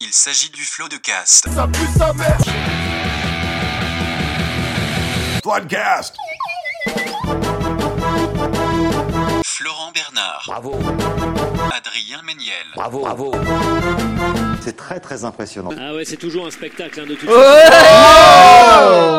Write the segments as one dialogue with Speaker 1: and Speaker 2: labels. Speaker 1: Il s'agit du flot de cast.
Speaker 2: Floodcast.
Speaker 1: Florent Bernard,
Speaker 3: Bravo,
Speaker 1: Adrien Méniel,
Speaker 4: Ah,
Speaker 3: bravo, bravo.
Speaker 5: C'est très très impressionnant.
Speaker 6: Ah ouais, c'est toujours un spectacle hein, de toute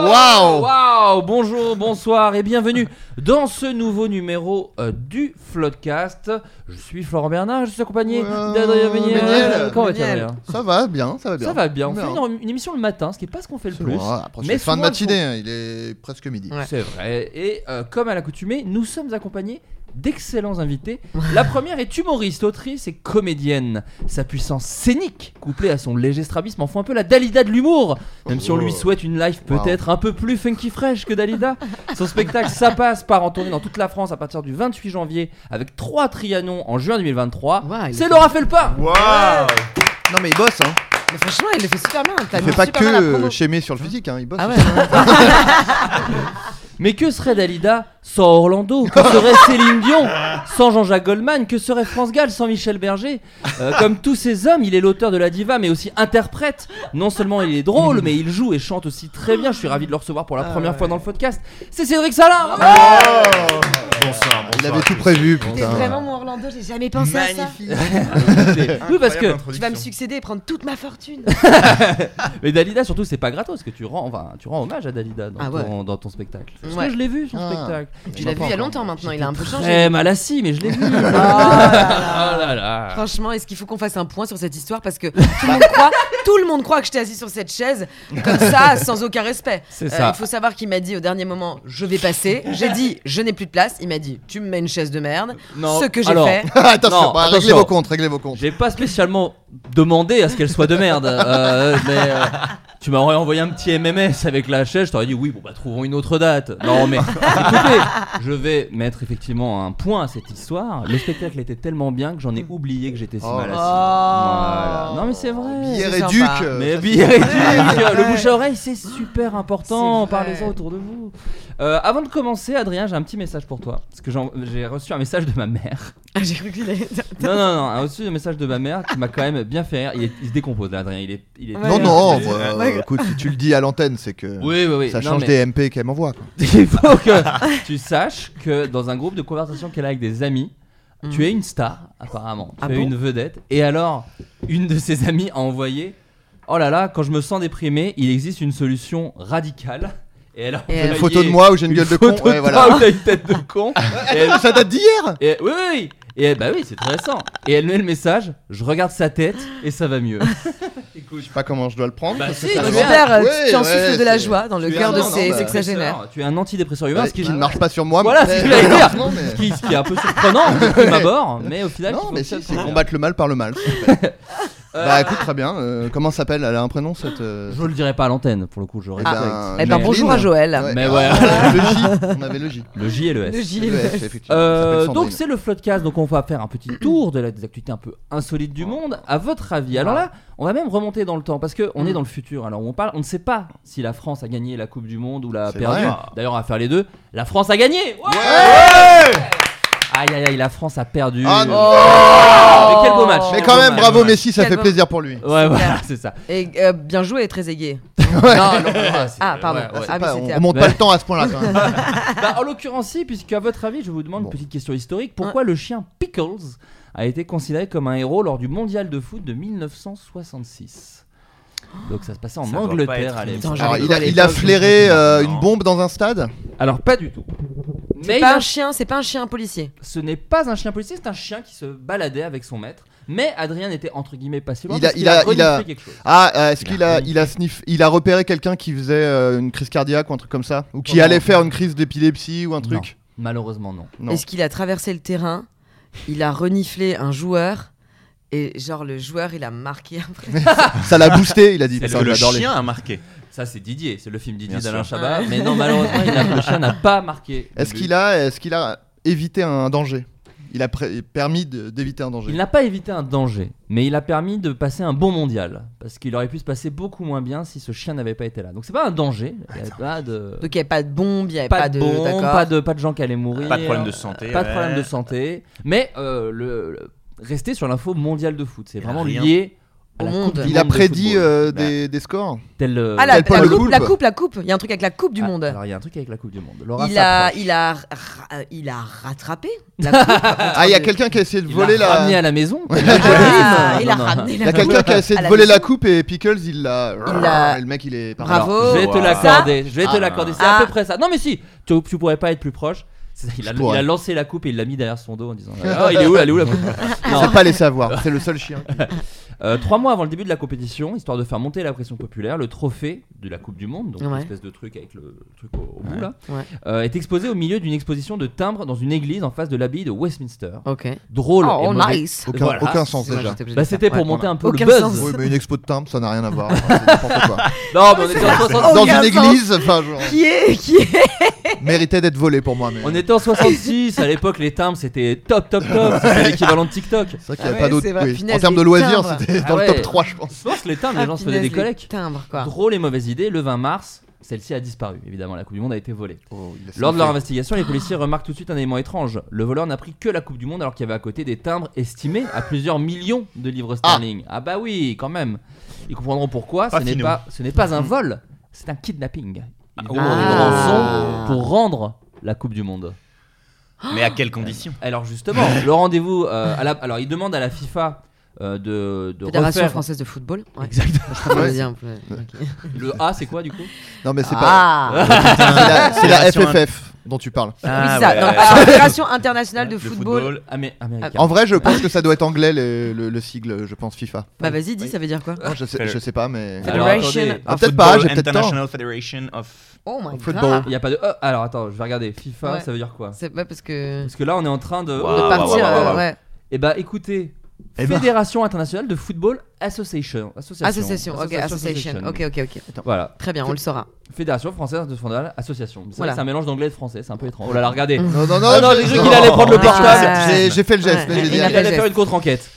Speaker 7: Waouh Bonjour, bonsoir et bienvenue dans ce nouveau numéro euh, du Floodcast. Je suis Florent Bernard, je suis accompagné d'Adrien Méniel.
Speaker 4: Méniel,
Speaker 7: Comment vas-tu,
Speaker 4: Méniel.
Speaker 7: Adrien
Speaker 4: Ça va bien, ça va bien.
Speaker 7: Ça va bien. On
Speaker 4: Bien.
Speaker 7: fait une, une émission le matin, ce qui n'est pas ce qu'on fait le
Speaker 4: C'est
Speaker 7: plus.
Speaker 4: bon, hein, voilà, approche
Speaker 7: mais
Speaker 4: la fin de
Speaker 7: souvent, elles
Speaker 4: matinée, hein, il est presque midi.
Speaker 7: C'est vrai. Et euh, comme à l'accoutumée, nous sommes accompagnés d'excellents invités. La première est humoriste, autrice et comédienne. Sa puissance scénique, couplée à son léger strabisme, en font un peu la Dalida de l'humour. Même si on lui souhaite une life peut-être un peu plus funky fraîche que Dalida. Son spectacle Ça passe part en tournée dans toute la France à partir du 28 janvier avec trois Trianon en juin 2023.
Speaker 8: Waouh, il
Speaker 7: C'est
Speaker 8: est-
Speaker 7: Laura Felpin
Speaker 4: Non mais il bosse, hein.
Speaker 8: Mais franchement, il le fait super bien. T'as
Speaker 4: Il
Speaker 8: mis
Speaker 4: fait pas
Speaker 8: super bien la
Speaker 4: que
Speaker 8: promo.
Speaker 4: euh, chémer sur le physique, hein. Il bosse.
Speaker 8: Ah ouais.
Speaker 4: aussi.
Speaker 7: Mais que serait Dalida sans Orlando Que serait Céline Dion sans Jean-Jacques Goldman Que serait France Gall sans Michel Berger Euh, Comme tous ces hommes, il est l'auteur de La Diva, mais aussi interprète. Non seulement il est drôle, mais il joue et chante aussi très bien. Je suis ravi de le recevoir pour la
Speaker 8: Ah
Speaker 7: première fois dans le podcast. C'est Cédric Salin
Speaker 2: Bonsoir, bonsoir.
Speaker 4: Il avait tout prévu,
Speaker 8: T'es
Speaker 4: putain.
Speaker 8: vraiment mon Orlando, j'ai jamais pensé à ça.
Speaker 7: Oui, parce que.
Speaker 8: Tu vas me succéder et prendre toute ma fortune.
Speaker 7: Mais Dalida, surtout, c'est pas gratos, que tu rends, enfin, tu rends hommage à Dalida dans,
Speaker 8: Ah ouais.
Speaker 7: ton, dans ton spectacle. Parce
Speaker 8: Ouais.
Speaker 7: que je l'ai vu, son
Speaker 4: Ah.
Speaker 7: spectacle.
Speaker 8: Tu l'as vu il y a longtemps maintenant, il a un peu changé. Ah.
Speaker 7: Eh, mal assis, mais je l'ai vu. Oh
Speaker 8: là.
Speaker 7: là là.
Speaker 8: Franchement, est-ce qu'il faut qu'on fasse un point sur cette histoire Parce que tout le, monde croit, tout le monde croit que j'étais assis sur cette chaise comme ça, sans aucun respect. Euh,
Speaker 7: C'est ça.
Speaker 8: Il faut savoir qu'il m'a dit au dernier moment Je vais passer. J'ai dit Je n'ai plus de place. Il m'a dit Tu me mets une chaise de merde.
Speaker 7: Non,
Speaker 8: Ce que j'ai
Speaker 7: alors,
Speaker 8: fait.
Speaker 4: Attention,
Speaker 7: Non,
Speaker 4: bah, réglez
Speaker 7: attention.
Speaker 4: vos comptes, réglez vos comptes.
Speaker 7: J'ai pas spécialement demandé à ce qu'elle soit de merde, euh, mais euh, tu m'aurais envoyé un petit MMS avec la chaise, je t'aurais dit oui, bon bah trouvons une autre date. Non mais écoutez, je vais mettre effectivement un point à cette histoire. Le spectacle était tellement bien que j'en ai oublié que j'étais si
Speaker 4: Oh.
Speaker 7: mal assis.
Speaker 8: Oh.
Speaker 7: Voilà. Non mais c'est vrai.
Speaker 4: Bière et
Speaker 8: sympa.
Speaker 4: duc.
Speaker 7: Mais
Speaker 4: euh,
Speaker 7: bien, Eric,
Speaker 4: Ouais.
Speaker 7: le bouche à oreille, c'est super important.
Speaker 8: C'est vrai.
Speaker 7: Parlez-en autour de vous. Euh, avant de commencer, Adrien, j'ai un petit message pour toi. Parce que j'en- j'ai reçu un message de ma mère.
Speaker 8: Ah, j'ai cru qu'il allait.
Speaker 7: Non, non, non, un- aussi un message de ma mère qui m'a quand même bien fait rire. Il, est- il se décompose là, Adrien. Il est, il est-
Speaker 8: Ouais.
Speaker 4: Non, non, bah,
Speaker 8: Ouais.
Speaker 4: euh, écoute, si tu le dis à l'antenne, c'est que
Speaker 7: Oui, oui, oui.
Speaker 4: ça
Speaker 7: Non,
Speaker 4: change
Speaker 7: mais
Speaker 4: des MP qu'elle m'envoie. quoi.
Speaker 7: Il faut que tu saches que dans un groupe de conversation qu'elle a avec des amis, tu es une star, apparemment. Tu
Speaker 8: Mm. Ah
Speaker 7: es
Speaker 8: bon
Speaker 7: une vedette. Et alors, une de ses amies a envoyé Oh là là, quand je me sens déprimé, il existe une solution radicale. Et elle a
Speaker 8: Et elle-
Speaker 4: Une
Speaker 7: envoyé
Speaker 4: photo de moi où j'ai une gueule de con.
Speaker 7: photo
Speaker 4: Ouais,
Speaker 7: de
Speaker 4: voilà.
Speaker 7: toi où t'as une tête de con. et elle-
Speaker 4: Ça date d'hier
Speaker 7: et- oui, oui, oui. Et elle- bah oui, c'est très récent. Et elle met le message Je regarde sa tête et ça va mieux.
Speaker 4: Je sais pas comment je dois le prendre.
Speaker 7: Bah,
Speaker 4: parce que
Speaker 7: si,
Speaker 4: ça
Speaker 7: tu
Speaker 4: dépend.
Speaker 8: Super, euh,
Speaker 4: Ouais,
Speaker 8: tu en
Speaker 4: ouais,
Speaker 8: souffles de la
Speaker 4: c'est-
Speaker 8: joie dans le
Speaker 7: Tu es
Speaker 8: cœur
Speaker 7: un-
Speaker 8: de
Speaker 7: non,
Speaker 8: ces
Speaker 7: non, bah,
Speaker 8: sexagénaires.
Speaker 7: Tu es un antidépresseur humain,
Speaker 4: Ouais,
Speaker 7: ce qui,
Speaker 4: Qui ne marche pas sur moi.
Speaker 7: bah Voilà,
Speaker 4: mais-
Speaker 7: c'est ce que j'allais dire.
Speaker 4: Malheureusement, mais-
Speaker 7: ce qui- ce qui est un peu surprenant de prime abord, mais au final.
Speaker 4: Non,
Speaker 7: qui
Speaker 4: mais ça,
Speaker 7: fonctionne
Speaker 4: c'est
Speaker 7: très bien.
Speaker 4: combattre le mal par le mal. Bah écoute, très bien. euh, comment s'appelle Elle a un prénom cette. euh,
Speaker 7: bah, Je le dirai pas à l'antenne pour le coup, je respecte.
Speaker 4: ben,
Speaker 8: Eh ben,
Speaker 7: Mais-
Speaker 8: bonjour à Joël.
Speaker 4: Ouais.
Speaker 7: Ah, Mais
Speaker 4: Ah,
Speaker 7: ouais.
Speaker 4: Le J, on avait le J.
Speaker 7: Le J et le S.
Speaker 8: Le J et
Speaker 4: Le
Speaker 8: le
Speaker 4: F,
Speaker 8: S.
Speaker 4: effectivement. ça s'appelle
Speaker 7: Euh, donc
Speaker 4: Sandrine.
Speaker 7: c'est le floodcast, donc on va faire un petit tour de la, des activités un peu insolites du monde. À votre avis, alors là, on va même remonter dans le temps parce que on
Speaker 4: Mm.
Speaker 7: est dans le futur. Alors on parle, on ne sait pas si la France a gagné la Coupe du Monde ou l'a
Speaker 4: C'est
Speaker 7: perdue.
Speaker 4: vrai.
Speaker 7: D'ailleurs, on va faire les deux. La France a gagné. Ouais aïe aïe aïe, la France a perdu.
Speaker 4: Ah non.
Speaker 7: Ah, mais quel beau match.
Speaker 4: Mais
Speaker 7: quel
Speaker 4: quand
Speaker 7: beau
Speaker 4: même,
Speaker 7: match.
Speaker 4: bravo Messi, ça
Speaker 8: Quel
Speaker 4: fait
Speaker 8: bon-
Speaker 4: plaisir pour lui.
Speaker 7: Ouais, voilà,
Speaker 8: Super.
Speaker 7: c'est ça.
Speaker 8: Et euh, bien joué et très aigué.
Speaker 7: Non, non, non, c'est-
Speaker 8: Ah, pardon.
Speaker 7: ouais, ouais.
Speaker 8: Ah, mais
Speaker 4: Pas-
Speaker 8: c'était
Speaker 4: on, on monte
Speaker 7: après.
Speaker 4: pas le temps à ce point-là quand même.
Speaker 7: Bah, en l'occurrence, si, puisque à votre avis, je vous demande
Speaker 4: Bon.
Speaker 7: une petite question historique. Pourquoi le chien Pickles a été considéré comme un héros lors du mondial de foot de 1966 Donc ça se passait en
Speaker 2: Ça doit pas
Speaker 7: Angleterre
Speaker 2: être
Speaker 7: à
Speaker 2: une
Speaker 7: l'époque.
Speaker 8: Attends,
Speaker 4: Alors,
Speaker 8: j'avais
Speaker 4: il a,
Speaker 8: pas
Speaker 4: il a
Speaker 8: l'époque.
Speaker 4: flairé euh,
Speaker 2: Non.
Speaker 4: une bombe dans un stade
Speaker 7: Alors pas du tout. Mais
Speaker 8: C'est
Speaker 7: il a-
Speaker 8: pas un chien, c'est pas un chien policier.
Speaker 7: ce n'est pas un chien policier, c'est un chien qui se baladait avec son maître. Mais Adrien était entre guillemets pas si loin.
Speaker 4: Il a-
Speaker 7: parce
Speaker 4: il
Speaker 7: qu'il a,
Speaker 4: a- il a-
Speaker 7: reniflé quelque chose.
Speaker 4: Ah, euh, est-ce
Speaker 7: Il
Speaker 4: qu'il
Speaker 7: a
Speaker 4: a,
Speaker 7: rien
Speaker 4: il a sniff, il a repéré quelqu'un qui faisait euh, une crise cardiaque ou un truc comme ça, ou qui
Speaker 7: Comment
Speaker 4: allait faire une crise d'épilepsie ou un truc
Speaker 7: Malheureusement non.
Speaker 4: Non.
Speaker 8: Est-ce qu'il a traversé le terrain Il a reniflé un joueur et genre le joueur il a marqué après.
Speaker 4: Ça l'a boosté, il a dit.
Speaker 2: C'est
Speaker 4: Putain,
Speaker 2: le
Speaker 4: j'adore les-
Speaker 2: chien a marqué.
Speaker 7: Ça c'est Didier, c'est le film Didier
Speaker 2: Bien
Speaker 7: d'Alain
Speaker 2: sûr.
Speaker 7: Chabat. Mais non malheureusement il n'a- le chien n'a pas marqué.
Speaker 4: Est-ce qu'il a, est-ce qu'il a évité un danger Il a pré- permis de- d'éviter un
Speaker 7: Il
Speaker 4: danger.
Speaker 7: n'a pas évité un danger, mais il a permis de passer un bon mondial. Parce qu'il aurait pu se passer beaucoup moins bien si ce chien n'avait pas été là. Donc c'est pas un danger. Il n'y avait pas de.
Speaker 8: Donc il n'y avait pas de bombe, il n'y avait
Speaker 7: Pas de, bombe,
Speaker 8: d'accord.
Speaker 7: pas de pas de gens qui allaient mourir.
Speaker 2: Pas de problème de santé.
Speaker 7: Pas de problème
Speaker 2: ouais.
Speaker 7: de santé. Mais euh, le, le- rester sur l'info mondiale de foot, c'est
Speaker 2: Il a
Speaker 7: vraiment
Speaker 2: rien.
Speaker 7: lié à
Speaker 8: Au
Speaker 7: la
Speaker 8: monde.
Speaker 7: Coupe du
Speaker 4: Il a
Speaker 7: monde de
Speaker 4: prédit
Speaker 7: football.
Speaker 4: euh,
Speaker 2: Bah.
Speaker 4: des, des scores.
Speaker 7: Tel, euh,
Speaker 8: Ah la,
Speaker 4: Quel Paul
Speaker 8: la
Speaker 4: le
Speaker 8: coupe, la
Speaker 4: Poulpe.
Speaker 8: coupe, la coupe. Il y a un truc avec la coupe du
Speaker 7: Ah,
Speaker 8: monde.
Speaker 7: Alors il y a un truc avec la Coupe du Monde. Laura
Speaker 8: il a,
Speaker 7: s'approche.
Speaker 8: il a, ra- euh, il a rattrapé. La coupe
Speaker 4: Ah, il y a quelqu'un qui a essayé de
Speaker 7: Il
Speaker 4: voler
Speaker 7: l'a
Speaker 4: la.
Speaker 7: ramené à la maison.
Speaker 8: Ah,
Speaker 7: Non,
Speaker 8: il a
Speaker 7: non.
Speaker 8: ramené
Speaker 4: Il
Speaker 8: la
Speaker 4: y a quelqu'un qui a essayé
Speaker 8: à
Speaker 4: de
Speaker 8: la
Speaker 4: voler
Speaker 8: maison.
Speaker 4: la coupe et Pickles il l'a.
Speaker 8: Il l'a-
Speaker 4: Et Le mec il est. parti.
Speaker 8: Bravo.
Speaker 7: Alors, je vais te
Speaker 2: Wow.
Speaker 7: l'accorder, je vais te
Speaker 2: Ah.
Speaker 7: l'accorder, c'est à
Speaker 8: Ah.
Speaker 7: peu près ça. Non mais si, tu, tu pourrais pas être plus proche. C'est- Il a,
Speaker 4: Je pourrais.
Speaker 7: il a lancé la coupe et il l'a mis derrière son dos en disant Ah, il est où, elle est où la coupe
Speaker 4: Il s'est
Speaker 7: Non.
Speaker 4: pas laissé avoir. C'est le seul chien.
Speaker 7: Euh, Trois mois avant le début de la compétition, histoire de faire monter la pression populaire, le trophée de la Coupe du Monde, donc
Speaker 8: Ouais.
Speaker 7: une espèce de truc avec le, le truc au, au bout là,
Speaker 8: Ouais.
Speaker 7: euh, est exposé au milieu d'une exposition de timbres dans une église en face de l'abbaye de Westminster.
Speaker 8: Ok.
Speaker 7: Drôle et
Speaker 8: Oh,
Speaker 7: mauvais.
Speaker 8: nice.
Speaker 4: Aucun,
Speaker 7: Voilà.
Speaker 4: aucun sens
Speaker 8: Excuse-moi,
Speaker 4: déjà.
Speaker 8: j'étais obligée
Speaker 7: Bah,
Speaker 8: de faire.
Speaker 7: c'était pour
Speaker 8: Ouais,
Speaker 7: monter
Speaker 8: voilà.
Speaker 7: un peu le
Speaker 8: Aucun
Speaker 7: buzz.
Speaker 8: sens.
Speaker 4: Oui, mais une expo de timbre, ça n'a rien à voir. Enfin, c'est n'importe quoi.
Speaker 7: Non, mais on était en 60
Speaker 4: Dans
Speaker 8: Aucun
Speaker 4: une église, enfin, genre,
Speaker 8: Qui est, qui est
Speaker 4: méritait d'être volé pour moi. Mais...
Speaker 7: On était en 66, à l'époque les timbres c'était top top top, c'était l'équivalent de TikTok.
Speaker 4: C'est vrai qu'il n'y
Speaker 8: Ah
Speaker 4: avait
Speaker 8: ouais,
Speaker 4: pas d'autre.
Speaker 8: c'est vrai,
Speaker 4: oui.
Speaker 8: finesse,
Speaker 4: En termes de
Speaker 8: les
Speaker 4: loisirs,
Speaker 8: timbres.
Speaker 4: c'était
Speaker 7: Ah
Speaker 4: dans
Speaker 7: ouais.
Speaker 4: le top 3, je pense.
Speaker 7: Je pense que les timbres, les gens se faisaient des collectes.
Speaker 8: Timbre quoi.
Speaker 7: Drôle et mauvaise idée, le 20 mars, celle-ci a disparu. Évidemment, la Coupe du Monde a été volée.
Speaker 4: il a
Speaker 7: Lors de leur
Speaker 4: sniffé.
Speaker 7: investigation, les policiers remarquent tout de suite un élément étrange. Le voleur n'a pris que la Coupe du Monde alors qu'il y avait à côté des timbres estimés à plusieurs millions de livres sterling. Ah, bah oui, quand même. Ils comprendront pourquoi.
Speaker 2: Pas
Speaker 7: ce n'est
Speaker 2: finaux.
Speaker 7: pas, ce n'est pas un vol, c'est un kidnapping. Ils demandent une
Speaker 8: Ah.
Speaker 7: rançon pour rendre la Coupe du Monde.
Speaker 2: Mais à quelles conditions
Speaker 7: Alors justement, le rendez-vous. euh, à la- alors ils demandent à la FIFA euh, de, de
Speaker 8: Fédération
Speaker 7: refaire.
Speaker 8: française de football. Ouais.
Speaker 7: Exactement.
Speaker 8: Je peux le dire un peu. Ok.
Speaker 7: Le A, c'est quoi du coup
Speaker 4: Non, mais c'est pas.
Speaker 8: Ah
Speaker 4: C'est la- C'est la
Speaker 2: Fédération-
Speaker 4: FFF dont tu parles.
Speaker 8: Oui,
Speaker 2: Ah,
Speaker 8: c'est ça.
Speaker 2: ouais.
Speaker 8: Non, alors, Fédération internationale de
Speaker 2: Le
Speaker 8: football. Ah,
Speaker 7: Amé- américain.
Speaker 4: En vrai, je pense que ça doit être anglais le, le- le sigle, je pense FIFA.
Speaker 8: Bah vas-y, dis, ça veut dire quoi
Speaker 4: Non, je, sais, je sais pas, mais.
Speaker 7: Alors,
Speaker 8: Federation.
Speaker 7: attendez.
Speaker 4: Ah, peut-être pas, j'ai
Speaker 2: Football
Speaker 4: peut-être tort.
Speaker 2: International Federation of.
Speaker 8: Oh my
Speaker 4: Football.
Speaker 8: god.
Speaker 7: Il y a pas de. E. alors attends, je vais regarder. FIFA,
Speaker 8: Ouais.
Speaker 7: ça veut dire quoi
Speaker 8: C'est pas parce que.
Speaker 7: Parce que là, on est en train de.
Speaker 2: Waouh,
Speaker 8: de
Speaker 4: Ah, bah,
Speaker 8: partir,
Speaker 2: waouh, waouh,
Speaker 8: euh,
Speaker 2: waouh.
Speaker 8: ouais.
Speaker 7: Et bah écoutez,
Speaker 4: Eh ben.
Speaker 7: Fédération internationale de football association. Association.
Speaker 8: Association, ok, association. Ok, ok, ok.
Speaker 7: Voilà,
Speaker 8: Très bien, on le saura.
Speaker 7: Fédération française de football association. C'est vrai
Speaker 8: Voilà. Mm.
Speaker 7: que c'est un mélange d'anglais et de français, c'est un peu étrange. Oh là là, regardez.
Speaker 4: Non, non,
Speaker 7: Ah non,
Speaker 4: je-
Speaker 7: j'ai cru qu'il allait prendre le
Speaker 8: Ah,
Speaker 7: portable.
Speaker 8: ouais.
Speaker 4: J'ai j'ai fait le geste,
Speaker 8: Ouais.
Speaker 4: mais j'ai
Speaker 8: Il
Speaker 4: dit.
Speaker 7: Il
Speaker 8: a
Speaker 4: allez.
Speaker 7: allait
Speaker 8: fait
Speaker 7: faire une contre-enquête.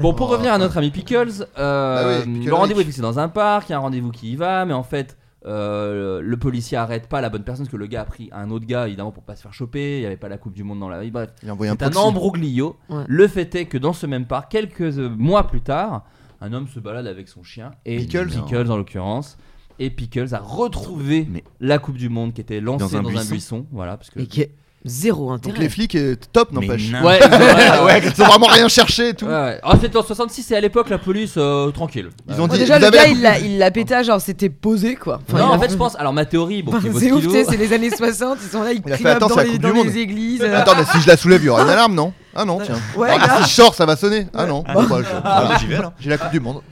Speaker 7: Bon, pour revenir à notre ami Pickles, euh,
Speaker 4: Bah oui, Pickles
Speaker 7: le rendez-vous est
Speaker 4: Rick.
Speaker 7: fixé dans un parc, il y a un rendez-vous qui y va, mais en fait, euh, le policier arrête pas la bonne personne parce que le gars a pris un autre gars, évidemment, pour pas se faire choper. Il y avait pas la Coupe du Monde dans la vie, bref.
Speaker 4: Il a envoyé un
Speaker 7: C'est un
Speaker 4: proxy.
Speaker 7: embroglio.
Speaker 8: Ouais.
Speaker 7: Le fait est que dans ce même parc, quelques euh, mois plus tard, un homme se balade avec son chien et
Speaker 4: Pickles
Speaker 7: en l'occurrence. Et Pickles a retrouvé
Speaker 2: Mais-
Speaker 7: la Coupe du Monde qui était
Speaker 2: Dans
Speaker 7: lancée
Speaker 2: un buisson.
Speaker 7: voilà, parce que
Speaker 8: Et qui est zéro intérêt.
Speaker 4: Donc les flics, euh, top,
Speaker 2: Mais
Speaker 4: n'empêche. Ah
Speaker 2: n'importe
Speaker 7: ouais, ouais, ouais.
Speaker 4: Ouais, ils ont vraiment rien cherché et tout.
Speaker 7: Ouais, ouais. Ah, c'était en 66 et à l'époque la police euh, tranquille.
Speaker 4: Ils ont
Speaker 8: Bon,
Speaker 4: dit.
Speaker 8: Oh, déjà,
Speaker 4: vous
Speaker 8: le
Speaker 4: avez-
Speaker 8: gars, il l'a- il l'a pété, genre c'était posé quoi. Enfin,
Speaker 7: Non,
Speaker 8: il a-
Speaker 7: en fait, je pense. Alors ma théorie, bon, qui vaut ce
Speaker 8: c'est
Speaker 7: qu'il
Speaker 8: ouf, tu sais,
Speaker 7: vaut.
Speaker 8: c'est les années 60, ils sont là, ils
Speaker 4: Il a fait,
Speaker 8: crient up
Speaker 4: attends,
Speaker 8: dans,
Speaker 4: c'est la
Speaker 8: les,
Speaker 4: Coupe
Speaker 8: dans
Speaker 4: du Monde.
Speaker 8: les églises. euh.
Speaker 4: Attends, mais si je la soulève, il y aura une alarme, non Ah non, tiens.
Speaker 8: Ouais,
Speaker 4: Ah, bah,
Speaker 8: grave.
Speaker 4: si je sors, ça va sonner. Ah non. Bon, bah, je- voilà.
Speaker 2: J'y vais alors.
Speaker 4: J'ai la Coupe du Monde.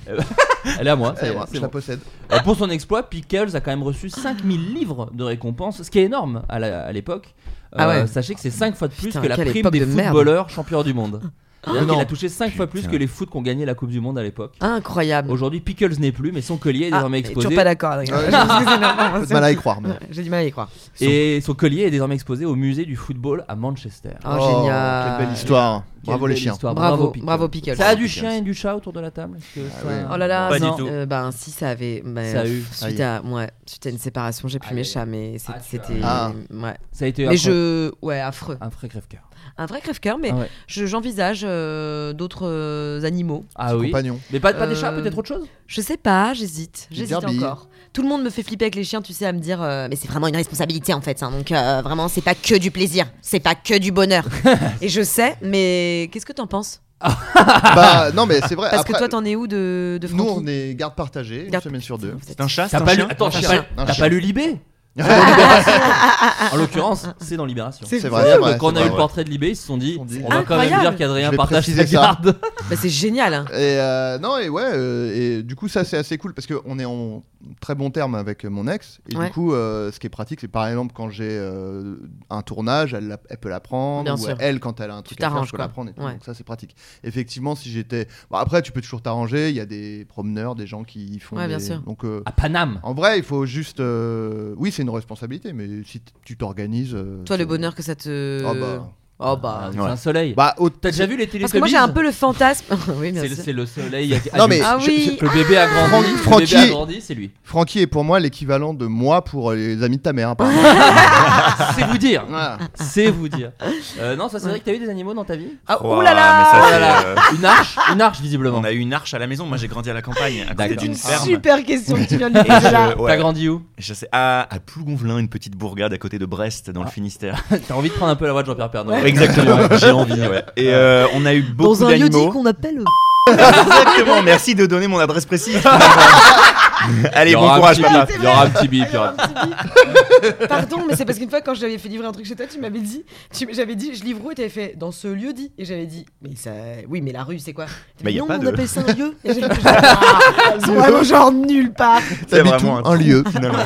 Speaker 7: Elle est à moi. ça y
Speaker 4: Eh,
Speaker 7: est,
Speaker 4: moi,
Speaker 7: c'est
Speaker 4: Je
Speaker 7: bon.
Speaker 4: la possède.
Speaker 7: Et pour son exploit, Pickles a quand même reçu 5000 livres de récompense, ce qui est énorme à la- à l'époque. Euh,
Speaker 8: Ah ouais.
Speaker 7: Sachez que c'est 5 fois de plus
Speaker 8: Putain,
Speaker 7: que la
Speaker 8: quelle
Speaker 7: prime
Speaker 8: époque
Speaker 7: des
Speaker 8: de merde. Ah.
Speaker 7: footballeurs champions du monde. C'est-à-dire
Speaker 4: Mais
Speaker 7: qu'il
Speaker 4: non.
Speaker 7: a touché 5 fois plus
Speaker 2: Putain.
Speaker 7: que les foot qui ont gagné la Coupe du Monde à l'époque.
Speaker 8: Incroyable.
Speaker 7: Aujourd'hui, Pickles n'est plus, mais son collier est
Speaker 8: Ah,
Speaker 7: désormais
Speaker 8: mais
Speaker 7: exposé.
Speaker 8: toujours pas d'accord, Adrien.
Speaker 4: Ouais,
Speaker 8: Excusez-moi.
Speaker 4: J'ai du mal à y croire, mais-
Speaker 8: J'ai du mal à y croire.
Speaker 7: Et son collier est désormais exposé au musée du football à Manchester.
Speaker 8: Oh,
Speaker 4: Oh,
Speaker 8: génial.
Speaker 4: Quelle belle histoire.
Speaker 7: Quelle
Speaker 4: Bravo les
Speaker 7: belle
Speaker 4: chiens.
Speaker 7: histoire.
Speaker 8: Bravo,
Speaker 7: Pickles.
Speaker 8: bravo Pickles.
Speaker 7: Ça a du chien et du chat autour de la table Est-ce que ça-
Speaker 4: Ah ouais.
Speaker 8: Oh là là,
Speaker 2: Pas
Speaker 8: non.
Speaker 2: du tout.
Speaker 8: Euh, ben si ça avait. ben,
Speaker 7: Ça a eu.
Speaker 8: Suite
Speaker 4: Aïe.
Speaker 8: à, ouais, suite à une séparation, j'ai plus
Speaker 7: Aïe,
Speaker 8: mes
Speaker 7: aïe,
Speaker 8: chats, mais c'est-
Speaker 7: Ah, tu
Speaker 8: c'était.
Speaker 4: as- Ah.
Speaker 8: Ouais.
Speaker 7: Ça a été
Speaker 8: Mais
Speaker 7: affreux.
Speaker 8: je. Ah Ouais, affreux.
Speaker 7: un vrai crève-cœur.
Speaker 8: Un vrai crève-cœur, mais
Speaker 7: Ah, ouais.
Speaker 8: je- j'envisage euh, d'autres euh, animaux.
Speaker 7: Ah oui.
Speaker 4: Compagnon.
Speaker 7: Mais pas, pas des chats,
Speaker 8: Euh,
Speaker 7: peut-être autre chose
Speaker 8: Je sais pas, j'hésite.
Speaker 4: Des
Speaker 8: J'hésite
Speaker 4: derbies.
Speaker 8: encore. Tout le monde me fait flipper avec les chiens, tu sais, à me dire. euh, mais c'est vraiment une responsabilité en fait. hein, donc euh, vraiment, c'est pas que du plaisir, c'est pas que du bonheur. Et je sais, mais qu'est-ce que t'en penses
Speaker 4: Bah non mais c'est vrai.
Speaker 8: Parce que
Speaker 4: après,
Speaker 8: toi, t'en es où de, de
Speaker 4: nous
Speaker 8: Francky
Speaker 4: on est garde partagée une
Speaker 8: Garde-
Speaker 4: semaine sur deux.
Speaker 8: Vous êtes-
Speaker 2: C'est un chat, c'est
Speaker 7: T'as
Speaker 2: un
Speaker 7: pas lu
Speaker 2: chien
Speaker 7: Attends,
Speaker 8: Un
Speaker 7: t'as
Speaker 8: chien.
Speaker 7: pas, t'as
Speaker 4: chien.
Speaker 7: pas lu Libé
Speaker 8: Ah.
Speaker 7: En l'occurrence, c'est dans Libération.
Speaker 4: C'est vrai.
Speaker 7: C'est-à-dire
Speaker 4: c'est vrai,
Speaker 7: que quand on
Speaker 4: c'est
Speaker 7: a eu
Speaker 4: vrai,
Speaker 7: le
Speaker 4: ouais.
Speaker 7: portrait de Libé, ils se sont dit
Speaker 4: Ils se sont dit,
Speaker 7: on va quand même
Speaker 8: Incroyable.
Speaker 7: dire qu'Adrien
Speaker 4: Je vais
Speaker 7: partage sa
Speaker 4: préciser ça.
Speaker 7: garde.
Speaker 8: Bah, c'est génial. hein.
Speaker 4: Et euh, non et ouais euh, et du coup ça c'est assez cool parce que on est en très bon terme avec mon ex et
Speaker 8: Ouais.
Speaker 4: du coup euh, ce qui est pratique c'est par exemple quand j'ai euh, un tournage elle, la- elle peut la prendre
Speaker 8: Bien
Speaker 4: ou
Speaker 8: sûr.
Speaker 4: elle quand elle a un
Speaker 8: Tu
Speaker 4: truc à faire
Speaker 8: t'arranges,
Speaker 4: je peux
Speaker 8: quoi.
Speaker 4: la prendre et tout.
Speaker 8: Ouais.
Speaker 4: donc ça c'est pratique effectivement si j'étais bon, après tu peux toujours t'arranger il y a des promeneurs des gens qui font
Speaker 8: Ouais, bien
Speaker 4: des-
Speaker 8: sûr.
Speaker 4: donc euh,
Speaker 7: À Paname.
Speaker 4: en vrai il faut juste euh, oui c'est une responsabilité mais si t- tu t'organises euh,
Speaker 8: Toi, le
Speaker 4: c'est-
Speaker 8: bonheur que ça te.
Speaker 4: Ah bah.
Speaker 8: Oh bah.
Speaker 7: C'est
Speaker 5: Ouais.
Speaker 7: un soleil.
Speaker 4: Bah, au-
Speaker 7: T'as déjà vu les télé
Speaker 8: Parce que moi, j'ai un peu le fantasme. oui, bien
Speaker 7: C'est le,
Speaker 8: sûr.
Speaker 7: c'est le soleil. adulte.
Speaker 4: Non, mais-
Speaker 8: Ah oui.
Speaker 7: Que le bébé a grandi.
Speaker 4: Franck-
Speaker 7: le bébé a
Speaker 4: Francky-
Speaker 7: grandi, c'est lui.
Speaker 4: Francky est pour moi l'équivalent de moi pour euh, les amis de ta mère. hein, par exemple.
Speaker 7: C'est vous dire.
Speaker 4: Voilà.
Speaker 7: C'est vous dire. Euh, non, ça c'est vrai que t'as eu des animaux dans ta vie
Speaker 8: Ah,
Speaker 2: Ouah,
Speaker 8: ouh là là
Speaker 2: mais ça,
Speaker 7: Oh
Speaker 2: c'est,
Speaker 7: là là.
Speaker 2: euh,
Speaker 7: Une arche Une arche, visiblement.
Speaker 2: On a eu une arche à la maison. Moi, j'ai grandi à la campagne, à côté
Speaker 7: D'accord.
Speaker 2: d'une
Speaker 4: Ah.
Speaker 2: ferme.
Speaker 8: Super question que tu viens de
Speaker 2: Et
Speaker 8: nous poser
Speaker 2: je-
Speaker 8: là.
Speaker 2: ouais.
Speaker 7: T'as grandi où
Speaker 2: Je sais, à, à Plougonvelin, une petite bourgade à côté de Brest, dans le Finistère.
Speaker 7: T'as envie de prendre un peu la voix de Jean-Pierre Pernaut
Speaker 2: Exactement, j'ai envie. ouais. Et euh, on a eu beaucoup
Speaker 8: Dans un lieu dit
Speaker 2: d'animaux.
Speaker 8: qu'on appelle.
Speaker 2: Exactement, merci de donner mon adresse précise. Allez, bon courage, papa.
Speaker 7: Il y aura un petit bip. il y aura-
Speaker 8: Pardon, mais c'est parce qu'une fois, quand je t'avais fait livrer un truc chez toi, tu m'avais dit. tu- J'avais dit, je livre où Et t'avais fait dans ce lieu dit. Et j'avais dit, mais ça. Oui, mais la rue, c'est quoi T'avais
Speaker 2: Bah,
Speaker 8: dit,
Speaker 2: y a
Speaker 8: Non,
Speaker 2: pas
Speaker 8: on
Speaker 2: de-
Speaker 8: appelle ça un lieu. Et j'avais fait, Ah, Ils sont vraiment genre nulle part.
Speaker 2: C'est
Speaker 4: T'habites
Speaker 2: vraiment
Speaker 4: où un lieu.
Speaker 2: finalement.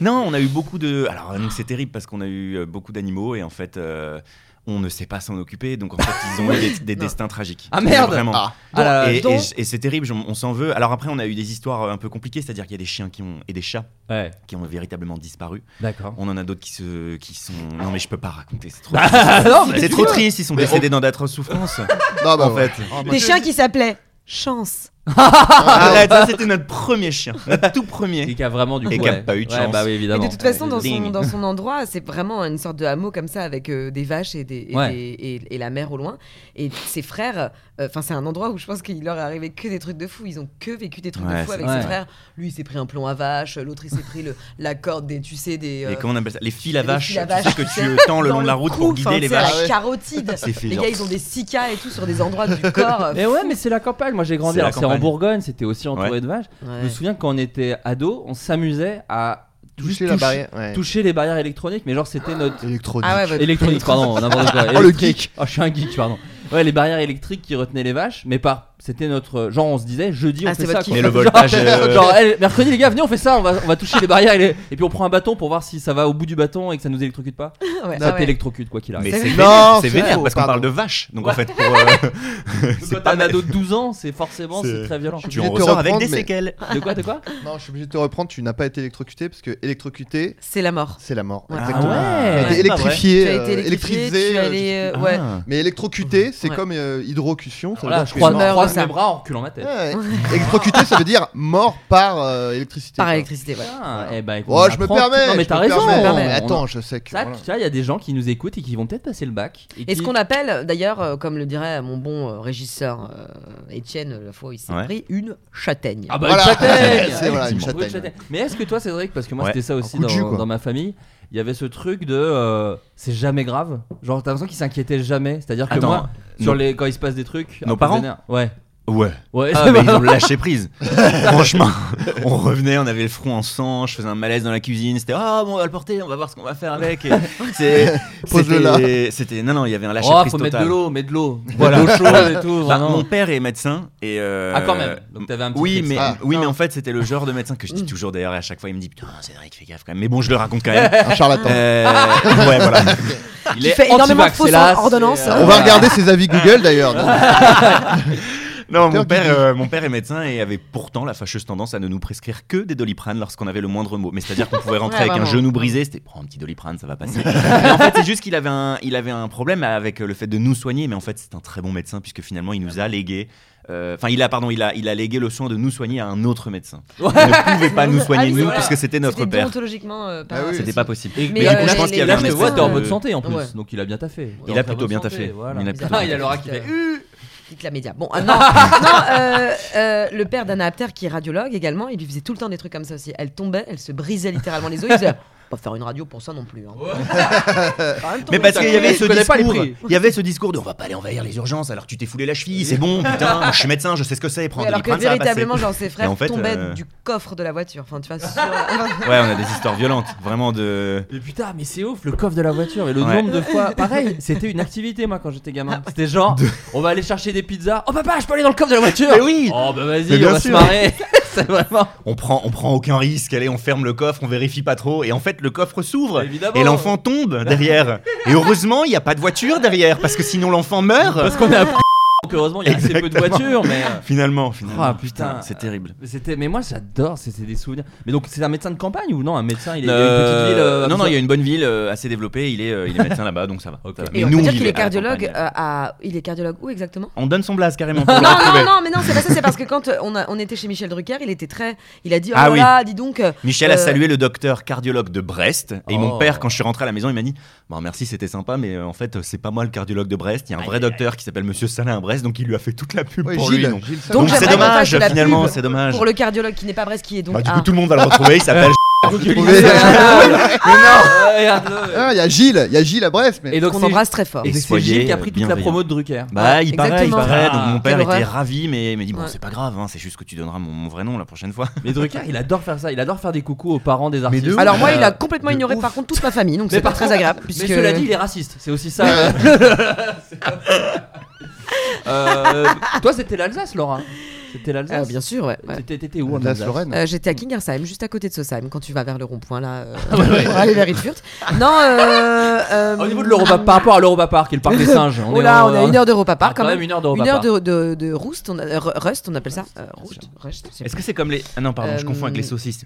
Speaker 2: non, on a eu beaucoup de. Alors, donc, c'est terrible parce qu'on a eu euh, beaucoup d'animaux et en fait. euh, On ne sait pas s'en occuper, donc en fait ils ont eu des, des
Speaker 8: Non.
Speaker 2: destins tragiques.
Speaker 7: Ah, merde
Speaker 2: Vraiment.
Speaker 7: Ah là
Speaker 4: Euh,
Speaker 7: là.
Speaker 2: et
Speaker 8: donc-
Speaker 2: et j- et c'est terrible, j'en- on s'en veut. Alors après on a eu des histoires euh, un peu compliquées, c'est-à-dire qu'il y a des chiens qui ont et des chats
Speaker 7: Ouais,
Speaker 2: qui ont véritablement disparu.
Speaker 7: d'accord.
Speaker 2: On en a d'autres qui se qui sont. Non mais je peux pas raconter, c'est trop.
Speaker 7: non, Bah, mais
Speaker 2: Ah, c'est
Speaker 7: tu
Speaker 2: trop
Speaker 7: vois.
Speaker 2: triste. Ils sont décédés dans d'atroces souffrances.
Speaker 4: Non, bah,
Speaker 2: en
Speaker 4: ouais.
Speaker 2: fait.
Speaker 8: Des chiens qui s'appelaient Chance.
Speaker 2: Arrête, ça c'était notre premier chien, notre tout
Speaker 7: Et
Speaker 2: premier.
Speaker 7: qui a vraiment du coup.
Speaker 2: Et qui a
Speaker 7: ouais.
Speaker 2: pas eu de
Speaker 7: Ouais,
Speaker 2: chance.
Speaker 7: bah oui,
Speaker 8: Et
Speaker 7: évidemment.
Speaker 8: de toute façon, dans son,
Speaker 2: Ding.
Speaker 8: dans son endroit, c'est vraiment une sorte de hameau comme ça, avec euh, des vaches et, des, et,
Speaker 7: Ouais.
Speaker 8: des- et- et la mer au loin. Et ses frères, euh, enfin, c'est un endroit où je pense qu'il leur est arrivé que des trucs de fou. Ils ont que vécu des trucs
Speaker 2: Ouais,
Speaker 8: de fou
Speaker 2: c'est
Speaker 8: avec
Speaker 7: vrai.
Speaker 8: ses frères. Lui, il s'est pris un plomb à vache. L'autre, il s'est pris le- la corde des, tu sais, des.
Speaker 2: Et
Speaker 8: euh,
Speaker 2: comment on appelle ça Les fils à
Speaker 8: des
Speaker 2: vache.
Speaker 8: fils à
Speaker 2: Tu sais
Speaker 8: vache,
Speaker 2: que
Speaker 8: tu
Speaker 2: tu
Speaker 8: sais,
Speaker 2: tends le
Speaker 8: dans
Speaker 2: long de la route pour
Speaker 8: cou, enfin,
Speaker 2: guider les
Speaker 8: tu sais, à
Speaker 2: vaches.
Speaker 8: La carotide.
Speaker 2: C'est oh, fait
Speaker 8: Les
Speaker 2: genre.
Speaker 8: gars, ils ont des cicas et tout sur des endroits du corps. euh,
Speaker 7: Mais ouais, mais c'est la campagne. Moi, j'ai grandi.
Speaker 2: C'est la
Speaker 7: Alors, c'est en
Speaker 2: campagne.
Speaker 7: Bourgogne, c'était aussi entouré
Speaker 2: Ouais.
Speaker 7: de vaches.
Speaker 8: ouais.
Speaker 7: Je me souviens quand on était ado, on s'amusait à juste
Speaker 4: Toucher la barrière. ouais.
Speaker 7: toucher les barrières électroniques, mais genre c'était notre
Speaker 4: Électronique.
Speaker 8: Ah ouais, votre-
Speaker 7: électronique, pardon, n'importe quoi.
Speaker 4: Oh, le
Speaker 7: Électrique.
Speaker 4: geek.
Speaker 7: Oh, je suis un geek, pardon. Ouais, les barrières électriques qui retenaient les vaches, mais pas. C'était notre genre, on se disait jeudi on
Speaker 8: Ah,
Speaker 7: fait
Speaker 8: c'est
Speaker 7: ça.
Speaker 8: votre
Speaker 7: quoi.
Speaker 2: Mais le
Speaker 7: Genre-
Speaker 2: voltage.
Speaker 7: Genre,
Speaker 2: euh,
Speaker 7: eh, mercredi les gars, venez, on fait ça, on va, on va toucher les barrières et, les- et puis on prend un bâton pour voir si ça va au bout du bâton et que ça nous électrocute pas.
Speaker 8: ah Ouais,
Speaker 7: ça
Speaker 8: ouais.
Speaker 7: t'électrocute quoi qu'il
Speaker 2: Mais
Speaker 7: arrive.
Speaker 2: c'est
Speaker 4: C'est
Speaker 2: vénère,
Speaker 4: faux,
Speaker 2: c'est vénère
Speaker 4: pardon.
Speaker 2: parce qu'on parle de vache. Donc en fait, pour, euh,
Speaker 7: Donc,
Speaker 2: c'est
Speaker 7: quand t'as
Speaker 2: pas
Speaker 7: un
Speaker 2: mal.
Speaker 7: ado de 12 ans, c'est forcément c'est
Speaker 2: C'est-
Speaker 7: très violent.
Speaker 4: Je
Speaker 2: Tu
Speaker 4: suis
Speaker 2: en
Speaker 4: obligé de te
Speaker 2: ressors avec des
Speaker 4: reprendre, mais-
Speaker 2: séquelles.
Speaker 7: De quoi, de quoi
Speaker 4: Non, je suis obligé de te reprendre. Tu n'as pas été électrocuté parce que électrocuté,
Speaker 8: C'est la mort.
Speaker 4: c'est la mort.
Speaker 8: Ouais.
Speaker 4: Exactement.
Speaker 7: Ah ouais.
Speaker 4: T'as été
Speaker 2: C'est pas vrai.
Speaker 4: électrifié,
Speaker 8: tu as
Speaker 4: euh,
Speaker 8: été électrifié,
Speaker 4: électrisé.
Speaker 8: tu as
Speaker 4: euh,
Speaker 8: les,
Speaker 4: je sais
Speaker 8: euh, ouais.
Speaker 2: Ah.
Speaker 4: plus. Mais électrocuté, c'est
Speaker 8: Ouais.
Speaker 4: comme euh, hydrocution. Ça veut
Speaker 7: Là,
Speaker 4: dire
Speaker 7: je
Speaker 4: que-
Speaker 7: croise,
Speaker 8: tu
Speaker 7: je
Speaker 8: meurs,
Speaker 7: croise
Speaker 8: ça.
Speaker 7: mes bras en reculant ma tête.
Speaker 4: Ouais, ouais. Électrocuté, ça veut dire mort par euh, électricité.
Speaker 8: Par
Speaker 4: quoi.
Speaker 8: électricité, ouais.
Speaker 7: Ah, eh ben, écoute,
Speaker 4: Oh,
Speaker 7: on
Speaker 4: je me
Speaker 7: apprend-
Speaker 4: permets.
Speaker 7: Non, mais
Speaker 4: je
Speaker 7: t'as
Speaker 4: me
Speaker 7: raison.
Speaker 4: permets.
Speaker 7: on-
Speaker 4: Non, mais attends,
Speaker 7: on-
Speaker 4: je sais que.
Speaker 7: Ça,
Speaker 4: voilà.
Speaker 7: tu vois, il y a des gens qui nous écoutent et qui vont peut-être passer le bac. Et,
Speaker 8: Et
Speaker 7: qui-
Speaker 8: ce qu'on appelle, d'ailleurs, euh, comme le dirait mon bon euh, régisseur euh, Étienne, la fois où il s'est
Speaker 2: Ouais.
Speaker 8: pris une châtaigne.
Speaker 7: Ah bah
Speaker 4: Voilà.
Speaker 7: une châtaigne
Speaker 4: C'est voilà, une
Speaker 7: Effectivement.
Speaker 4: châtaigne.
Speaker 7: Oui, Mais est-ce que toi, Cédric, parce que moi
Speaker 2: Ouais.
Speaker 7: c'était ça aussi
Speaker 4: coup de
Speaker 7: dans,
Speaker 4: jus, quoi.
Speaker 7: dans ma famille, il y avait ce truc de euh, c'est jamais grave. Genre, t'as l'impression qu'ils s'inquiétaient jamais. C'est-à-dire que
Speaker 2: Attends,
Speaker 7: moi, sur
Speaker 2: nos-
Speaker 7: les, quand il se passe des trucs. un
Speaker 2: nos
Speaker 7: peu
Speaker 2: parents
Speaker 7: vénères- Ouais.
Speaker 1: Ouais.
Speaker 7: Ouais,
Speaker 1: Ah,
Speaker 7: c'est
Speaker 1: mais ils
Speaker 7: marrant.
Speaker 1: ont lâché prise. Franchement, on revenait, on avait le front en sang, je faisais un malaise dans la cuisine. C'était ah bon, on va le porter, on va voir ce qu'on va
Speaker 7: Oh,
Speaker 1: faire avec. Et c'est-
Speaker 4: Pose-le
Speaker 1: c'était- C'était non non, il y avait un lâcher
Speaker 7: Oh,
Speaker 1: prise
Speaker 7: faut
Speaker 1: total.
Speaker 7: mettre de l'eau, mettre de l'eau.
Speaker 1: Voilà.
Speaker 7: De l'eau chaude et tout.
Speaker 1: Bah,
Speaker 7: vraiment.
Speaker 1: mon père est médecin et euh,
Speaker 7: Ah, quand même. Donc, t'avais un petit
Speaker 1: oui
Speaker 7: truc,
Speaker 1: mais
Speaker 4: ça.
Speaker 1: oui mais
Speaker 8: Ah.
Speaker 1: en fait c'était le genre de médecin que je
Speaker 7: Mm.
Speaker 1: dis toujours d'ailleurs et à chaque fois il me dit putain Cédric fais gaffe quand même mais bon je le raconte quand même
Speaker 4: Un charlatan.
Speaker 1: Euh, ouais voilà
Speaker 7: il
Speaker 8: Tu
Speaker 7: est
Speaker 8: fais Ah, énormément de
Speaker 7: anti-vax,
Speaker 8: fausses
Speaker 7: hélas,
Speaker 8: ordonnances.
Speaker 7: et, euh,
Speaker 4: hein. On va regarder ses avis Google d'ailleurs. Ah donc.
Speaker 1: non mon
Speaker 4: Docteur
Speaker 1: père
Speaker 4: Guigui.
Speaker 1: euh, mon père est médecin et avait pourtant la fâcheuse tendance à ne nous prescrire que des doliprane lorsqu'on avait le moindre mot mais c'est à dire qu'on pouvait rentrer
Speaker 8: Ouais,
Speaker 1: avec un
Speaker 8: vraiment.
Speaker 1: genou brisé c'était prends un petit doliprane ça va passer Mais en fait c'est juste qu'il avait un il avait un problème avec euh, le fait de nous soigner mais en fait c'est un très bon médecin puisque finalement il nous a légué euh, Enfin, il a, pardon, il a, il a légué le soin de nous soigner à un autre médecin.
Speaker 7: Ouais.
Speaker 1: Il ne pouvait pas nous soigner
Speaker 8: Ah oui,
Speaker 1: nous,
Speaker 8: voilà.
Speaker 1: puisque c'était notre
Speaker 8: C'était
Speaker 1: père.
Speaker 8: déontologiquement euh, pas-
Speaker 4: Ah oui.
Speaker 1: C'était pas possible.
Speaker 7: Et-
Speaker 8: Mais,
Speaker 1: du
Speaker 8: euh,
Speaker 1: coup, je
Speaker 8: là,
Speaker 1: pense
Speaker 8: les-
Speaker 1: qu'il y avait un
Speaker 7: Là, je te
Speaker 8: médecin,
Speaker 7: vois, t'es en
Speaker 1: euh,
Speaker 7: bonne santé en plus.
Speaker 8: ouais.
Speaker 7: Donc, il a bien taffé. T'es
Speaker 1: Il a
Speaker 7: en très
Speaker 1: plutôt
Speaker 7: bonne
Speaker 1: bien
Speaker 7: santé,
Speaker 1: taffé.
Speaker 7: voilà.
Speaker 1: Il a plutôt
Speaker 7: Ah,
Speaker 1: bien
Speaker 7: il a l'aura qui fait.
Speaker 8: Euh, Quitte la média. Bon, euh, non, non euh, euh, le père d'Anna Apter, qui est radiologue également, il lui faisait tout le temps des trucs comme ça aussi. Elle tombait, elle se brisait littéralement les os. Il faisait pas faire une radio pour ça non plus. hein.
Speaker 7: euh,
Speaker 8: En même temps,
Speaker 1: Mais parce
Speaker 7: Oui,
Speaker 1: qu'il y avait
Speaker 7: je
Speaker 1: ce
Speaker 7: connais pas les
Speaker 1: discours,
Speaker 7: prix.
Speaker 1: il y avait ce discours de on va pas aller envahir les urgences alors que tu t'es foulé la cheville, c'est bon, putain, je suis médecin, je sais ce que c'est, prends
Speaker 8: Oui,
Speaker 1: un
Speaker 8: alors que
Speaker 1: Doliprane, ça va passer.
Speaker 8: véritablement, genre, ses frères
Speaker 1: en fait,
Speaker 8: tombaient
Speaker 1: euh,
Speaker 8: du coffre de la voiture. Enfin, tu vois, sur-
Speaker 1: Ouais, on a des histoires violentes, vraiment de
Speaker 7: Mais putain, mais c'est ouf, le coffre de la voiture et le
Speaker 1: Ouais. Ah,
Speaker 7: nombre de fois. Pareil, c'était une activité, moi, quand j'étais gamin. C'était genre, on va aller chercher des pizzas. Oh, papa, je peux aller dans le coffre de la voiture
Speaker 1: Mais oui
Speaker 7: Oh, bah
Speaker 1: Mais
Speaker 7: vas-y,
Speaker 1: bien
Speaker 7: on va
Speaker 1: sûr.
Speaker 7: se marrer C'est vraiment.
Speaker 1: on prend on prend aucun risque, allez, on ferme le coffre, on vérifie pas trop et en fait le coffre s'ouvre
Speaker 7: Évidemment.
Speaker 1: et l'enfant tombe derrière. Et heureusement, il n'y a pas de voiture derrière parce que sinon l'enfant meurt.
Speaker 7: Parce qu'on a appris que, heureusement, il y a assez peu de
Speaker 1: euh, Exactement.
Speaker 7: voitures, mais. euh,
Speaker 1: Finalement, finalement.
Speaker 7: Ah, putain.
Speaker 1: c'est terrible.
Speaker 7: mais C'était, mais moi j'adore, c'était des souvenirs. Mais donc c'est un médecin de campagne ou non Un médecin, il est il y a une
Speaker 1: Euh,
Speaker 7: petite ville. euh,
Speaker 1: non, non, il y a une bonne ville euh, assez développée. Il est, euh, il est médecin là-bas, donc ça va. Ça va.
Speaker 8: Et on
Speaker 1: nous,
Speaker 8: peut dire
Speaker 1: on
Speaker 8: qu'il
Speaker 1: vivait
Speaker 8: est
Speaker 1: à la
Speaker 8: cardiologue.
Speaker 1: campagne.
Speaker 8: euh, à... Il est cardiologue où exactement
Speaker 1: On donne son blase carrément pour le
Speaker 8: non,
Speaker 1: retrouver.
Speaker 8: non, non, mais non, c'est pas ça. C'est parce que quand euh, on, a- on était chez Michel Drucker, il était très. Il a dit Oh
Speaker 1: Ah
Speaker 8: là
Speaker 1: oui.
Speaker 8: là, dis donc. euh,
Speaker 1: Michel
Speaker 8: Euh,
Speaker 1: a salué le docteur cardiologue de Brest et
Speaker 7: Oh.
Speaker 1: mon père quand je suis rentré à la maison il m'a dit bon merci c'était sympa mais euh, en fait c'est pas moi le cardiologue de Brest il y a un vrai docteur qui s'appelle Monsieur Salin à Brest donc il lui a fait toute la pub
Speaker 4: Ouais,
Speaker 1: pour lui
Speaker 4: Gilles,
Speaker 1: donc
Speaker 4: Gilles Ah, Salin.
Speaker 8: Donc,
Speaker 1: Donc, c'est
Speaker 8: j'aimerais qu'on fasse
Speaker 1: dommage
Speaker 8: de la
Speaker 1: finalement
Speaker 8: pub
Speaker 1: c'est dommage
Speaker 8: Pour le Ah. cardiologue qui n'est pas Brest, qui est donc.
Speaker 1: Ah, Bah, du
Speaker 8: à-
Speaker 1: coup tout le monde va le retrouver il s'appelle
Speaker 4: Ah, Il y a Gilles, il y a Gilles à Brest, mais
Speaker 7: Et donc
Speaker 8: Ah, qu'on
Speaker 7: c'est-
Speaker 8: embrasse très fort.
Speaker 7: Et
Speaker 1: Et
Speaker 7: c'est
Speaker 1: soyez
Speaker 7: Gilles qui a pris toute la
Speaker 1: bienveillant.
Speaker 7: promo de Drucker.
Speaker 1: bah il paraît il
Speaker 8: Exactement.
Speaker 1: paraît donc
Speaker 7: Ah,
Speaker 1: mon père
Speaker 8: quelle
Speaker 1: était
Speaker 8: horreur.
Speaker 1: ravi mais il m'a dit bon
Speaker 8: Ouais.
Speaker 1: c'est pas grave hein, c'est juste que tu donneras mon, mon vrai nom la prochaine fois
Speaker 7: Mais Drucker, il adore faire ça. Il adore faire des coucous aux parents des artistes.
Speaker 4: de ouf.
Speaker 8: Alors moi, il a
Speaker 7: Mais
Speaker 8: complètement ignoré
Speaker 4: ouf.
Speaker 8: par contre toute ma famille, donc c'est pas
Speaker 7: par
Speaker 8: très
Speaker 7: contre-
Speaker 8: agréable.
Speaker 7: Euh, Mais
Speaker 8: puisque-
Speaker 7: cela dit, il est raciste. C'est aussi ça. euh, euh, toi, c'était l'Alsace, Laura. C'était l'Alsace.
Speaker 8: Ah, bien sûr, ouais. ouais.
Speaker 7: T'étais- T'étais où en
Speaker 4: Alsace
Speaker 7: Alsace
Speaker 4: Lorraine.
Speaker 8: Euh, J'étais à Kingersheim, juste à côté de Sosheim, quand tu vas vers le rond-point là, euh, pour aller vers Ilfurt. Non, euh, euh,
Speaker 7: Au niveau de l'Europa, par rapport à l'Europa Park et le parc des singes.
Speaker 8: Oh là, on a une heure d'Europa
Speaker 7: par
Speaker 8: Park quand même.
Speaker 7: Ah, une heure
Speaker 8: Une
Speaker 7: d'Europa
Speaker 8: heure
Speaker 7: Park.
Speaker 8: de, de, de roost, on, euh, rust, on appelle ça. Euh, roost, rust, je sais
Speaker 1: est-ce que c'est comme les ah non pardon je
Speaker 8: Euh,
Speaker 1: confonds avec les saucisses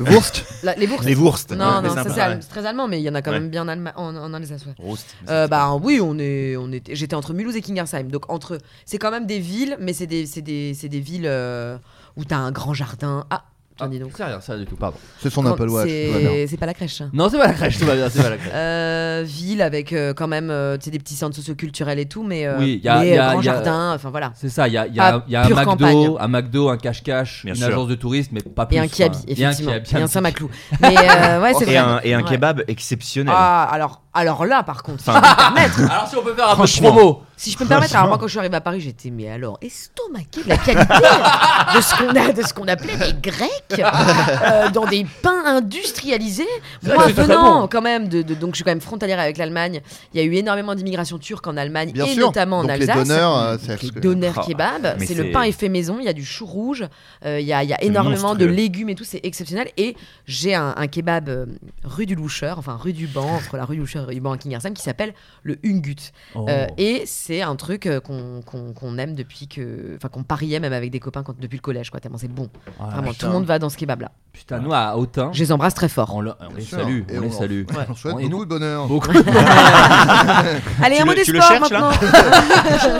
Speaker 4: Euh, Wurst.
Speaker 8: pas. La- les bourses.
Speaker 1: les wurst
Speaker 8: Non, non,
Speaker 1: c'est
Speaker 8: ça
Speaker 1: sympa,
Speaker 8: c'est
Speaker 1: ouais.
Speaker 8: al- c'est très allemand, mais il y en a quand
Speaker 1: Ouais.
Speaker 8: même bien en, Allema- en, en Alsace. ouais.
Speaker 1: Roast.
Speaker 8: Euh, bah oui, on est, on était, j'étais entre Mulhouse et Kingersheim, donc entre, c'est quand même des villes, mais c'est des, c'est des, c'est des villes euh, où t'as un grand jardin. Ah, t'en dis donc.
Speaker 7: C'est rien, c'est rien du tout, pardon.
Speaker 4: C'est son
Speaker 8: Quand-
Speaker 4: Apple Watch.
Speaker 8: c'est-
Speaker 4: tout va bien.
Speaker 8: C'est pas la crèche. hein.
Speaker 7: Non, c'est pas la crèche, tout va bien, c'est pas la crèche.
Speaker 8: Euh, ville avec euh, quand même euh, tu sais, des petits centres socioculturels et tout, mais, euh,
Speaker 7: Oui, y a-
Speaker 8: mais,
Speaker 7: y
Speaker 8: euh,
Speaker 7: a-
Speaker 8: grand
Speaker 7: y a-
Speaker 8: jardin, enfin voilà.
Speaker 7: C'est ça, il y a, il y a-
Speaker 8: Pas
Speaker 7: il y a un,
Speaker 8: Ah, pure campagne.
Speaker 7: McDo, un McDo, un cache-cache,
Speaker 1: Bien
Speaker 7: une
Speaker 1: sûr.
Speaker 7: agence de tourisme, mais pas plus.
Speaker 8: Et un Kiabi,
Speaker 7: enfin, et un
Speaker 8: effectivement.
Speaker 7: Kiabi,
Speaker 8: Et un
Speaker 7: un petit-
Speaker 8: Saint-Maclou. mais euh, ouais, c'est
Speaker 1: et
Speaker 8: vrai.
Speaker 1: un, et un
Speaker 8: Ouais.
Speaker 1: kebab exceptionnel
Speaker 8: Ah, alors, alors là, par contre, si je
Speaker 1: Enfin,
Speaker 8: peux me permettre,
Speaker 7: Alors si on peut faire un peu de
Speaker 1: Franchement.
Speaker 7: promo.
Speaker 8: si je peux me permettre, alors moi quand je suis arrivée à Paris, j'étais mais alors estomaquée de la qualité de ce qu'on a, de ce qu'on appelait des Grecs euh, dans des pains industrialisés.
Speaker 7: vrai
Speaker 8: Moi
Speaker 7: que c'est très
Speaker 8: venant
Speaker 7: bon.
Speaker 8: quand même de, de- donc je suis quand même frontalière avec l'Allemagne. Il y a eu énormément d'immigration turque en Allemagne
Speaker 4: Bien
Speaker 8: et
Speaker 4: sûr.
Speaker 8: notamment en
Speaker 4: Donc les
Speaker 8: Alsace.
Speaker 4: donneurs, euh, c'est
Speaker 8: Donc, les
Speaker 4: parce que-
Speaker 8: donners
Speaker 1: Ah,
Speaker 8: kebab,
Speaker 1: mais
Speaker 8: c'est le
Speaker 1: c'est-
Speaker 8: pain est fait maison, il y a du chou rouge, euh, il y a, il y a énormément de
Speaker 1: monstrueux.
Speaker 8: légumes et tout, c'est exceptionnel. Et j'ai un, un kebab euh, rue du Loucheur, enfin rue du Ban, entre la rue du Loucheur et rue du Ban à Kingersheim, qui s'appelle le Ungut. Euh,
Speaker 7: Oh,
Speaker 8: et c'est un truc euh, qu'on qu'on- qu'on aime depuis que. Enfin, qu'on pariait même avec des copains quand- depuis le collège, quoi, tellement c'est bon.
Speaker 7: Ah,
Speaker 8: Vraiment, tout
Speaker 7: putain.
Speaker 8: le monde va dans ce kebab-là.
Speaker 7: Putain, nous à Autun,
Speaker 8: Je les embrasse très fort.
Speaker 7: on, le- on les
Speaker 4: Bien sûr.
Speaker 7: salue,
Speaker 4: Et
Speaker 7: on les salue.
Speaker 4: On leur souhaite
Speaker 7: Et nous-
Speaker 4: beaucoup de bonheur.
Speaker 7: Beaucoup.
Speaker 8: Allez,
Speaker 1: Tu le-
Speaker 8: un mot des
Speaker 1: tu le
Speaker 8: sports
Speaker 1: cherches, là
Speaker 8: maintenant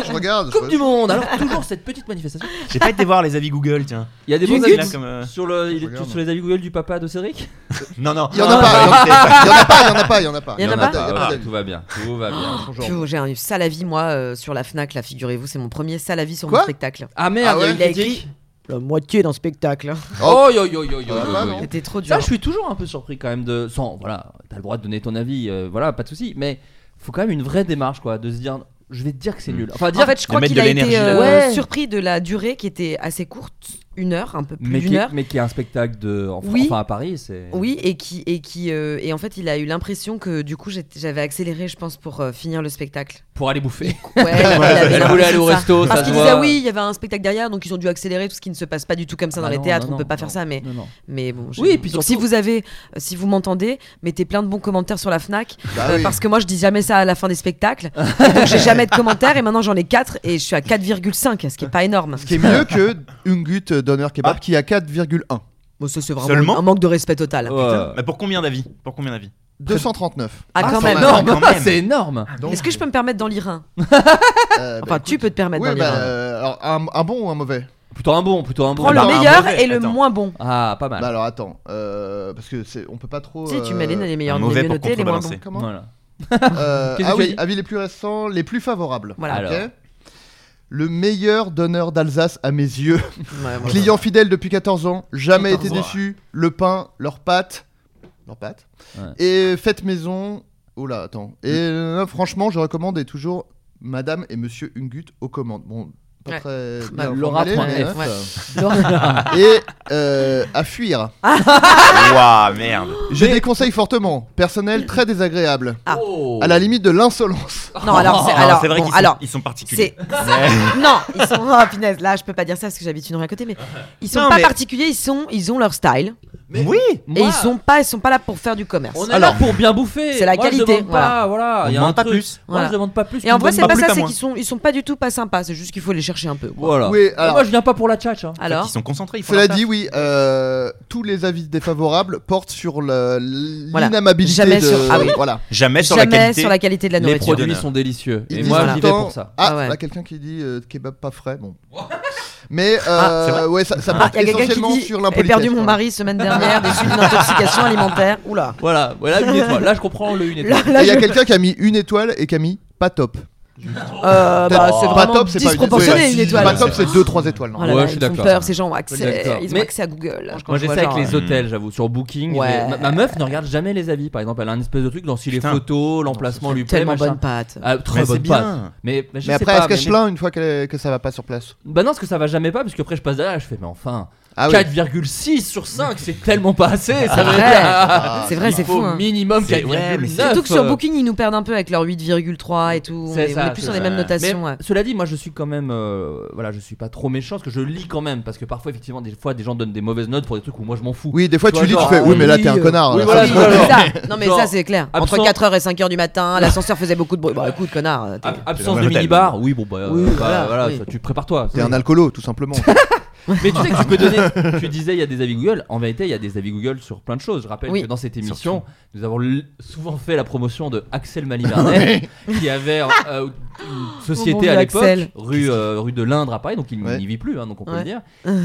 Speaker 4: Je regarde. je
Speaker 7: Coupe du
Speaker 4: vois-
Speaker 7: monde. Alors toujours cette petite manifestation.
Speaker 1: j'ai pas été voir les avis Google tiens
Speaker 7: Il y a des
Speaker 8: Du
Speaker 7: bons
Speaker 8: Gut.
Speaker 7: avis
Speaker 1: Là, comme, euh,
Speaker 7: sur le, il est
Speaker 4: Regarde.
Speaker 7: sur les avis Google du papa de Cédric.
Speaker 1: non non
Speaker 4: Il y en a pas. Il y en a pas. Il y en a pas. Il y en a pas.
Speaker 8: Il y en a
Speaker 4: pas.
Speaker 8: pas Ah.
Speaker 4: Il y a pas d'avis.
Speaker 7: Ah, tout va bien, tout va bien.
Speaker 8: Pio, J'ai un sale avis, moi, euh, sur la Fnac, là, figurez-vous, c'est mon premier sale avis sur
Speaker 4: Quoi
Speaker 8: mon spectacle.
Speaker 7: Ah merde,
Speaker 4: Ah ouais,
Speaker 7: il y a une
Speaker 8: il a
Speaker 7: critique.
Speaker 8: La moitié d'un spectacle.
Speaker 7: Oh yo yo yo yo.
Speaker 4: Ah,
Speaker 7: yo,
Speaker 4: bah,
Speaker 7: yo,
Speaker 4: non.
Speaker 7: yo.
Speaker 8: C'était trop dur.
Speaker 7: Ça, je suis toujours un peu surpris quand même de. Sans, voilà, t'as le droit de donner ton avis, euh, voilà, pas de souci. Mais faut quand même une vraie démarche, quoi, de se dire. je vais te dire que c'est nul. Enfin, dire
Speaker 8: En fait, je crois qu'il a été euh, surpris de la durée qui était assez courte, une heure, un peu plus
Speaker 7: mais
Speaker 8: d'une
Speaker 7: qui,
Speaker 8: heure.
Speaker 7: mais qui est un spectacle de en Fran-
Speaker 8: Oui.
Speaker 7: enfin à Paris, c'est
Speaker 8: Oui, et qui et qui euh, et en fait, il a eu l'impression que du coup, j'étais- j'avais accéléré, je pense, pour euh, finir le spectacle.
Speaker 7: pour aller bouffer.
Speaker 8: Ouais, il avait
Speaker 7: Il
Speaker 8: l'impression
Speaker 7: voulait aller au
Speaker 8: de ça.
Speaker 7: resto,
Speaker 8: Parce
Speaker 7: ça se
Speaker 8: qu'il disait
Speaker 7: voit.
Speaker 8: oui, il y avait un spectacle derrière, donc ils ont dû accélérer tout ce qui ne se passe pas du tout comme ça
Speaker 7: Ah
Speaker 8: dans
Speaker 7: bah
Speaker 8: les
Speaker 7: non,
Speaker 8: théâtres.
Speaker 7: non,
Speaker 8: on peut
Speaker 7: non,
Speaker 8: pas faire ça, mais Ah,
Speaker 7: Non, non.
Speaker 8: mais bon. j'ai-
Speaker 7: Oui, et puis
Speaker 8: donc
Speaker 7: surtout-
Speaker 8: si vous avez, euh, si vous m'entendez, mettez plein de bons commentaires sur la Fnac,
Speaker 7: Ah
Speaker 4: Bah
Speaker 8: euh,
Speaker 4: oui.
Speaker 8: parce que moi je dis jamais ça à la fin des spectacles, Et donc j'ai jamais de commentaires et maintenant j'en ai 4 et je suis à 4,5, ce qui est pas énorme.
Speaker 4: Ce qui est mieux que Ungut Donner
Speaker 8: Ah.
Speaker 4: Kebab qui a 4,1.
Speaker 8: Bon, ça, c'est vraiment
Speaker 2: Seulement
Speaker 8: un manque de respect total.
Speaker 7: Ouais.
Speaker 2: Mais pour combien d'avis Pour combien d'avis
Speaker 4: 239.
Speaker 8: Ah, quand
Speaker 7: c'est
Speaker 8: même.
Speaker 7: énorme,
Speaker 2: Quand même.
Speaker 7: c'est énorme.
Speaker 4: Donc,
Speaker 8: Est-ce que je peux me permettre d'en lire un
Speaker 4: euh, bah,
Speaker 8: Enfin, tu peux te permettre
Speaker 4: ouais,
Speaker 8: d'en lire
Speaker 4: bah,
Speaker 8: un.
Speaker 4: euh, alors, un, un bon ou un mauvais
Speaker 7: Plutôt un bon, plutôt un bon.
Speaker 8: Prends le
Speaker 4: bah, un
Speaker 8: meilleur
Speaker 2: mauvais,
Speaker 8: et le
Speaker 2: attends.
Speaker 8: moins bon.
Speaker 7: Ah, pas mal.
Speaker 4: Bah alors attends, euh, parce que c'est, on peut pas trop.
Speaker 8: Si tu
Speaker 4: euh,
Speaker 8: mets les, les meilleurs,
Speaker 2: un
Speaker 8: les
Speaker 2: mauvais
Speaker 8: mieux
Speaker 2: pour
Speaker 8: notés, les moins bons.
Speaker 2: contrebalancer.
Speaker 4: Comment
Speaker 7: Voilà.
Speaker 4: Euh,
Speaker 7: Qu'est-ce que tu
Speaker 4: Ah
Speaker 7: as
Speaker 4: oui,
Speaker 7: dit
Speaker 4: avis les plus récents, les plus favorables.
Speaker 8: Voilà.
Speaker 7: Alors.
Speaker 4: Ok. Le meilleur donneur d'Alsace à mes yeux.
Speaker 8: Ouais, voilà.
Speaker 4: Client fidèle depuis 14 ans, jamais
Speaker 8: 14
Speaker 4: été
Speaker 8: ans.
Speaker 4: déçu. Le pain, leurs pâtes. Leurs pâtes.
Speaker 7: Ouais.
Speaker 4: Et fête maison. Oh là, attends. Et euh, franchement, je recommande et toujours Madame et Monsieur Ungut aux commandes. Bon, pas
Speaker 8: Ouais.
Speaker 4: très.
Speaker 8: Bah,
Speaker 4: bien
Speaker 7: Laura
Speaker 4: formulé,
Speaker 7: prend
Speaker 4: mais,
Speaker 7: F.
Speaker 8: ouais.
Speaker 4: hein. Et euh, à fuir.
Speaker 2: Waouh, merde.
Speaker 4: Je déconseille fortement. Personnel très désagréable.
Speaker 8: Ah. Oh.
Speaker 7: Oh.
Speaker 4: À la limite de l'insolence.
Speaker 8: Non, alors, c'est,
Speaker 2: Ah,
Speaker 8: alors,
Speaker 2: c'est vrai
Speaker 8: bon,
Speaker 2: qu'ils sont-
Speaker 8: alors,
Speaker 2: ils sont
Speaker 8: c'est.
Speaker 2: particuliers.
Speaker 8: non, ils sont. Oh, punaise, là, je peux pas dire ça parce que j'habite une rue à côté, mais ils sont
Speaker 2: Non,
Speaker 8: pas
Speaker 2: mais-
Speaker 8: particuliers, ils, sont, ils ont leur style.
Speaker 2: Oui.
Speaker 7: Moi,
Speaker 8: Et ils sont pas, ils sont pas là pour faire du commerce.
Speaker 7: On est
Speaker 4: Alors.
Speaker 7: là pour bien bouffer.
Speaker 8: C'est la
Speaker 7: Moi, je
Speaker 8: qualité,
Speaker 7: demande pas, voilà.
Speaker 2: On
Speaker 7: Il y a un
Speaker 2: demande pas
Speaker 7: truc.
Speaker 2: plus.
Speaker 7: Moi,
Speaker 8: Voilà.
Speaker 7: je demande pas plus.
Speaker 8: Et en vrai, c'est
Speaker 2: pas
Speaker 8: pas
Speaker 2: plus
Speaker 8: ça,
Speaker 2: qu'à
Speaker 8: c'est
Speaker 2: moi.
Speaker 8: qu'ils sont, ils sont pas du tout pas sympas, c'est juste qu'il faut les chercher un peu. quoi.
Speaker 7: Voilà.
Speaker 4: Oui,
Speaker 7: Et
Speaker 4: alors.
Speaker 7: Moi, je viens pas pour la tchatch. hein.
Speaker 8: Alors,
Speaker 2: Ils sont concentrés. Ils font
Speaker 4: Cela
Speaker 2: leur
Speaker 4: dit, oui, euh, tous les avis défavorables portent sur le-
Speaker 8: Voilà.
Speaker 4: l'inamabilité
Speaker 8: Jamais
Speaker 4: de...
Speaker 8: sur- ah oui.
Speaker 4: Voilà.
Speaker 2: taf. jamais sur la
Speaker 8: jamais
Speaker 2: qualité.
Speaker 8: sur la qualité
Speaker 2: Eh
Speaker 8: de la
Speaker 7: Les
Speaker 8: nourriture.
Speaker 7: produits
Speaker 2: Donneur.
Speaker 7: sont délicieux.
Speaker 4: Ils
Speaker 7: Et
Speaker 4: disent
Speaker 7: moi,
Speaker 4: tout
Speaker 7: j'y
Speaker 4: le
Speaker 7: vais
Speaker 4: temps,
Speaker 7: pour ça.
Speaker 4: Ah,
Speaker 8: Ah ouais.
Speaker 4: là, quelqu'un qui dit euh, kebab pas frais, bon. Mais, euh,
Speaker 2: c'est vrai.
Speaker 4: ouais, ça, ça
Speaker 8: Ah,
Speaker 4: porte
Speaker 8: il y a quelqu'un qui
Speaker 4: essentiellement
Speaker 8: dit
Speaker 4: sur
Speaker 8: J'ai
Speaker 4: l'impolitesse.
Speaker 8: perdu mon
Speaker 4: quoi.
Speaker 8: mari semaine dernière des suites d'intoxication alimentaire. Oula.
Speaker 7: Voilà, voilà une étoile. Là, je comprends le une étoile.
Speaker 8: Là,
Speaker 4: Et
Speaker 8: là,
Speaker 4: il y a
Speaker 8: je-
Speaker 4: quelqu'un qui a mis une étoile et qui a mis pas top.
Speaker 8: euh, bah, c'est
Speaker 4: pas
Speaker 8: vraiment
Speaker 4: top, c'est pas
Speaker 8: disproportionné
Speaker 4: oui,
Speaker 8: une
Speaker 4: bah,
Speaker 8: étoile.
Speaker 4: Pas top, c'est 2-3 étoiles.
Speaker 8: Oh
Speaker 4: non.
Speaker 8: là
Speaker 7: Ouais,
Speaker 8: là,
Speaker 7: je suis
Speaker 8: ils ont
Speaker 7: d'accord.
Speaker 8: peur, ces gens ont
Speaker 7: Je suis
Speaker 8: accès,
Speaker 7: d'accord.
Speaker 8: ils ont
Speaker 7: Mais-
Speaker 8: accès à Google. Quand
Speaker 7: Moi
Speaker 8: je vois
Speaker 7: j'essaie avec
Speaker 8: genre,
Speaker 7: les
Speaker 2: euh,
Speaker 7: hôtels, j'avoue, sur Booking. je
Speaker 8: Ouais.
Speaker 7: vais- Ma, ma meuf ne regarde jamais les avis, par exemple. Elle a un espèce de truc dans si les
Speaker 2: Putain.
Speaker 7: photos, l'emplacement lui plaît.
Speaker 8: tellement
Speaker 7: machin.
Speaker 8: bonne pâte.
Speaker 7: Ah,
Speaker 2: Mais
Speaker 7: très
Speaker 2: c'est
Speaker 7: bonne patte.
Speaker 2: bien.
Speaker 7: Mais, mais je
Speaker 4: Mais
Speaker 7: sais
Speaker 4: après,
Speaker 7: pas.
Speaker 4: est-ce qu'elle
Speaker 7: mais-
Speaker 4: se plaint une fois qu'elle- que ça va pas sur place
Speaker 7: Bah non, parce que ça va jamais pas, parce que après je passe derrière, je fais, mais enfin,
Speaker 4: Ah oui.
Speaker 7: 4,6 sur 5, c'est tellement pas assez. Ça
Speaker 8: C'est
Speaker 7: veut
Speaker 8: vrai.
Speaker 7: dire-
Speaker 4: Ah,
Speaker 8: C'est vrai,
Speaker 7: Il
Speaker 8: c'est
Speaker 7: faut
Speaker 8: fou. hein.
Speaker 7: minimum
Speaker 2: C'est-
Speaker 7: 4,9.
Speaker 2: ouais, mais c'est-
Speaker 8: Surtout que
Speaker 7: euh,
Speaker 8: sur Booking, ils nous perdent un peu avec leur 8,3 et tout. On
Speaker 7: C'est
Speaker 8: est, on
Speaker 7: ça,
Speaker 8: est plus
Speaker 7: c'est
Speaker 8: sur les
Speaker 2: ça.
Speaker 8: mêmes
Speaker 7: Mais
Speaker 8: notations. ouais.
Speaker 7: Cela dit, moi je suis quand même, euh, voilà, je suis pas trop méchant, parce que je lis quand même, parce que parfois effectivement, des fois, des gens donnent des mauvaises notes pour des trucs où moi je m'en fous.
Speaker 4: Oui, des fois
Speaker 7: Tu
Speaker 4: tu lis,
Speaker 7: vois,
Speaker 4: tu
Speaker 7: genre,
Speaker 4: fais, oui,
Speaker 7: on
Speaker 4: mais là t'es un
Speaker 7: lit, euh,
Speaker 4: connard.
Speaker 7: oui,
Speaker 4: là,
Speaker 7: voilà,
Speaker 4: ça se
Speaker 7: oui,
Speaker 4: voit.
Speaker 7: voilà.
Speaker 8: C'est ça. Non mais
Speaker 7: Genre,
Speaker 8: ça c'est clair. Entre
Speaker 7: absent-
Speaker 8: 4h et 5h du matin, l'ascenseur faisait beaucoup de bruit. Bah écoute connard. euh, t'es-
Speaker 7: Ab- Absence
Speaker 2: un
Speaker 7: de
Speaker 2: hôtel.
Speaker 7: minibar, oui, bon bah, euh,
Speaker 8: Oui,
Speaker 7: bah,
Speaker 8: voilà,
Speaker 7: voilà,
Speaker 8: oui.
Speaker 7: tu- tu prépares-toi.
Speaker 4: T'es un alcoolo, tout simplement.
Speaker 7: Mais tu sais que tu peux donner. Tu disais il y a des avis Google. En vérité, il y a des avis Google sur plein de choses. Je rappelle
Speaker 8: Oui.
Speaker 7: que dans cette émission, nous avons l- souvent fait la promotion de Axel Malibarnet, qui avait euh, une
Speaker 8: Mon bon
Speaker 7: société
Speaker 8: vieux
Speaker 7: à l'époque,
Speaker 8: Axel.
Speaker 7: rue, euh, rue de l'Indre à Paris, donc il
Speaker 4: Ouais.
Speaker 7: n'y vit plus, hein, donc on peut
Speaker 8: Ouais.
Speaker 7: le dire.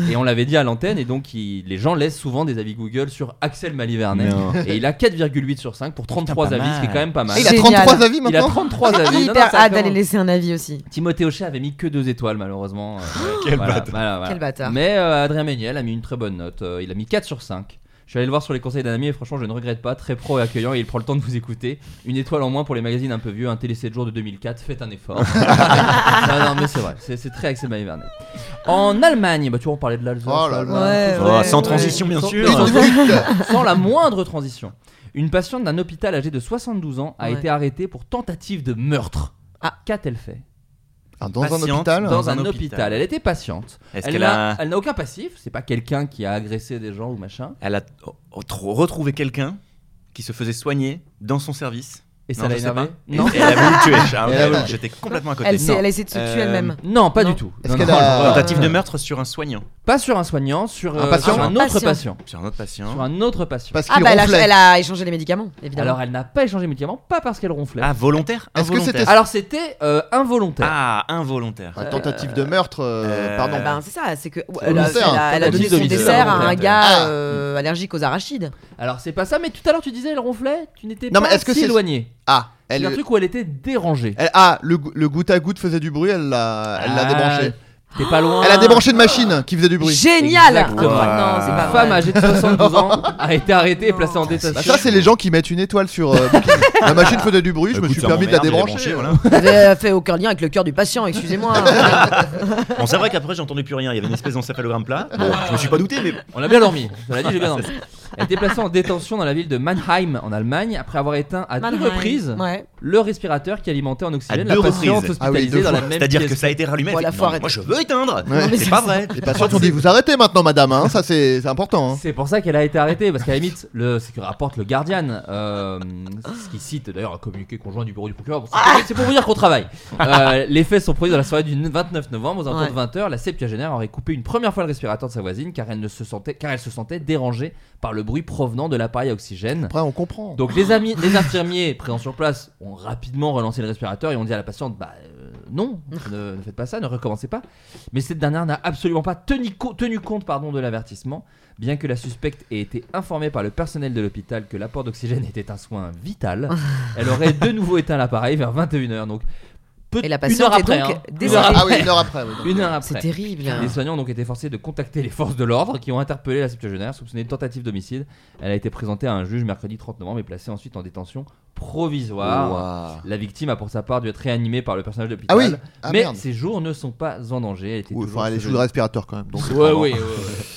Speaker 7: Et on l'avait dit à l'antenne, et donc il- les gens laissent souvent des avis Google sur Axel Malibarnet.
Speaker 2: Non.
Speaker 8: euh,
Speaker 7: Et il a 4,8 sur 5 pour 33
Speaker 2: pas
Speaker 7: avis, ce qui est
Speaker 2: mal.
Speaker 7: quand même pas mal.
Speaker 4: il a
Speaker 8: Génial.
Speaker 4: 33 avis
Speaker 7: Il a
Speaker 4: maintenant
Speaker 7: 33 avis. Non, non,
Speaker 8: Hyper
Speaker 7: ça
Speaker 8: hâte
Speaker 7: commence.
Speaker 8: d'aller laisser un avis aussi.
Speaker 7: Timothée Hochet avait mis que deux étoiles malheureusement. Euh,
Speaker 2: Ah, Quel
Speaker 7: voilà,
Speaker 2: bâtard.
Speaker 7: voilà, voilà.
Speaker 8: Quel bâtard.
Speaker 7: Mais euh, Adrien Méniel a mis une très bonne note. Euh, il a mis 4 sur 5. Je suis allé le voir sur les conseils d'un ami et franchement je ne regrette pas. Très pro et accueillant et il prend le temps de vous écouter. Une étoile en moins pour les magazines un peu vieux. Un télé 7 jours de 2004. Faites un effort. non, non mais c'est vrai. C'est c'est très Axel Maïvernet. En Allemagne, bah, tu vois on parlait de l'Alsace.
Speaker 4: Oh là là.
Speaker 8: Ouais,
Speaker 2: Oh,
Speaker 8: ouais,
Speaker 2: sans
Speaker 8: ouais.
Speaker 2: transition, bien
Speaker 7: Sans-
Speaker 2: sûr.
Speaker 7: sans-
Speaker 2: Une
Speaker 7: sans la moindre transition. Une patiente d'un hôpital âgé de 72 ans a
Speaker 8: Ouais.
Speaker 7: été arrêtée pour tentative de meurtre. Qu'a-t-elle fait
Speaker 4: Ah, Dans un
Speaker 2: Patiente,
Speaker 4: hôpital
Speaker 7: dans un, hôpital. Elle était patiente.
Speaker 2: Est-ce
Speaker 7: Elle
Speaker 2: qu'elle
Speaker 7: n'a
Speaker 2: a-
Speaker 7: elle n'a aucun passif. C'est pas quelqu'un qui a agressé des gens ou machin.
Speaker 2: Elle a oh, oh, trop- retrouvé quelqu'un qui se faisait soigner dans son service.
Speaker 7: Et ça
Speaker 2: Non,
Speaker 7: l'a
Speaker 2: je sais
Speaker 7: énervé
Speaker 2: pas. Et-
Speaker 7: Non.
Speaker 2: et Elle a voulu le tuer. Ah,
Speaker 7: Elle a
Speaker 2: ok,
Speaker 7: voulu-
Speaker 2: J'étais complètement à côté.
Speaker 8: Elle, s'est-
Speaker 2: Non.
Speaker 8: elle a essayé de se tuer
Speaker 2: Euh,
Speaker 8: elle-même.
Speaker 7: Non, pas
Speaker 8: Non.
Speaker 7: du tout.
Speaker 4: Est-ce
Speaker 7: Non,
Speaker 4: qu'elle
Speaker 7: non,
Speaker 4: a-
Speaker 7: non.
Speaker 2: Tentative de meurtre sur un soignant,
Speaker 7: Pas sur un soignant, sur euh,
Speaker 4: Un patient
Speaker 7: sur un
Speaker 8: Un
Speaker 7: autre
Speaker 8: patient.
Speaker 7: patient.
Speaker 2: sur un autre patient.
Speaker 7: Sur un autre patient.
Speaker 4: Parce
Speaker 8: Ah
Speaker 4: qu'il
Speaker 8: bah elle a,
Speaker 4: ronflait.
Speaker 8: elle a échangé les médicaments évidemment.
Speaker 7: Alors euh, elle n'a pas échangé de médicaments, pas parce qu'elle ronflait.
Speaker 2: Ah, volontaire
Speaker 4: Est-ce que
Speaker 2: Involontaire.
Speaker 4: c'était-
Speaker 7: Alors c'était euh, involontaire.
Speaker 2: Ah, involontaire.
Speaker 4: Ah, Tentative de meurtre, euh,
Speaker 2: euh,
Speaker 4: pardon.
Speaker 8: Ah ben, c'est ça, c'est que elle a,
Speaker 4: volontaire.
Speaker 8: elle a- elle a donné
Speaker 7: Tentative
Speaker 8: son
Speaker 7: de
Speaker 8: dessert à un
Speaker 7: volontaire.
Speaker 8: gars
Speaker 4: Ah.
Speaker 8: euh, allergique aux arachides.
Speaker 7: Alors c'est pas ça, mais tout à l'heure tu disais elle ronflait, tu n'étais
Speaker 4: Non,
Speaker 7: pas
Speaker 4: mais est-ce que
Speaker 7: si
Speaker 4: c'est-
Speaker 7: éloigné.
Speaker 4: Ah,
Speaker 7: C'est un
Speaker 4: elle,
Speaker 7: truc où elle était dérangée.
Speaker 4: elle- ah, le, go- le goutte à goutte faisait du bruit, elle l'a, elle l'a
Speaker 7: Ah,
Speaker 4: débranché.
Speaker 7: T'es pas loin.
Speaker 4: Elle a débranché une
Speaker 2: Ah.
Speaker 4: machine qui faisait du bruit.
Speaker 8: Génial
Speaker 7: Exactement.
Speaker 8: Ah, non, c'est pas
Speaker 7: Une femme
Speaker 8: vrai.
Speaker 7: âgée de 72 ans a été arrêtée et placée en
Speaker 4: Bah,
Speaker 7: détention.
Speaker 4: ça, c'est les gens qui mettent une étoile sur. euh, Booking. la machine faisait du bruit, je me
Speaker 2: Bah, Écoute,
Speaker 4: suis
Speaker 2: ça
Speaker 4: permis de la
Speaker 2: m'emmerde,
Speaker 4: débrancher.
Speaker 2: j'ai débranché,
Speaker 8: Vous avez fait aucun lien avec le cœur du patient, excusez-moi.
Speaker 2: voilà. Bon, c'est vrai qu'après, j'entendais plus rien. Il y avait une espèce d'encéphalogramme plat.
Speaker 5: Ah,
Speaker 2: Bon, je me suis pas douté, mais
Speaker 7: On l'a bien dormi. Cela dit, j'ai bien dormi. Elle a été placée en détention dans la ville de Mannheim en Allemagne après avoir éteint à deux
Speaker 8: Mannheim.
Speaker 7: reprises
Speaker 8: Ouais.
Speaker 7: le respirateur qui alimentait en oxygène
Speaker 2: À
Speaker 7: la
Speaker 2: deux
Speaker 7: patiente
Speaker 2: reprises.
Speaker 4: Ah oui,
Speaker 7: hospitalisée
Speaker 4: deux
Speaker 7: dans la
Speaker 4: fois.
Speaker 7: même
Speaker 2: c'est-à-dire que
Speaker 7: pièce.
Speaker 2: ça a été rallumé. elle
Speaker 8: Voilà,
Speaker 2: fait,
Speaker 8: faut
Speaker 2: non,
Speaker 8: arrêter.
Speaker 2: moi, je veux éteindre.
Speaker 4: Ouais.
Speaker 8: mais
Speaker 2: C'est
Speaker 8: c'est
Speaker 2: pas
Speaker 8: ça.
Speaker 2: vrai.
Speaker 4: Les patients ont dit vous arrêtez maintenant, madame. hein. Ça, c'est c'est important. hein.
Speaker 7: C'est pour ça qu'elle a été arrêtée, parce qu'à la limite, le, ce que rapporte le Guardian, euh, ce qui cite d'ailleurs un communiqué conjoint du bureau du procureur, bon, c'est- c'est pour vous dire qu'on travaille. Euh, les faits sont produits dans la soirée du 29 novembre, aux alentours
Speaker 8: Ouais.
Speaker 7: de 20h, la septuagénaire aurait coupé une première fois le respirateur de sa voisine car elle, ne se sentait, car elle se sentait dérangée par le bruit provenant de l'appareil à oxygène.
Speaker 4: Après, on comprend.
Speaker 7: Donc les, amis, les infirmiers présents sur place ont rapidement relancé le respirateur et ont dit à la patiente bah euh, non, ne, ne faites pas ça, ne recommencez pas. Mais cette dernière n'a absolument pas tenu, co- tenu compte pardon, de l'avertissement, bien que la suspecte ait été informée par le personnel de l'hôpital que l'apport d'oxygène était un soin vital. Elle aurait de nouveau éteint l'appareil vers 21h donc peu,
Speaker 8: Et la
Speaker 7: une heure
Speaker 8: patiente est
Speaker 7: après,
Speaker 8: donc
Speaker 7: hein.
Speaker 8: décédée.
Speaker 7: Une heure
Speaker 4: Ah oui,
Speaker 7: après.
Speaker 4: une heure après. oui.
Speaker 7: Une heure
Speaker 8: C'est
Speaker 7: après.
Speaker 8: terrible.
Speaker 7: Les soignants ont donc été forcés de contacter les forces de l'ordre qui ont interpellé la septuagénaire soupçonnée de tentative d'homicide. Elle a été présentée à un juge mercredi 30 novembre et placée ensuite en détention provisoire.
Speaker 2: Ouah.
Speaker 7: La victime a pour sa part dû être réanimée par le personnage de l'hôpital.
Speaker 4: Ah oui. Ah
Speaker 7: mais
Speaker 4: merde.
Speaker 7: ses jours ne sont pas en danger. Elle était
Speaker 4: Oui,
Speaker 7: toujours
Speaker 4: enfin, elle est
Speaker 7: sous
Speaker 4: sous le respirateur quand même. Donc,
Speaker 7: Ouais, ouais, ouais, ouais.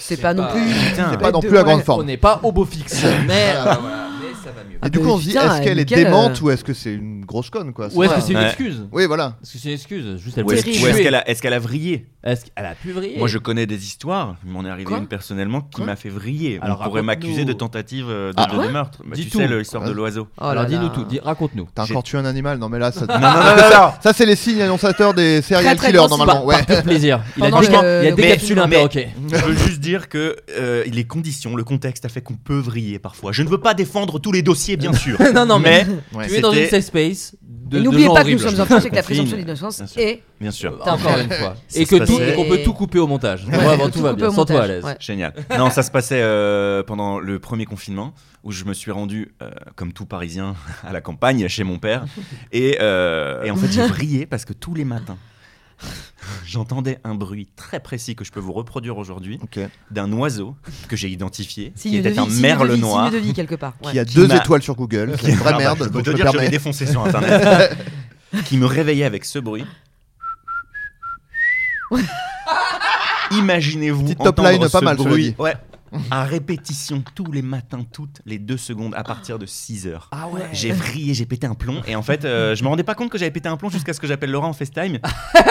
Speaker 8: C'est pas non plus.
Speaker 2: Putain.
Speaker 4: c'est pas non
Speaker 8: de-
Speaker 4: plus à grande
Speaker 8: ouais.
Speaker 7: On
Speaker 4: forme.
Speaker 7: n'est pas au beau fixe. Mais,
Speaker 4: Voilà.
Speaker 7: euh, voilà, mais ça va mieux.
Speaker 4: Et du
Speaker 8: Ah,
Speaker 4: coup,
Speaker 8: mais
Speaker 4: on se dit
Speaker 8: putain,
Speaker 4: est-ce qu'elle est
Speaker 8: mais quelle,
Speaker 4: démente
Speaker 8: euh,
Speaker 4: ou est-ce que c'est une grosse conne quoi
Speaker 7: Ou est-ce que
Speaker 4: ça.
Speaker 7: c'est une
Speaker 2: Ouais.
Speaker 7: excuse
Speaker 4: Oui, voilà.
Speaker 7: Est-ce que c'est une excuse Juste elle
Speaker 2: Ou est-ce
Speaker 7: voulait
Speaker 2: ou
Speaker 7: tuer.
Speaker 2: est-ce qu'elle a, est-ce qu'elle a vrillé
Speaker 7: Est-ce qu'elle a pu vriller
Speaker 2: Moi, je connais des histoires. Il m'en est arrivé
Speaker 8: Quoi
Speaker 2: une personnellement qui
Speaker 8: Quoi
Speaker 2: m'a fait vriller.
Speaker 7: Alors,
Speaker 2: On pourrait
Speaker 7: raconte-nous.
Speaker 2: m'accuser de tentative euh, de,
Speaker 4: Ah,
Speaker 2: de- de
Speaker 8: quoi
Speaker 2: meurtre. Bah,
Speaker 7: Dis
Speaker 2: tu
Speaker 7: tout.
Speaker 2: sais, l'histoire de
Speaker 4: Ouais.
Speaker 2: l'oiseau.
Speaker 8: Oh là
Speaker 7: Alors dis-nous
Speaker 8: là.
Speaker 7: tout, dis- raconte-nous.
Speaker 4: T'as
Speaker 2: J'ai-
Speaker 4: encore tué un animal Non, mais là, ça.
Speaker 2: non, non, non, non.
Speaker 4: Ça, c'est les signes annonçateurs des serial
Speaker 8: très
Speaker 4: killers
Speaker 8: grosse
Speaker 4: normalement.
Speaker 7: Par
Speaker 4: Ouais.
Speaker 7: pur plaisir. Il a
Speaker 8: Pendant
Speaker 7: déca-
Speaker 8: le-
Speaker 7: il a
Speaker 8: le
Speaker 7: décapsulé un perroquet.
Speaker 2: Je veux juste dire que euh, les conditions, le contexte a fait qu'on peut vriller parfois. Je ne veux pas défendre tous les dossiers, bien sûr.
Speaker 7: Non, non, mais-
Speaker 4: Ouais.
Speaker 7: Tu es dans une
Speaker 2: C'était-
Speaker 7: safe space de
Speaker 8: Et
Speaker 7: de
Speaker 8: n'oubliez
Speaker 7: gens
Speaker 8: pas que nous
Speaker 7: horribles.
Speaker 8: sommes en France et que la
Speaker 2: Confine.
Speaker 8: présomption d'innocence
Speaker 2: Bien sûr.
Speaker 8: est.
Speaker 2: Bien sûr.
Speaker 7: Putain, encore une fois.
Speaker 2: Ça
Speaker 7: Et
Speaker 2: se
Speaker 7: que tout,
Speaker 2: passait-
Speaker 7: et qu'on peut tout couper au montage.
Speaker 8: Ouais,
Speaker 7: Vraiment,
Speaker 8: on peut
Speaker 7: tout
Speaker 8: tout
Speaker 7: va
Speaker 8: couper
Speaker 7: bien.
Speaker 8: au
Speaker 7: Sans toi à
Speaker 8: montage,
Speaker 7: l'aise.
Speaker 8: ouais.
Speaker 2: Génial. Non, ça se passait euh, pendant le premier confinement où je me suis rendu, euh, comme tout Parisien, à la campagne chez mon père. Et, euh, et en fait, j'ai brillé parce que tous les matins, j'entendais un bruit très précis que je peux vous reproduire aujourd'hui
Speaker 4: Ok.
Speaker 2: d'un oiseau que j'ai identifié,
Speaker 8: Signe
Speaker 2: qui
Speaker 8: de
Speaker 2: était
Speaker 8: vie,
Speaker 2: un
Speaker 8: signe de
Speaker 2: merle
Speaker 8: vie,
Speaker 2: noir.
Speaker 8: Signe de vie quelque part.
Speaker 4: Qui
Speaker 8: Ouais.
Speaker 4: a deux
Speaker 2: m'a-
Speaker 4: étoiles sur Google. C'est une vraie
Speaker 2: Ah bah,
Speaker 4: merde.
Speaker 2: Je peux
Speaker 4: donc
Speaker 2: te
Speaker 4: je me
Speaker 2: dire, j'avais
Speaker 4: permets.
Speaker 2: défoncé sur internet. qui me réveillait avec ce bruit. Imaginez-vous
Speaker 4: Petite top
Speaker 2: entendre
Speaker 4: line,
Speaker 2: ce
Speaker 4: pas mal, cela
Speaker 2: bruit
Speaker 4: dit.
Speaker 2: ouais, à répétition tous les matins, toutes les deux secondes à partir de 6 heures.
Speaker 7: Ah ouais.
Speaker 2: J'ai vrillé, j'ai pété un plomb et en fait, euh, je me rendais pas compte que j'avais pété un plomb jusqu'à ce que j'appelle Laurent en FaceTime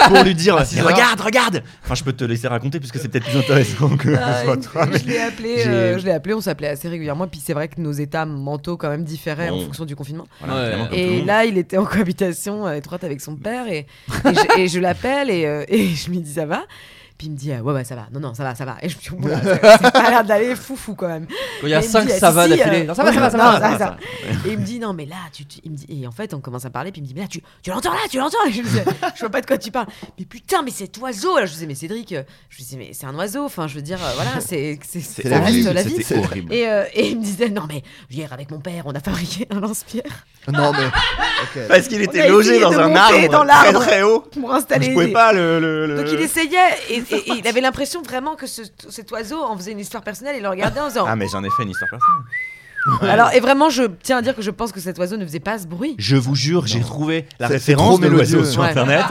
Speaker 2: pour lui dire
Speaker 4: six
Speaker 2: "Mais
Speaker 4: heures.
Speaker 2: "Regarde, regarde." Enfin, je peux te laisser raconter puisque c'est peut-être plus intéressant que ce
Speaker 8: Ah,
Speaker 2: soit toi. mais-
Speaker 8: je l'ai appelé,
Speaker 2: j'ai-
Speaker 8: euh, je l'ai appelé, on s'appelait assez régulièrement. Puis c'est vrai que nos états mentaux quand même différaient en
Speaker 2: Bon.
Speaker 8: fonction du confinement.
Speaker 2: Voilà,
Speaker 7: Ouais.
Speaker 2: évidemment, comme tout le
Speaker 8: Et
Speaker 2: monde.
Speaker 8: là, il était en cohabitation euh, étroite avec son père et, et je, et je l'appelle et, euh, et je lui dis ça va. Puis il me dit euh, ouais ouais ça va, non non ça va ça va. Et je me dis bon, là, ça ça a pas l'air d'aller fou fou quand même.
Speaker 7: Quand il y a
Speaker 8: Et il me
Speaker 7: 5
Speaker 8: dit, ah,
Speaker 7: ça
Speaker 8: si,
Speaker 7: va
Speaker 8: si,
Speaker 7: d'affilée.
Speaker 8: euh,
Speaker 7: Non, Ça va, ça va, ça
Speaker 8: non,
Speaker 7: va.
Speaker 8: ça va,
Speaker 7: ça va.
Speaker 8: ça va. Et il me dit non mais là tu, tu- il me dit et en fait on commence à parler puis il me dit mais là tu, tu l'entends là tu l'entends et je, lui dis, je vois pas de quoi tu parles mais putain mais cet oiseau là je disais mais Cédric euh, je lui disais mais c'est un oiseau enfin je veux dire euh, voilà c'est c'est
Speaker 2: C'est
Speaker 8: ça
Speaker 4: la
Speaker 8: reste
Speaker 4: vie,
Speaker 8: la vie
Speaker 2: C'était horrible.
Speaker 8: et, euh, et il me disait non mais hier avec mon père on a fabriqué un lance-pierre
Speaker 4: Non, mais. ok.
Speaker 2: Parce qu'il
Speaker 8: On a
Speaker 2: était logé
Speaker 8: essayé
Speaker 2: dans
Speaker 8: de
Speaker 2: un
Speaker 8: monter
Speaker 2: arbre,
Speaker 8: dans
Speaker 2: très
Speaker 8: l'arbre.
Speaker 2: très haut.
Speaker 8: pour
Speaker 2: Je
Speaker 8: installer
Speaker 2: pouvais
Speaker 8: des-
Speaker 2: pas euh, le. le- le-
Speaker 8: donc il essayait et, et- et il avait l'impression vraiment que ce- cet oiseau en faisait une histoire personnelle et le regardait en disant
Speaker 2: Ah mais j'en ai fait une histoire personnelle.
Speaker 8: alors et vraiment je tiens à dire que je pense que cet oiseau ne faisait pas ce bruit
Speaker 2: Je vous jure, j'ai
Speaker 4: Non.
Speaker 2: trouvé la
Speaker 4: C'est-
Speaker 2: référence
Speaker 4: c'est trop
Speaker 2: de l'oiseau
Speaker 4: mélodieux.
Speaker 2: sur
Speaker 8: Ouais.
Speaker 2: internet.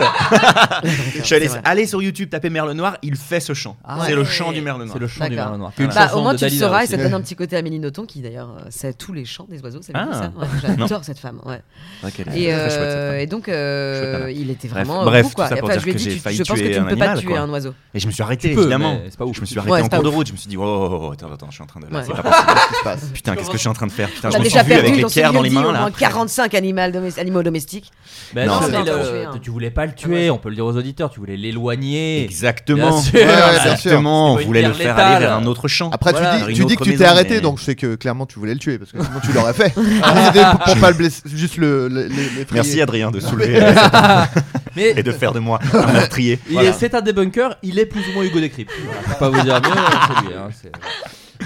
Speaker 2: Je suis allé
Speaker 8: C'est vrai.
Speaker 2: allez sur YouTube, taper Merle Noir, il fait ce chant.
Speaker 7: Ah
Speaker 2: c'est
Speaker 7: ouais.
Speaker 2: le chant du Merle Noir.
Speaker 7: C'est le chant du
Speaker 8: D'accord.
Speaker 7: verre noir.
Speaker 2: Bah,
Speaker 8: Bah,
Speaker 7: Chanson
Speaker 8: au moins
Speaker 7: de
Speaker 8: tu le
Speaker 7: Dalida
Speaker 8: sauras et
Speaker 7: aussi.
Speaker 8: ça donne un petit côté Amélie Nothomb qui d'ailleurs euh, sait tous les chants des oiseaux. savez-vous
Speaker 2: Ah.
Speaker 8: ça Ouais, J'adore cette femme. ouais.
Speaker 2: Ouais, quelle- très
Speaker 8: Et,
Speaker 2: chouette, cette
Speaker 8: euh,
Speaker 2: femme.
Speaker 8: et donc euh,
Speaker 2: Chouette, Anna.
Speaker 8: il était
Speaker 2: Bref,
Speaker 8: vraiment
Speaker 2: bref,
Speaker 8: fou, quoi.
Speaker 2: tout ça pour
Speaker 8: Enfin,
Speaker 2: dire
Speaker 8: je lui ai
Speaker 2: que
Speaker 8: dit
Speaker 2: j'ai
Speaker 8: tu-
Speaker 2: failli
Speaker 8: je pense
Speaker 2: tuer
Speaker 8: que tu
Speaker 2: un
Speaker 8: ne peux pas
Speaker 2: animal,
Speaker 8: tuer
Speaker 2: quoi.
Speaker 8: un oiseau.
Speaker 2: Et je me suis arrêté
Speaker 7: Tu peux,
Speaker 2: évidemment.
Speaker 7: mais c'est pas ouf.
Speaker 2: Je me suis
Speaker 8: Ouais,
Speaker 2: arrêté
Speaker 8: c'est
Speaker 2: en
Speaker 8: pas
Speaker 2: cours de
Speaker 8: ouf.
Speaker 2: route. Je me suis dit oh, oh, oh, attends attends je suis en train de là,
Speaker 8: Ouais.
Speaker 2: c'est pas possible.
Speaker 4: Qu'est-ce qui se passe
Speaker 2: Putain qu'est-ce que je suis en train de faire Putain je
Speaker 8: T'as
Speaker 2: me suis
Speaker 8: déjà
Speaker 2: vu
Speaker 8: perdu
Speaker 2: avec les
Speaker 8: dans ce
Speaker 2: pierres dans les
Speaker 8: idiot,
Speaker 2: mains
Speaker 8: au moins
Speaker 2: là.
Speaker 8: 45 animal domes- animaux domestiques.
Speaker 7: Ben
Speaker 2: Non,
Speaker 7: non,
Speaker 2: c'est
Speaker 7: mais
Speaker 8: pas
Speaker 7: le-
Speaker 8: tuer, hein.
Speaker 7: tu voulais pas le tuer, on peut le dire aux auditeurs, tu voulais l'éloigner.
Speaker 2: Exactement.
Speaker 7: Bien sûr. Ouais, ouais,
Speaker 4: bien sûr.
Speaker 2: Exactement. On
Speaker 7: C'est pas une
Speaker 2: voulait le
Speaker 7: pierre
Speaker 2: faire aller
Speaker 7: létale.
Speaker 2: vers un autre champ.
Speaker 4: Après,
Speaker 7: Voilà.
Speaker 4: tu
Speaker 2: Une
Speaker 4: dis, tu
Speaker 2: autre
Speaker 4: dis que tu t'es
Speaker 2: maison,
Speaker 4: arrêté,
Speaker 2: mais-
Speaker 4: donc c'est que clairement tu voulais le tuer parce que sinon tu l'aurais fait. C'était pour, pour pas le blesser, juste le. le- les- les trier.
Speaker 2: Merci Adrien de soulever ça
Speaker 7: Mais
Speaker 2: et de faire de moi un meurtrier.
Speaker 7: Il
Speaker 2: Voilà.
Speaker 7: est- C'est un débunker, il est plus ou moins Hugo Décrypte. Voilà, faut pas vous dire mieux, c'est lui. hein, c'est-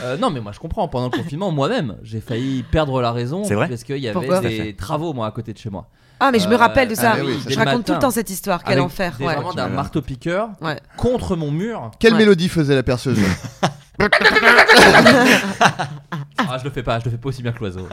Speaker 7: Euh, non, mais moi je comprends. Pendant le confinement, moi-même, j'ai failli perdre la raison.
Speaker 2: C'est vrai
Speaker 7: Parce qu'il y avait
Speaker 8: Pourquoi
Speaker 7: des travaux, moi, à côté de chez moi.
Speaker 8: Ah, mais je me rappelle de ça.
Speaker 7: Ah, mais oui,
Speaker 8: je
Speaker 7: dès le
Speaker 8: raconte
Speaker 7: matin.
Speaker 8: tout le temps cette histoire. Quel
Speaker 7: Avec
Speaker 8: enfer.
Speaker 7: des-
Speaker 8: ouais.
Speaker 7: Vraiment d'un marteau-piqueur
Speaker 8: Ouais.
Speaker 7: contre mon mur.
Speaker 4: Quelle
Speaker 8: Ouais.
Speaker 4: mélodie faisait la perceuse
Speaker 7: Ah, je le fais pas, je le fais pas aussi bien que l'oiseau.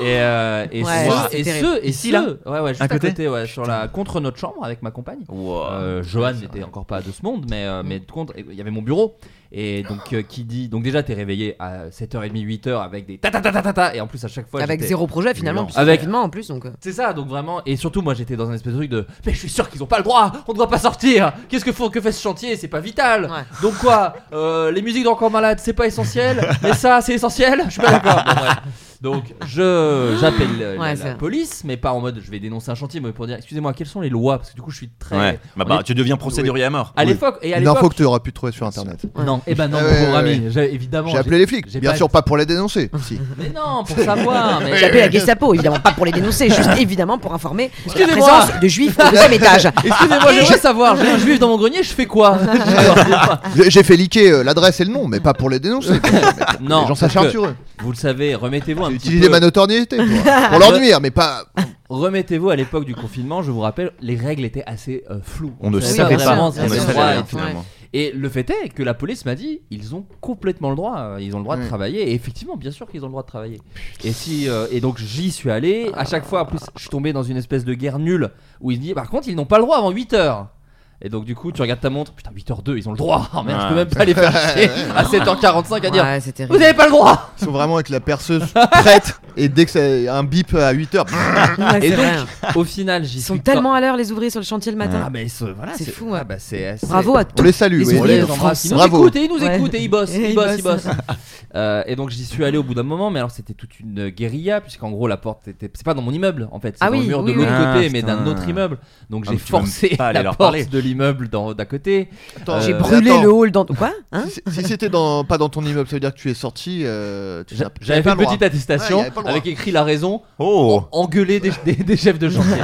Speaker 7: et euh, et
Speaker 8: Ouais,
Speaker 7: ce,
Speaker 8: c'est
Speaker 7: et
Speaker 8: terrible.
Speaker 7: ce, et
Speaker 2: Ici,
Speaker 7: ce-
Speaker 2: là
Speaker 7: ouais, ouais, juste
Speaker 2: À
Speaker 7: à
Speaker 2: côté
Speaker 7: côté, ouais, sur la contre notre chambre avec ma compagne. Euh, Johan n'était encore pas de ce monde, mais, euh,
Speaker 8: Mm.
Speaker 7: mais de compte, il y avait mon bureau. Et donc, euh, qui dit. Donc, déjà, t'es réveillé à 7h30, 8h avec des ta ta ta ta ta ta. Et en plus, à chaque fois.
Speaker 8: Avec
Speaker 7: j'étais-
Speaker 8: zéro projet finalement.
Speaker 2: Violent.
Speaker 8: puisque
Speaker 7: Avec-
Speaker 8: confinement, en plus. Donc, euh,
Speaker 7: C'est ça, donc vraiment. Et surtout, moi, j'étais dans un espèce de truc de. Mais je suis sûr qu'ils ont pas le droit. On doit pas sortir. Qu'est-ce que faut que fait ce chantier C'est pas vital.
Speaker 8: Ouais.
Speaker 7: Donc quoi euh, Les musiques d'encore malade, c'est pas essentiel. mais ça, c'est essentiel. Je suis pas d'accord. Bon, bref. Donc je j'appelle euh, la-
Speaker 8: Ouais,
Speaker 7: la,
Speaker 8: c'est-
Speaker 7: police, mais pas en mode je vais dénoncer un chantier, mais pour dire excusez-moi, quelles sont les lois Parce que du coup, je suis très.
Speaker 2: Ouais. Bah,
Speaker 7: on
Speaker 2: bah,
Speaker 7: est-
Speaker 2: tu deviens procédurier à mort.
Speaker 7: À l'époque et à
Speaker 4: Une info
Speaker 7: l'époque.
Speaker 4: que tu auras pu trouver sur internet.
Speaker 7: Non, et ben non,
Speaker 4: Ah ouais,
Speaker 7: mon
Speaker 4: ouais,
Speaker 7: ami,
Speaker 4: ouais.
Speaker 7: j'ai- évidemment.
Speaker 4: J'ai appelé les flics,
Speaker 7: j'ai
Speaker 4: bien
Speaker 7: pas-
Speaker 4: sûr pas pour les dénoncer. si.
Speaker 7: Mais non, pour savoir. mais-
Speaker 8: J'ai appelé la Gestapo, évidemment, pas pour les dénoncer, juste évidemment pour informer de la
Speaker 7: Excusez-moi.
Speaker 8: présence de juifs au deuxième étage.
Speaker 7: Excusez-moi, j'aimerais savoir. J'ai un juif dans mon grenier, je fais quoi
Speaker 4: J'ai j'ai fait liquer euh, l'adresse et le nom, mais pas pour les dénoncer.
Speaker 7: Non,
Speaker 4: les gens
Speaker 7: parce
Speaker 4: s'acharnent
Speaker 7: que-
Speaker 4: sur eux.
Speaker 7: Vous le savez, remettez-vous un
Speaker 4: J'ai
Speaker 7: petit
Speaker 4: utilisé
Speaker 7: peu.
Speaker 4: ma notoriété pour, pour leur nuire, mais pas.
Speaker 7: Remettez-vous à l'époque du confinement. Je vous rappelle, les règles étaient assez euh, floues.
Speaker 2: On ne
Speaker 7: Vous savez
Speaker 2: savait
Speaker 8: bien
Speaker 2: pas.
Speaker 7: vraiment
Speaker 8: sûr,
Speaker 2: On
Speaker 7: ce
Speaker 8: bien
Speaker 2: ne
Speaker 7: qu'ils
Speaker 8: sûr.
Speaker 7: avaient le
Speaker 2: savait
Speaker 7: droit,
Speaker 2: rien
Speaker 7: et
Speaker 8: Ouais.
Speaker 2: finalement.
Speaker 7: tout. Et le fait est que la police m'a dit, ils ont complètement le droit. euh, Ils ont le droit de
Speaker 2: Mm.
Speaker 4: Oui.
Speaker 7: travailler. Et effectivement, bien sûr qu'ils ont le droit de travailler. Et si euh, et donc j'y suis allé. À chaque fois, en plus, je suis tombé dans une espèce de guerre nulle où ils disent, par contre, ils n'ont pas le droit avant 8 heures. Et donc du coup, tu regardes ta montre. Putain, 8h02, ils ont le droit. Ah, merde, je peux
Speaker 2: Ouais.
Speaker 7: même pas les faire chier à 7h45 à dire.
Speaker 8: Ouais, c'est
Speaker 7: Vous
Speaker 8: terrible.
Speaker 7: n'avez pas le droit.
Speaker 4: Ils sont vraiment avec la perceuse prête, et dès que c'est un bip à 8h,
Speaker 8: Ouais,
Speaker 7: Et
Speaker 8: c'est
Speaker 7: donc,
Speaker 8: vrai.
Speaker 7: Au final, j'y suis
Speaker 8: Ils sont tellement à l'heure, les ouvriers sur le chantier le
Speaker 4: Hein.
Speaker 8: matin.
Speaker 7: Ah mais ce- voilà,
Speaker 8: C'est fou, ouais.
Speaker 7: ah bah, c'est assez-
Speaker 8: Bravo à
Speaker 4: on
Speaker 8: tous.
Speaker 4: les salue.
Speaker 8: Ils
Speaker 4: oui.
Speaker 8: sont les
Speaker 7: les
Speaker 8: en
Speaker 7: embrasse. Ils nous
Speaker 4: Bravo.
Speaker 7: écoutent et ils nous
Speaker 8: Ouais.
Speaker 7: écoutent et ils bossent,
Speaker 8: Et
Speaker 7: ils
Speaker 8: ils
Speaker 7: bossent, ils
Speaker 8: bossent.
Speaker 7: bossent. Euh, et donc j'y suis allé au bout d'un moment, mais alors c'était toute une guérilla puisqu'en gros la porte était, c'est pas dans mon immeuble en fait, c'est
Speaker 8: Ah
Speaker 7: dans
Speaker 8: oui,
Speaker 7: le mur
Speaker 8: oui,
Speaker 7: de
Speaker 8: oui.
Speaker 7: l'autre
Speaker 2: Ah,
Speaker 7: côté, mais
Speaker 2: putain.
Speaker 7: d'un autre immeuble. Donc
Speaker 2: Ah,
Speaker 7: j'ai
Speaker 2: donc tu vas
Speaker 7: forcé
Speaker 2: pas aller
Speaker 7: la
Speaker 2: leur
Speaker 7: porte
Speaker 2: parler.
Speaker 7: de l'immeuble d'en- d'à côté.
Speaker 4: Attends,
Speaker 8: J'ai
Speaker 7: Euh,
Speaker 4: mais
Speaker 8: brûlé
Speaker 4: attends,
Speaker 8: le hall dans. Quoi Hein
Speaker 4: si c'est- si c'était dans, pas dans ton immeuble, ça veut dire que tu es sorti. euh, tu n'as-
Speaker 7: J'a-
Speaker 4: tu
Speaker 7: J'avais
Speaker 4: n'avais
Speaker 7: fait
Speaker 4: pas
Speaker 7: une
Speaker 4: le droit.
Speaker 7: petite attestation
Speaker 4: Ouais, il y avait pas le droit.
Speaker 7: avec écrit la raison
Speaker 2: Oh
Speaker 7: engueuler des, des- des chefs de chantier.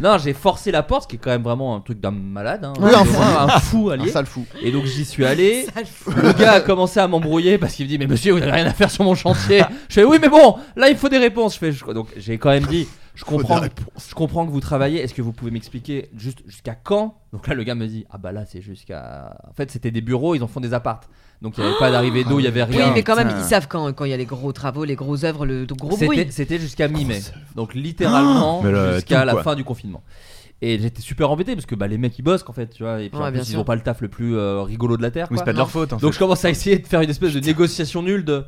Speaker 7: non, j'ai forcé la porte, ce qui est quand même vraiment un truc d'un malade, hein.
Speaker 4: Oui, un fou.
Speaker 7: un fou
Speaker 4: Un
Speaker 7: allié.
Speaker 4: sale fou.
Speaker 7: Et donc j'y suis allé. Le gars a commencé à m'embrouiller parce qu'il me dit mais monsieur vous n'avez rien à faire sur mon chantier. Je fais oui mais bon là il faut des réponses. Je fais je- donc j'ai quand même dit je comprends
Speaker 4: des
Speaker 7: je comprends que vous travaillez. Est-ce que vous pouvez m'expliquer juste jusqu'à quand Donc là le gars me dit ah bah là c'est jusqu'à en fait c'était des bureaux ils en font des appartes donc il n'y avait pas d'arrivée d'eau il y avait
Speaker 8: Oui,
Speaker 7: rien.
Speaker 8: mais quand même,
Speaker 2: putain.
Speaker 8: ils savent quand quand il y a les gros travaux, les gros œuvres, le le gros
Speaker 7: C'était-
Speaker 8: bruit.
Speaker 7: C'était jusqu'à mi-mai. Donc littéralement
Speaker 2: Ah, Mais le-
Speaker 7: jusqu'à
Speaker 2: tout,
Speaker 7: la
Speaker 2: quoi.
Speaker 7: fin du confinement. Et j'étais super embêté parce que bah, les mecs ils bossent en fait, tu vois, et puis
Speaker 8: Ouais,
Speaker 7: en
Speaker 8: bien
Speaker 7: plus, ils
Speaker 8: sûr.
Speaker 7: ont pas le taf le plus euh, rigolo de la terre.
Speaker 2: Oui,
Speaker 7: quoi.
Speaker 2: c'est pas de leur faute en fait.
Speaker 7: Donc je commence à essayer de faire une espèce de négociation nulle de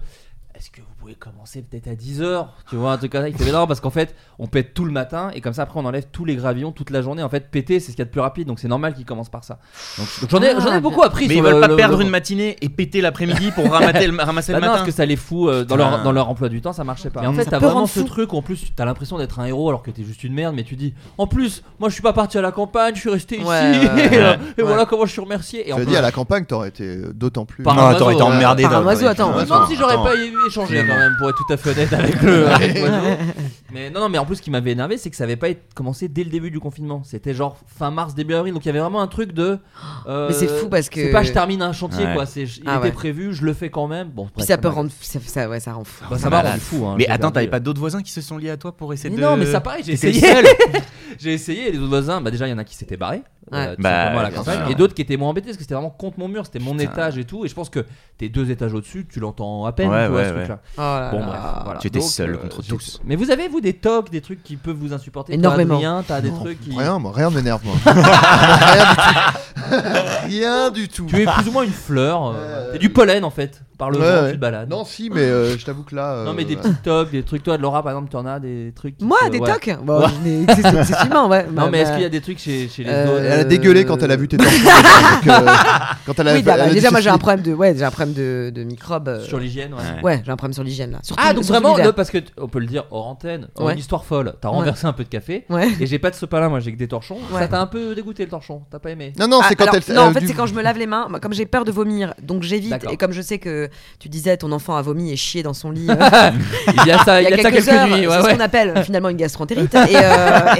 Speaker 7: est-ce que vous pouvez commencer peut-être à 10h Tu vois, un truc comme ça. Il fait mais non, parce qu'en fait, on pète tout le matin et comme ça après on enlève tous les gravillons toute la journée. En fait, péter c'est ce qu'il y a de plus rapide donc c'est normal qu'ils commencent par ça. Donc donc, j'en ai,
Speaker 8: Ah,
Speaker 7: j'en ai
Speaker 8: bien.
Speaker 7: beaucoup appris.
Speaker 2: Mais
Speaker 7: sur
Speaker 2: ils
Speaker 7: le-
Speaker 2: veulent pas
Speaker 7: le-
Speaker 2: perdre
Speaker 7: le-
Speaker 2: une matinée et péter l'après-midi pour ramasser le ramasser
Speaker 7: bah
Speaker 2: le
Speaker 7: non, parce
Speaker 2: matin.
Speaker 7: que ça les fout euh, dans,
Speaker 2: Putain.
Speaker 7: leur, dans leur emploi du temps, ça marchait pas.
Speaker 2: Putain,
Speaker 7: en fait,
Speaker 2: ça
Speaker 7: t'as
Speaker 8: peut
Speaker 7: vraiment
Speaker 8: rendre
Speaker 7: ce
Speaker 8: fou.
Speaker 7: truc, en plus, t'as l'impression d'être un héros alors que t'es juste une merde, mais tu dis En plus, moi je suis pas parti à la campagne, je suis resté ici,
Speaker 8: Ouais, ouais,
Speaker 7: et,
Speaker 8: ouais.
Speaker 7: euh, et
Speaker 8: Ouais.
Speaker 7: voilà comment je suis remercié. Et
Speaker 4: Je
Speaker 7: en
Speaker 4: veux
Speaker 7: plus,
Speaker 4: dire, à la campagne, t'aurais été d'autant plus.
Speaker 7: Par-
Speaker 2: Non, attends, ils t'ont
Speaker 4: Ouais.
Speaker 2: emmerdé.
Speaker 8: Par
Speaker 2: dans-
Speaker 8: un oiseau, attends.
Speaker 7: je me
Speaker 2: Ouais,
Speaker 7: demande si j'aurais
Speaker 2: attends.
Speaker 7: pas échangé
Speaker 2: Finalement.
Speaker 7: quand même, pour être tout à fait honnête avec le. avec l'oiseau. mais non, non, mais en plus, ce qui m'avait énervé, c'est que ça avait pas été commencé dès le début du confinement. C'était genre fin mars, début avril, donc il y avait vraiment un truc de. euh,
Speaker 8: Mais c'est fou parce que-
Speaker 7: C'est pas je termine un chantier,
Speaker 2: Ouais.
Speaker 7: quoi. c'est je- Il
Speaker 8: Ah
Speaker 7: était
Speaker 8: ouais.
Speaker 7: prévu, je le fais quand même. Bon,
Speaker 8: Puis
Speaker 7: bref,
Speaker 8: ça peut
Speaker 7: m'a-
Speaker 8: rendre. ça- ça- Ouais, ça rend fou.
Speaker 7: Bah, ça m'a
Speaker 2: Malade.
Speaker 7: rendu fou. hein,
Speaker 2: Mais
Speaker 7: j'ai
Speaker 2: attends,
Speaker 7: perdu,
Speaker 2: t'avais
Speaker 7: euh,
Speaker 2: pas d'autres voisins qui se sont liés à toi pour essayer
Speaker 7: Mais
Speaker 2: de.
Speaker 7: non, mais ça pareil, j'ai
Speaker 2: T'étais
Speaker 7: essayé.
Speaker 2: seul.
Speaker 7: J'ai essayé, les autres voisins, bah déjà il y en a qui s'étaient barrés, euh,
Speaker 8: Ouais.
Speaker 7: tout
Speaker 2: Bah,
Speaker 7: simplement à la
Speaker 2: bien
Speaker 7: campagne,
Speaker 2: sûr.
Speaker 7: et d'autres qui étaient moins embêtés parce que c'était vraiment contre mon mur, c'était mon
Speaker 2: Putain.
Speaker 7: étage et tout, et je pense que t'es deux étages au-dessus, tu l'entends à peine,
Speaker 2: Ouais,
Speaker 7: tu vois,
Speaker 2: ouais,
Speaker 7: ce
Speaker 2: ouais.
Speaker 7: truc-là.
Speaker 8: Oh là
Speaker 7: Bon
Speaker 8: là.
Speaker 7: bref, Bah, voilà.
Speaker 2: Tu étais
Speaker 7: Donc,
Speaker 2: seul
Speaker 7: euh,
Speaker 2: contre
Speaker 7: j'ai-
Speaker 2: tous.
Speaker 7: Mais vous avez vous des tocs, des trucs qui peuvent vous insupporter Toi,
Speaker 8: Énormément.
Speaker 7: Adrien, t'as des
Speaker 4: Non,
Speaker 7: trucs qui...
Speaker 4: Rien, moi, rien m'énerve, moi. rien du tout.
Speaker 7: Tu es plus ou moins une fleur, euh,
Speaker 4: Euh,
Speaker 7: t'es du pollen en fait, par le
Speaker 4: Ouais,
Speaker 7: vent,
Speaker 4: ouais.
Speaker 7: tu te balades.
Speaker 4: Non, si, mais euh, je t'avoue que là. euh,
Speaker 7: Non, mais des petits tocs, des trucs, toi de Laura par exemple, t'en as des trucs... qui
Speaker 8: Moi,
Speaker 7: te-
Speaker 8: des
Speaker 7: Euh, ouais.
Speaker 8: tocs Bon, mais c'est- c'est- c'est sûrement, ouais.
Speaker 7: Non,
Speaker 8: Bah,
Speaker 7: mais est-ce
Speaker 8: bah,
Speaker 7: qu'il y a des trucs chez, chez les
Speaker 8: Euh,
Speaker 7: autres
Speaker 4: Elle a dégueulé quand elle a vu tes torchons. donc, euh, quand elle a,
Speaker 8: Oui,
Speaker 4: elle a
Speaker 8: bah,
Speaker 4: dit
Speaker 8: déjà, moi j'ai un
Speaker 4: ceci.
Speaker 8: problème de. Ouais, j'ai un problème de de microbes. euh,
Speaker 7: euh, Sur l'hygiène, ouais.
Speaker 8: Ouais, j'ai un problème sur l'hygiène là. Surtout-
Speaker 7: Ah donc
Speaker 8: surtout
Speaker 7: vraiment
Speaker 8: l'hiver.
Speaker 7: le- parce que t- on peut le dire hors antenne, hors
Speaker 8: Ouais.
Speaker 7: une histoire folle. T'as
Speaker 8: Ouais.
Speaker 7: renversé un peu de café
Speaker 8: Ouais.
Speaker 7: et j'ai pas de sopalin moi, j'ai que des torchons. Ça
Speaker 8: Ouais.
Speaker 7: t'a un peu dégoûté le torchon, t'as pas aimé.
Speaker 4: Non, non, c'est
Speaker 8: Ah,
Speaker 4: quand
Speaker 8: alors,
Speaker 4: elle.
Speaker 8: non, en
Speaker 4: elle a
Speaker 8: fait,
Speaker 4: dû-
Speaker 8: c'est quand je me lave les mains. Moi, Comme j'ai peur de vomir, donc j'évite.
Speaker 7: D'accord.
Speaker 8: Et comme je sais que tu disais, ton enfant a vomi et chié dans son lit. euh,
Speaker 7: Il y a ça, il y a, ça quelques
Speaker 8: heures,
Speaker 7: nuits. Ouais,
Speaker 8: c'est ce
Speaker 7: ouais.
Speaker 8: qu'on appelle euh, finalement une gastroentérite. et,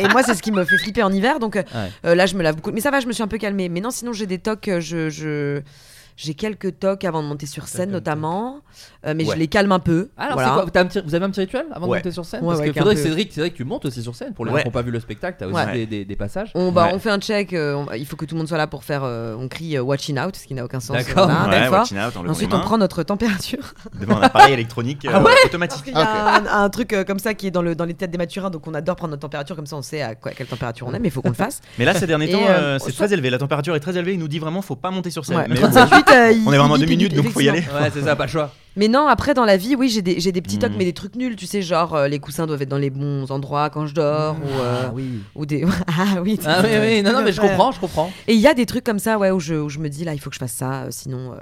Speaker 8: euh, et moi, c'est ce qui me fait flipper en hiver. Donc euh,
Speaker 7: Ouais.
Speaker 8: euh, là, je me lave beaucoup. Mais ça va, je me suis un peu calmée. Mais non, sinon, j'ai des tocs. euh, Je, je, J'ai quelques tocs avant de monter sur scène, notamment, euh, mais
Speaker 2: Ouais.
Speaker 8: je les calme un peu.
Speaker 7: Alors,
Speaker 8: voilà.
Speaker 7: c'est quoi T'as un petit- vous avez un petit rituel avant
Speaker 2: Ouais.
Speaker 7: de monter sur scène
Speaker 8: Ouais,
Speaker 7: Parce
Speaker 8: ouais,
Speaker 7: que faudrait
Speaker 8: qu'un
Speaker 7: que
Speaker 8: peu.
Speaker 7: Cédric, c'est vrai que tu montes aussi sur scène. Pour les gens
Speaker 2: Ouais.
Speaker 7: qui n'ont pas vu le spectacle, t'as aussi
Speaker 2: Ouais.
Speaker 7: des, des- des passages.
Speaker 8: On, bah,
Speaker 2: Ouais.
Speaker 8: on fait un check, euh, on- il faut que tout le monde soit là pour faire. euh, on crie euh, Watching Out, ce qui n'a aucun sens. euh,
Speaker 7: D'accord.
Speaker 8: voilà,
Speaker 2: Ouais,
Speaker 8: des fois.
Speaker 2: watching out, enlevement
Speaker 8: Ensuite,
Speaker 2: des
Speaker 8: on
Speaker 2: mains,
Speaker 8: prend notre température.
Speaker 2: devant un appareil électronique euh, automatique.
Speaker 8: Il y a un, un truc euh, comme ça qui est dans, le, dans les têtes des maturins, donc on adore prendre notre température, comme ça on sait à, quoi- quelle température on est, mais il faut qu'on le fasse.
Speaker 2: Mais là, ces derniers
Speaker 8: Et,
Speaker 2: temps,
Speaker 8: euh,
Speaker 2: euh, c'est
Speaker 8: soit-
Speaker 2: très élevé. La température est très élevée. Il nous dit vraiment, faut pas monter sur scène.
Speaker 8: Ouais,
Speaker 2: Mais
Speaker 8: 38, euh, il-
Speaker 2: on est vraiment
Speaker 8: il
Speaker 2: deux
Speaker 8: dit- il dit-
Speaker 2: minutes, donc faut y aller.
Speaker 7: Ouais, c'est ça, pas le choix.
Speaker 8: Mais non, après dans la vie, oui, j'ai des, j'ai des petits tocs,
Speaker 2: Mm.
Speaker 8: mais des trucs nuls, tu sais, genre euh, les coussins doivent être dans les bons endroits quand je dors, ou, euh,
Speaker 7: oui.
Speaker 8: ou des. ah oui,
Speaker 7: Mm. Ah oui, oui, non, non, mais je comprends, je comprends.
Speaker 8: Et il y a des trucs comme ça, ouais, où je, où je me dis là, il faut que je fasse ça, euh, sinon, euh,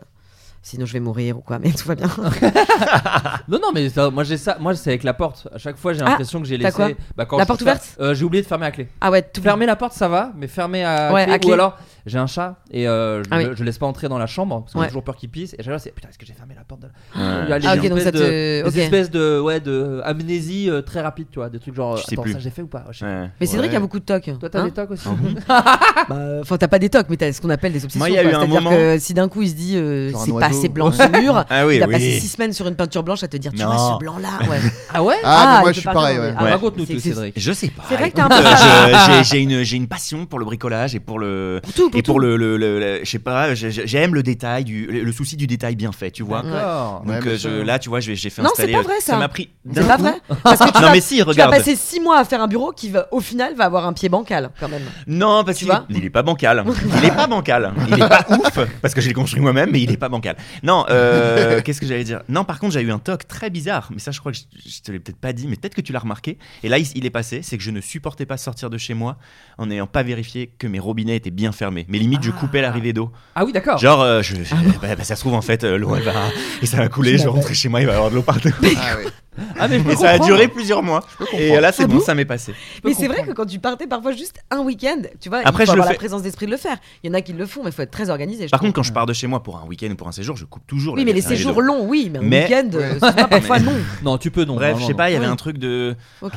Speaker 8: sinon je vais mourir ou quoi, mais tout va bien.
Speaker 7: Non, non, mais ça, moi j'ai ça, moi c'est avec la porte. À chaque fois, j'ai
Speaker 8: Ah,
Speaker 7: l'impression que j'ai
Speaker 8: t'as
Speaker 7: laissé.
Speaker 8: quoi
Speaker 7: bah, quand
Speaker 8: La
Speaker 7: je-
Speaker 8: porte ouverte
Speaker 7: Euh, J'ai oublié de fermer la clé.
Speaker 8: ah ouais, tout
Speaker 7: Fermer la porte, ça va, mais fermer à,
Speaker 8: Ouais,
Speaker 7: clé,
Speaker 8: à clé.
Speaker 7: Ou alors, j'ai un chat et euh, je,
Speaker 8: Ah
Speaker 7: le-
Speaker 8: oui.
Speaker 7: je le laisse pas entrer dans la chambre parce que
Speaker 8: Ouais.
Speaker 7: j'ai toujours peur qu'il pisse. Et à chaque fois, c'est putain, est-ce que j'ai fermé la porte de la...
Speaker 2: Ouais.
Speaker 7: Il y a les
Speaker 8: Ah, ok, donc
Speaker 7: espèces
Speaker 8: ça
Speaker 7: de,
Speaker 8: te-
Speaker 7: des
Speaker 8: ok.
Speaker 7: espèces de, ouais, de amnésie euh, très rapide, tu vois, des trucs genre.
Speaker 2: Je sais
Speaker 7: attends,
Speaker 2: plus.
Speaker 7: ça j'ai fait ou pas Je sais
Speaker 2: Ouais.
Speaker 8: Mais c'est vrai qu'il y a
Speaker 2: Ouais.
Speaker 8: beaucoup de tocs.
Speaker 7: pas. Toi, t'as
Speaker 8: hein.
Speaker 7: des tocs aussi Ah,
Speaker 8: Bah, Enfin, t'as pas des tocs, mais t'as ce qu'on appelle des obsessions.
Speaker 2: Moi, il y a
Speaker 8: quoi.
Speaker 2: eu un
Speaker 8: C'est-à-dire
Speaker 2: moment-
Speaker 8: que si d'un coup il se dit euh,
Speaker 4: Genre un
Speaker 8: c'est pas
Speaker 4: oiseau.
Speaker 8: assez blanc ce mur,
Speaker 2: Ah oui,
Speaker 8: il a
Speaker 2: oui.
Speaker 8: passé six semaines sur une peinture blanche à te dire tu vois
Speaker 2: Non.
Speaker 8: ce blanc là. Ouais.
Speaker 7: Ah ouais
Speaker 4: Ah,
Speaker 8: Ah,
Speaker 4: mais moi
Speaker 8: il
Speaker 4: je suis
Speaker 8: peut pas
Speaker 4: pareil,
Speaker 8: fermer.
Speaker 4: ouais.
Speaker 8: Ah ouais.
Speaker 7: bah, Raconte-nous
Speaker 8: C'est-
Speaker 7: tout,
Speaker 8: c'est-
Speaker 7: Cédric.
Speaker 2: Je sais pas.
Speaker 8: C'est vrai que t'as
Speaker 2: écoute,
Speaker 8: un peu-
Speaker 2: euh, j'ai- J'ai une, j'ai une passion pour le bricolage et pour le.
Speaker 8: Pour tout, pour
Speaker 2: et pour
Speaker 8: tout.
Speaker 2: le. le- le- le- je sais pas, j'ai- j'ai- j'aime le détail, du, le, le souci du détail bien fait, tu vois.
Speaker 7: D'accord.
Speaker 4: Ouais,
Speaker 2: Donc
Speaker 4: mais
Speaker 2: euh,
Speaker 4: ça-
Speaker 2: je, là, tu vois, je vais- j'ai fait
Speaker 8: Non, c'est
Speaker 2: installer.
Speaker 8: pas
Speaker 2: euh,
Speaker 8: vrai, ça.
Speaker 2: m'a pris. d'un
Speaker 8: C'est pas
Speaker 2: coup.
Speaker 8: vrai Parce que tu
Speaker 2: Non,
Speaker 8: vas-
Speaker 2: mais si,
Speaker 8: Tu vas
Speaker 2: regarde.
Speaker 8: passer six mois à faire un bureau qui va au final va avoir un pied bancal quand même.
Speaker 2: Non, parce
Speaker 8: Tu
Speaker 2: qu'il est-
Speaker 8: vois
Speaker 2: il est pas bancal. Il est pas bancal. Il est pas ouf parce que je l'ai construit moi-même, mais il est pas bancal. Non, euh, qu'est-ce que j'allais dire Non, par contre, j'ai eu un toc très bizarre, mais ça, je crois que je, je te l'ai peut-être pas dit, mais peut-être que tu l'as remarqué. Et là, il, il est passé, c'est que je ne supportais pas sortir de chez moi en n'ayant pas vérifié que mes robinets étaient bien fermés. Mais limite, je coupais l'arrivée d'eau.
Speaker 7: Ah oui,
Speaker 8: Oh.
Speaker 7: d'accord.
Speaker 2: Genre, euh, je,
Speaker 8: Ah
Speaker 2: je- bah, bah, ça se trouve en fait, euh, l'eau elle va et ça va couler. Je vais rentrer chez moi, il va y avoir de l'eau partout.
Speaker 4: Ah ouais.
Speaker 7: Ah, mais je peux
Speaker 2: Et ça a
Speaker 7: comprendre.
Speaker 2: duré plusieurs mois. Et euh, là, c'est
Speaker 8: Ah
Speaker 2: bon,
Speaker 8: bon
Speaker 2: ça m'est passé.
Speaker 7: peux
Speaker 8: Mais c'est vrai
Speaker 7: comprendre.
Speaker 8: que quand tu partais parfois juste un week-end, tu vois,
Speaker 2: Après,
Speaker 8: il faut
Speaker 2: je le
Speaker 8: avoir la
Speaker 2: fais.
Speaker 8: présence d'esprit de le faire. Il y en a qui le font, mais il faut être très organisé. je
Speaker 2: Par
Speaker 8: trouve.
Speaker 2: contre, quand je pars de chez moi pour un week-end ou pour un séjour, je coupe toujours.
Speaker 8: oui,
Speaker 2: la-
Speaker 8: mais les
Speaker 2: l'arrivée d'eau.
Speaker 8: séjours longs, oui, mais un
Speaker 2: Mais-
Speaker 8: week-end,
Speaker 4: Ouais.
Speaker 8: euh, excuse-moi, parfois non.
Speaker 7: Non, tu peux non.
Speaker 2: Bref,
Speaker 7: non,
Speaker 2: je
Speaker 7: non,
Speaker 2: sais pas, il y avait
Speaker 8: Oui.
Speaker 2: un truc de.
Speaker 8: Ok.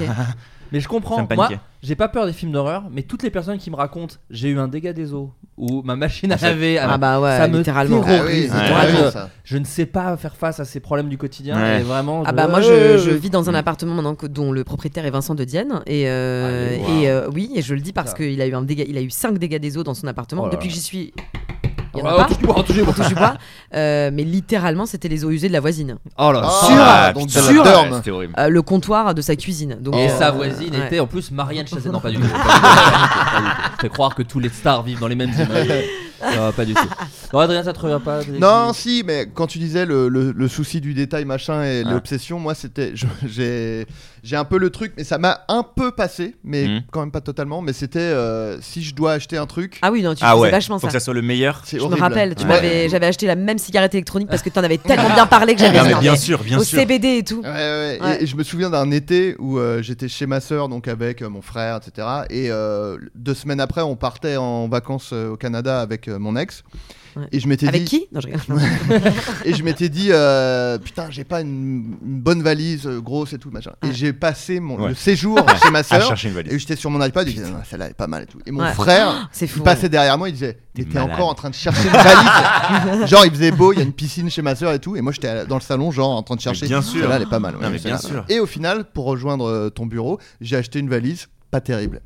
Speaker 7: Mais je
Speaker 2: Ça
Speaker 7: comprends.
Speaker 2: me
Speaker 7: Moi,
Speaker 2: paniquait.
Speaker 7: j'ai pas peur des films d'horreur, mais toutes les personnes qui me racontent j'ai eu un dégât des eaux ou ma machine à
Speaker 2: ça-
Speaker 7: laver,
Speaker 8: Ah bah ouais,
Speaker 7: euh, ça me
Speaker 8: littéralement.
Speaker 4: Ah
Speaker 7: terrorise.
Speaker 4: oui,
Speaker 2: Ouais.
Speaker 4: c'est
Speaker 7: Moi,
Speaker 4: raison,
Speaker 7: je-
Speaker 4: ça.
Speaker 7: Je ne sais pas faire face à ces problèmes du quotidien
Speaker 2: Ouais.
Speaker 7: et vraiment.
Speaker 8: Ah
Speaker 7: je-
Speaker 8: bah moi je, je vis
Speaker 7: Hmm.
Speaker 8: dans un appartement maintenant que- dont le propriétaire est Vincent de Dienne et, euh,
Speaker 7: Allez,
Speaker 2: wow.
Speaker 8: et euh, oui et je le dis parce
Speaker 7: Ça.
Speaker 8: qu'il a eu un dégât il a eu 5 dégâts des eaux dans son appartement
Speaker 7: Oh là
Speaker 8: depuis
Speaker 7: là.
Speaker 8: que j'y suis il y en
Speaker 7: Ah,
Speaker 8: a pas
Speaker 7: touche du bois, touche du bois.
Speaker 8: on touche du bois. Euh, mais littéralement c'était les eaux usées de la voisine
Speaker 7: Oh là.
Speaker 4: Ah,
Speaker 7: là.
Speaker 4: donc
Speaker 2: putain.
Speaker 4: de la
Speaker 8: Sûr.
Speaker 4: dorme.
Speaker 2: C'était horrible.
Speaker 8: Euh, le comptoir de sa cuisine donc
Speaker 7: Et
Speaker 8: euh,
Speaker 7: sa voisine
Speaker 8: ouais.
Speaker 7: était en plus Marianne Chazelle. Non, pas du tout. pas du tout, pas du tout. Fait croire que tous les stars vivent dans les mêmes immeubles. Non, pas du tout. Non, Adrien, ça te revient pas des-
Speaker 4: Non, si, mais quand tu disais le, le- le souci du détail, machin, et l'obsession, moi, c'était. je- J'ai j'ai un peu le truc, mais ça m'a un peu passé, mais
Speaker 2: Mhm.
Speaker 4: quand même pas totalement. Mais c'était euh, si je dois acheter un truc,
Speaker 8: ah oui non tu
Speaker 2: Ah
Speaker 8: faisais
Speaker 2: ouais.
Speaker 8: vachement
Speaker 2: Faut
Speaker 8: ça
Speaker 2: que ça soit le meilleur.
Speaker 4: c'est
Speaker 8: je
Speaker 4: horrible.
Speaker 8: me rappelle tu
Speaker 2: Ouais.
Speaker 8: m'avais j'avais acheté la même cigarette électronique parce que t'en avais tellement bien parlé que j'avais
Speaker 2: Non, mais
Speaker 8: ça,
Speaker 2: bien
Speaker 8: mais
Speaker 2: sûr, bien
Speaker 8: au
Speaker 2: sûr.
Speaker 8: CBD et tout
Speaker 4: Ouais, ouais, ouais.
Speaker 8: Ouais.
Speaker 4: Et, et je me souviens d'un été où euh, j'étais chez ma sœur, donc avec euh, mon frère, etc. Et euh, deux semaines après, on partait en vacances euh, au Canada avec euh, mon ex.
Speaker 8: Ouais.
Speaker 4: Et je m'étais
Speaker 8: avec
Speaker 4: dit,
Speaker 8: qui non je rigole
Speaker 4: et je m'étais dit euh, putain j'ai pas une, une bonne valise euh, grosse et tout machin et j'ai passé mon
Speaker 2: Ouais.
Speaker 4: le séjour chez ma
Speaker 2: À
Speaker 4: sœur
Speaker 2: chercher une
Speaker 4: et
Speaker 2: valise. Oh,
Speaker 4: j'étais sur mon iPad et je disais Ah, celle-là elle est pas mal et tout et mon
Speaker 8: Ouais.
Speaker 4: frère
Speaker 8: c'est
Speaker 4: il
Speaker 8: fou
Speaker 4: passait derrière moi il disait
Speaker 2: T'es
Speaker 4: mais t'es
Speaker 2: malade.
Speaker 4: encore en train de chercher une valise genre il faisait beau il y a une piscine chez ma sœur et tout et moi j'étais à- dans le salon genre en train de chercher
Speaker 2: bien sûr.
Speaker 4: celle-là elle est pas mal ouais,
Speaker 2: Non, mais bien sûr.
Speaker 4: celle-là. et au final pour rejoindre euh, ton bureau j'ai acheté une valise pas terrible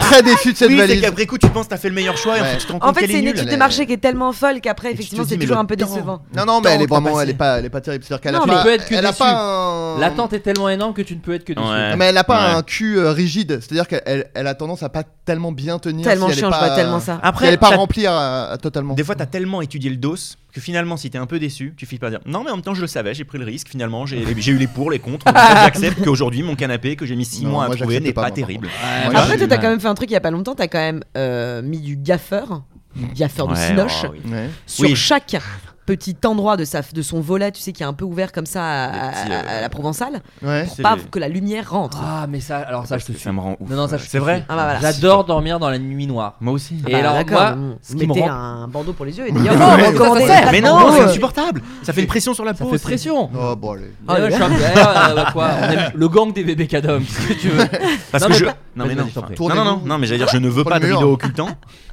Speaker 4: très déçu de cette
Speaker 2: Ah. Oui, c'est
Speaker 4: valise
Speaker 2: qu'après coup, tu penses t'as fait le meilleur choix et en
Speaker 4: Ouais.
Speaker 2: fait, tu te rends
Speaker 8: en
Speaker 2: compte
Speaker 8: fait
Speaker 2: qu'elle
Speaker 8: c'est
Speaker 2: est
Speaker 8: une
Speaker 2: nulle.
Speaker 8: étude de
Speaker 4: elle est-
Speaker 8: marché qui est tellement folle qu'après
Speaker 2: Et tu te
Speaker 8: effectivement
Speaker 2: dis,
Speaker 8: c'est
Speaker 2: mais
Speaker 8: toujours
Speaker 2: le
Speaker 8: un peu
Speaker 2: temps,
Speaker 8: décevant
Speaker 4: non non mais
Speaker 2: Tant
Speaker 4: elle est
Speaker 2: que t'as
Speaker 4: vraiment
Speaker 2: passé.
Speaker 4: elle est pas elle est pas terrible c'est-à-dire qu'elle
Speaker 8: Non,
Speaker 4: a
Speaker 8: mais
Speaker 4: pas
Speaker 7: tu peux être que
Speaker 4: elle a
Speaker 7: déçu.
Speaker 4: pas un-
Speaker 7: L'attente est tellement énorme que tu ne peux être que déçu.
Speaker 2: Ouais.
Speaker 4: Mais elle a pas
Speaker 2: Hein. Ouais.
Speaker 4: un cul euh, rigide, c'est-à-dire qu'elle elle, elle a tendance à pas tellement bien tenir.
Speaker 8: tellement
Speaker 4: si elle est
Speaker 8: chiant je
Speaker 4: pas-
Speaker 8: vois tellement ça
Speaker 4: si elle
Speaker 2: Après,
Speaker 4: est pas
Speaker 2: t'as-
Speaker 4: remplie à- à- totalement.
Speaker 2: des fois, t'as tellement étudié le dos que finalement, si t'es un peu déçu, tu files pas dire non, mais en même temps, je le savais, j'ai pris le risque. Finalement, j'ai j'ai eu les pour, les contre. donc J'accepte qu'aujourd'hui, mon canapé que j'ai mis 6
Speaker 4: Non,
Speaker 2: mois à
Speaker 4: moi,
Speaker 2: trouver
Speaker 4: j'accepte
Speaker 2: n'est
Speaker 4: pas,
Speaker 2: pas
Speaker 4: moi, par
Speaker 2: terrible.
Speaker 7: Ouais,
Speaker 4: Moi,
Speaker 7: bah,
Speaker 8: Après,
Speaker 4: j'ai
Speaker 8: toi, t'as quand même fait un truc il y a pas longtemps, t'as quand même euh, mis du gaffeur, du gaffeur de
Speaker 2: Ouais,
Speaker 8: Sinoche,
Speaker 2: oh, oui.
Speaker 4: Ouais.
Speaker 8: sur
Speaker 2: Oui.
Speaker 8: chaque petit endroit de, sa, de son volet, tu sais, qui est un peu ouvert comme ça à, à-
Speaker 2: Les petits, euh,
Speaker 8: à la provençale,
Speaker 4: Ouais.
Speaker 8: pour
Speaker 2: C'est
Speaker 8: pas
Speaker 2: les-
Speaker 8: que la lumière rentre.
Speaker 7: Ah, mais ça, alors ça, je te suis.
Speaker 2: Ça me rend ouf.
Speaker 7: Non, non, ça,
Speaker 2: Ouais.
Speaker 7: je te
Speaker 2: C'est vrai.
Speaker 8: Ah bah voilà. Ah,
Speaker 7: J'adore dormir dans la nuit noire.
Speaker 2: Moi aussi.
Speaker 4: Ah,
Speaker 7: Et alors, moi,
Speaker 8: d'accord, Mm. mais
Speaker 4: Mmh.
Speaker 8: bon,
Speaker 7: ce qui me
Speaker 8: mettez
Speaker 7: rend-
Speaker 8: un bandeau pour les yeux et euh, dire
Speaker 7: mais ça sert.
Speaker 2: Mais non, c'est insupportable. Ça fait une pression sur la
Speaker 7: Ça
Speaker 2: peau.
Speaker 7: fait
Speaker 2: c'est-
Speaker 7: pression.
Speaker 4: Oh, bon, allez.
Speaker 7: Ah, ouais, je suis un peu- eh, euh, bah, quoi, on est le gang des bébés cadoms, qu'est-ce que tu veux
Speaker 2: Parce
Speaker 7: Non,
Speaker 2: que
Speaker 7: mais
Speaker 2: je.
Speaker 7: pas-
Speaker 2: Non, mais
Speaker 7: Vas-y,
Speaker 2: non.
Speaker 7: vas-y, t'en prie.
Speaker 2: Non, non, non, non, mais j'allais dire, je ne veux
Speaker 4: Prends le
Speaker 2: pas de
Speaker 4: mur.
Speaker 2: rideau occultant.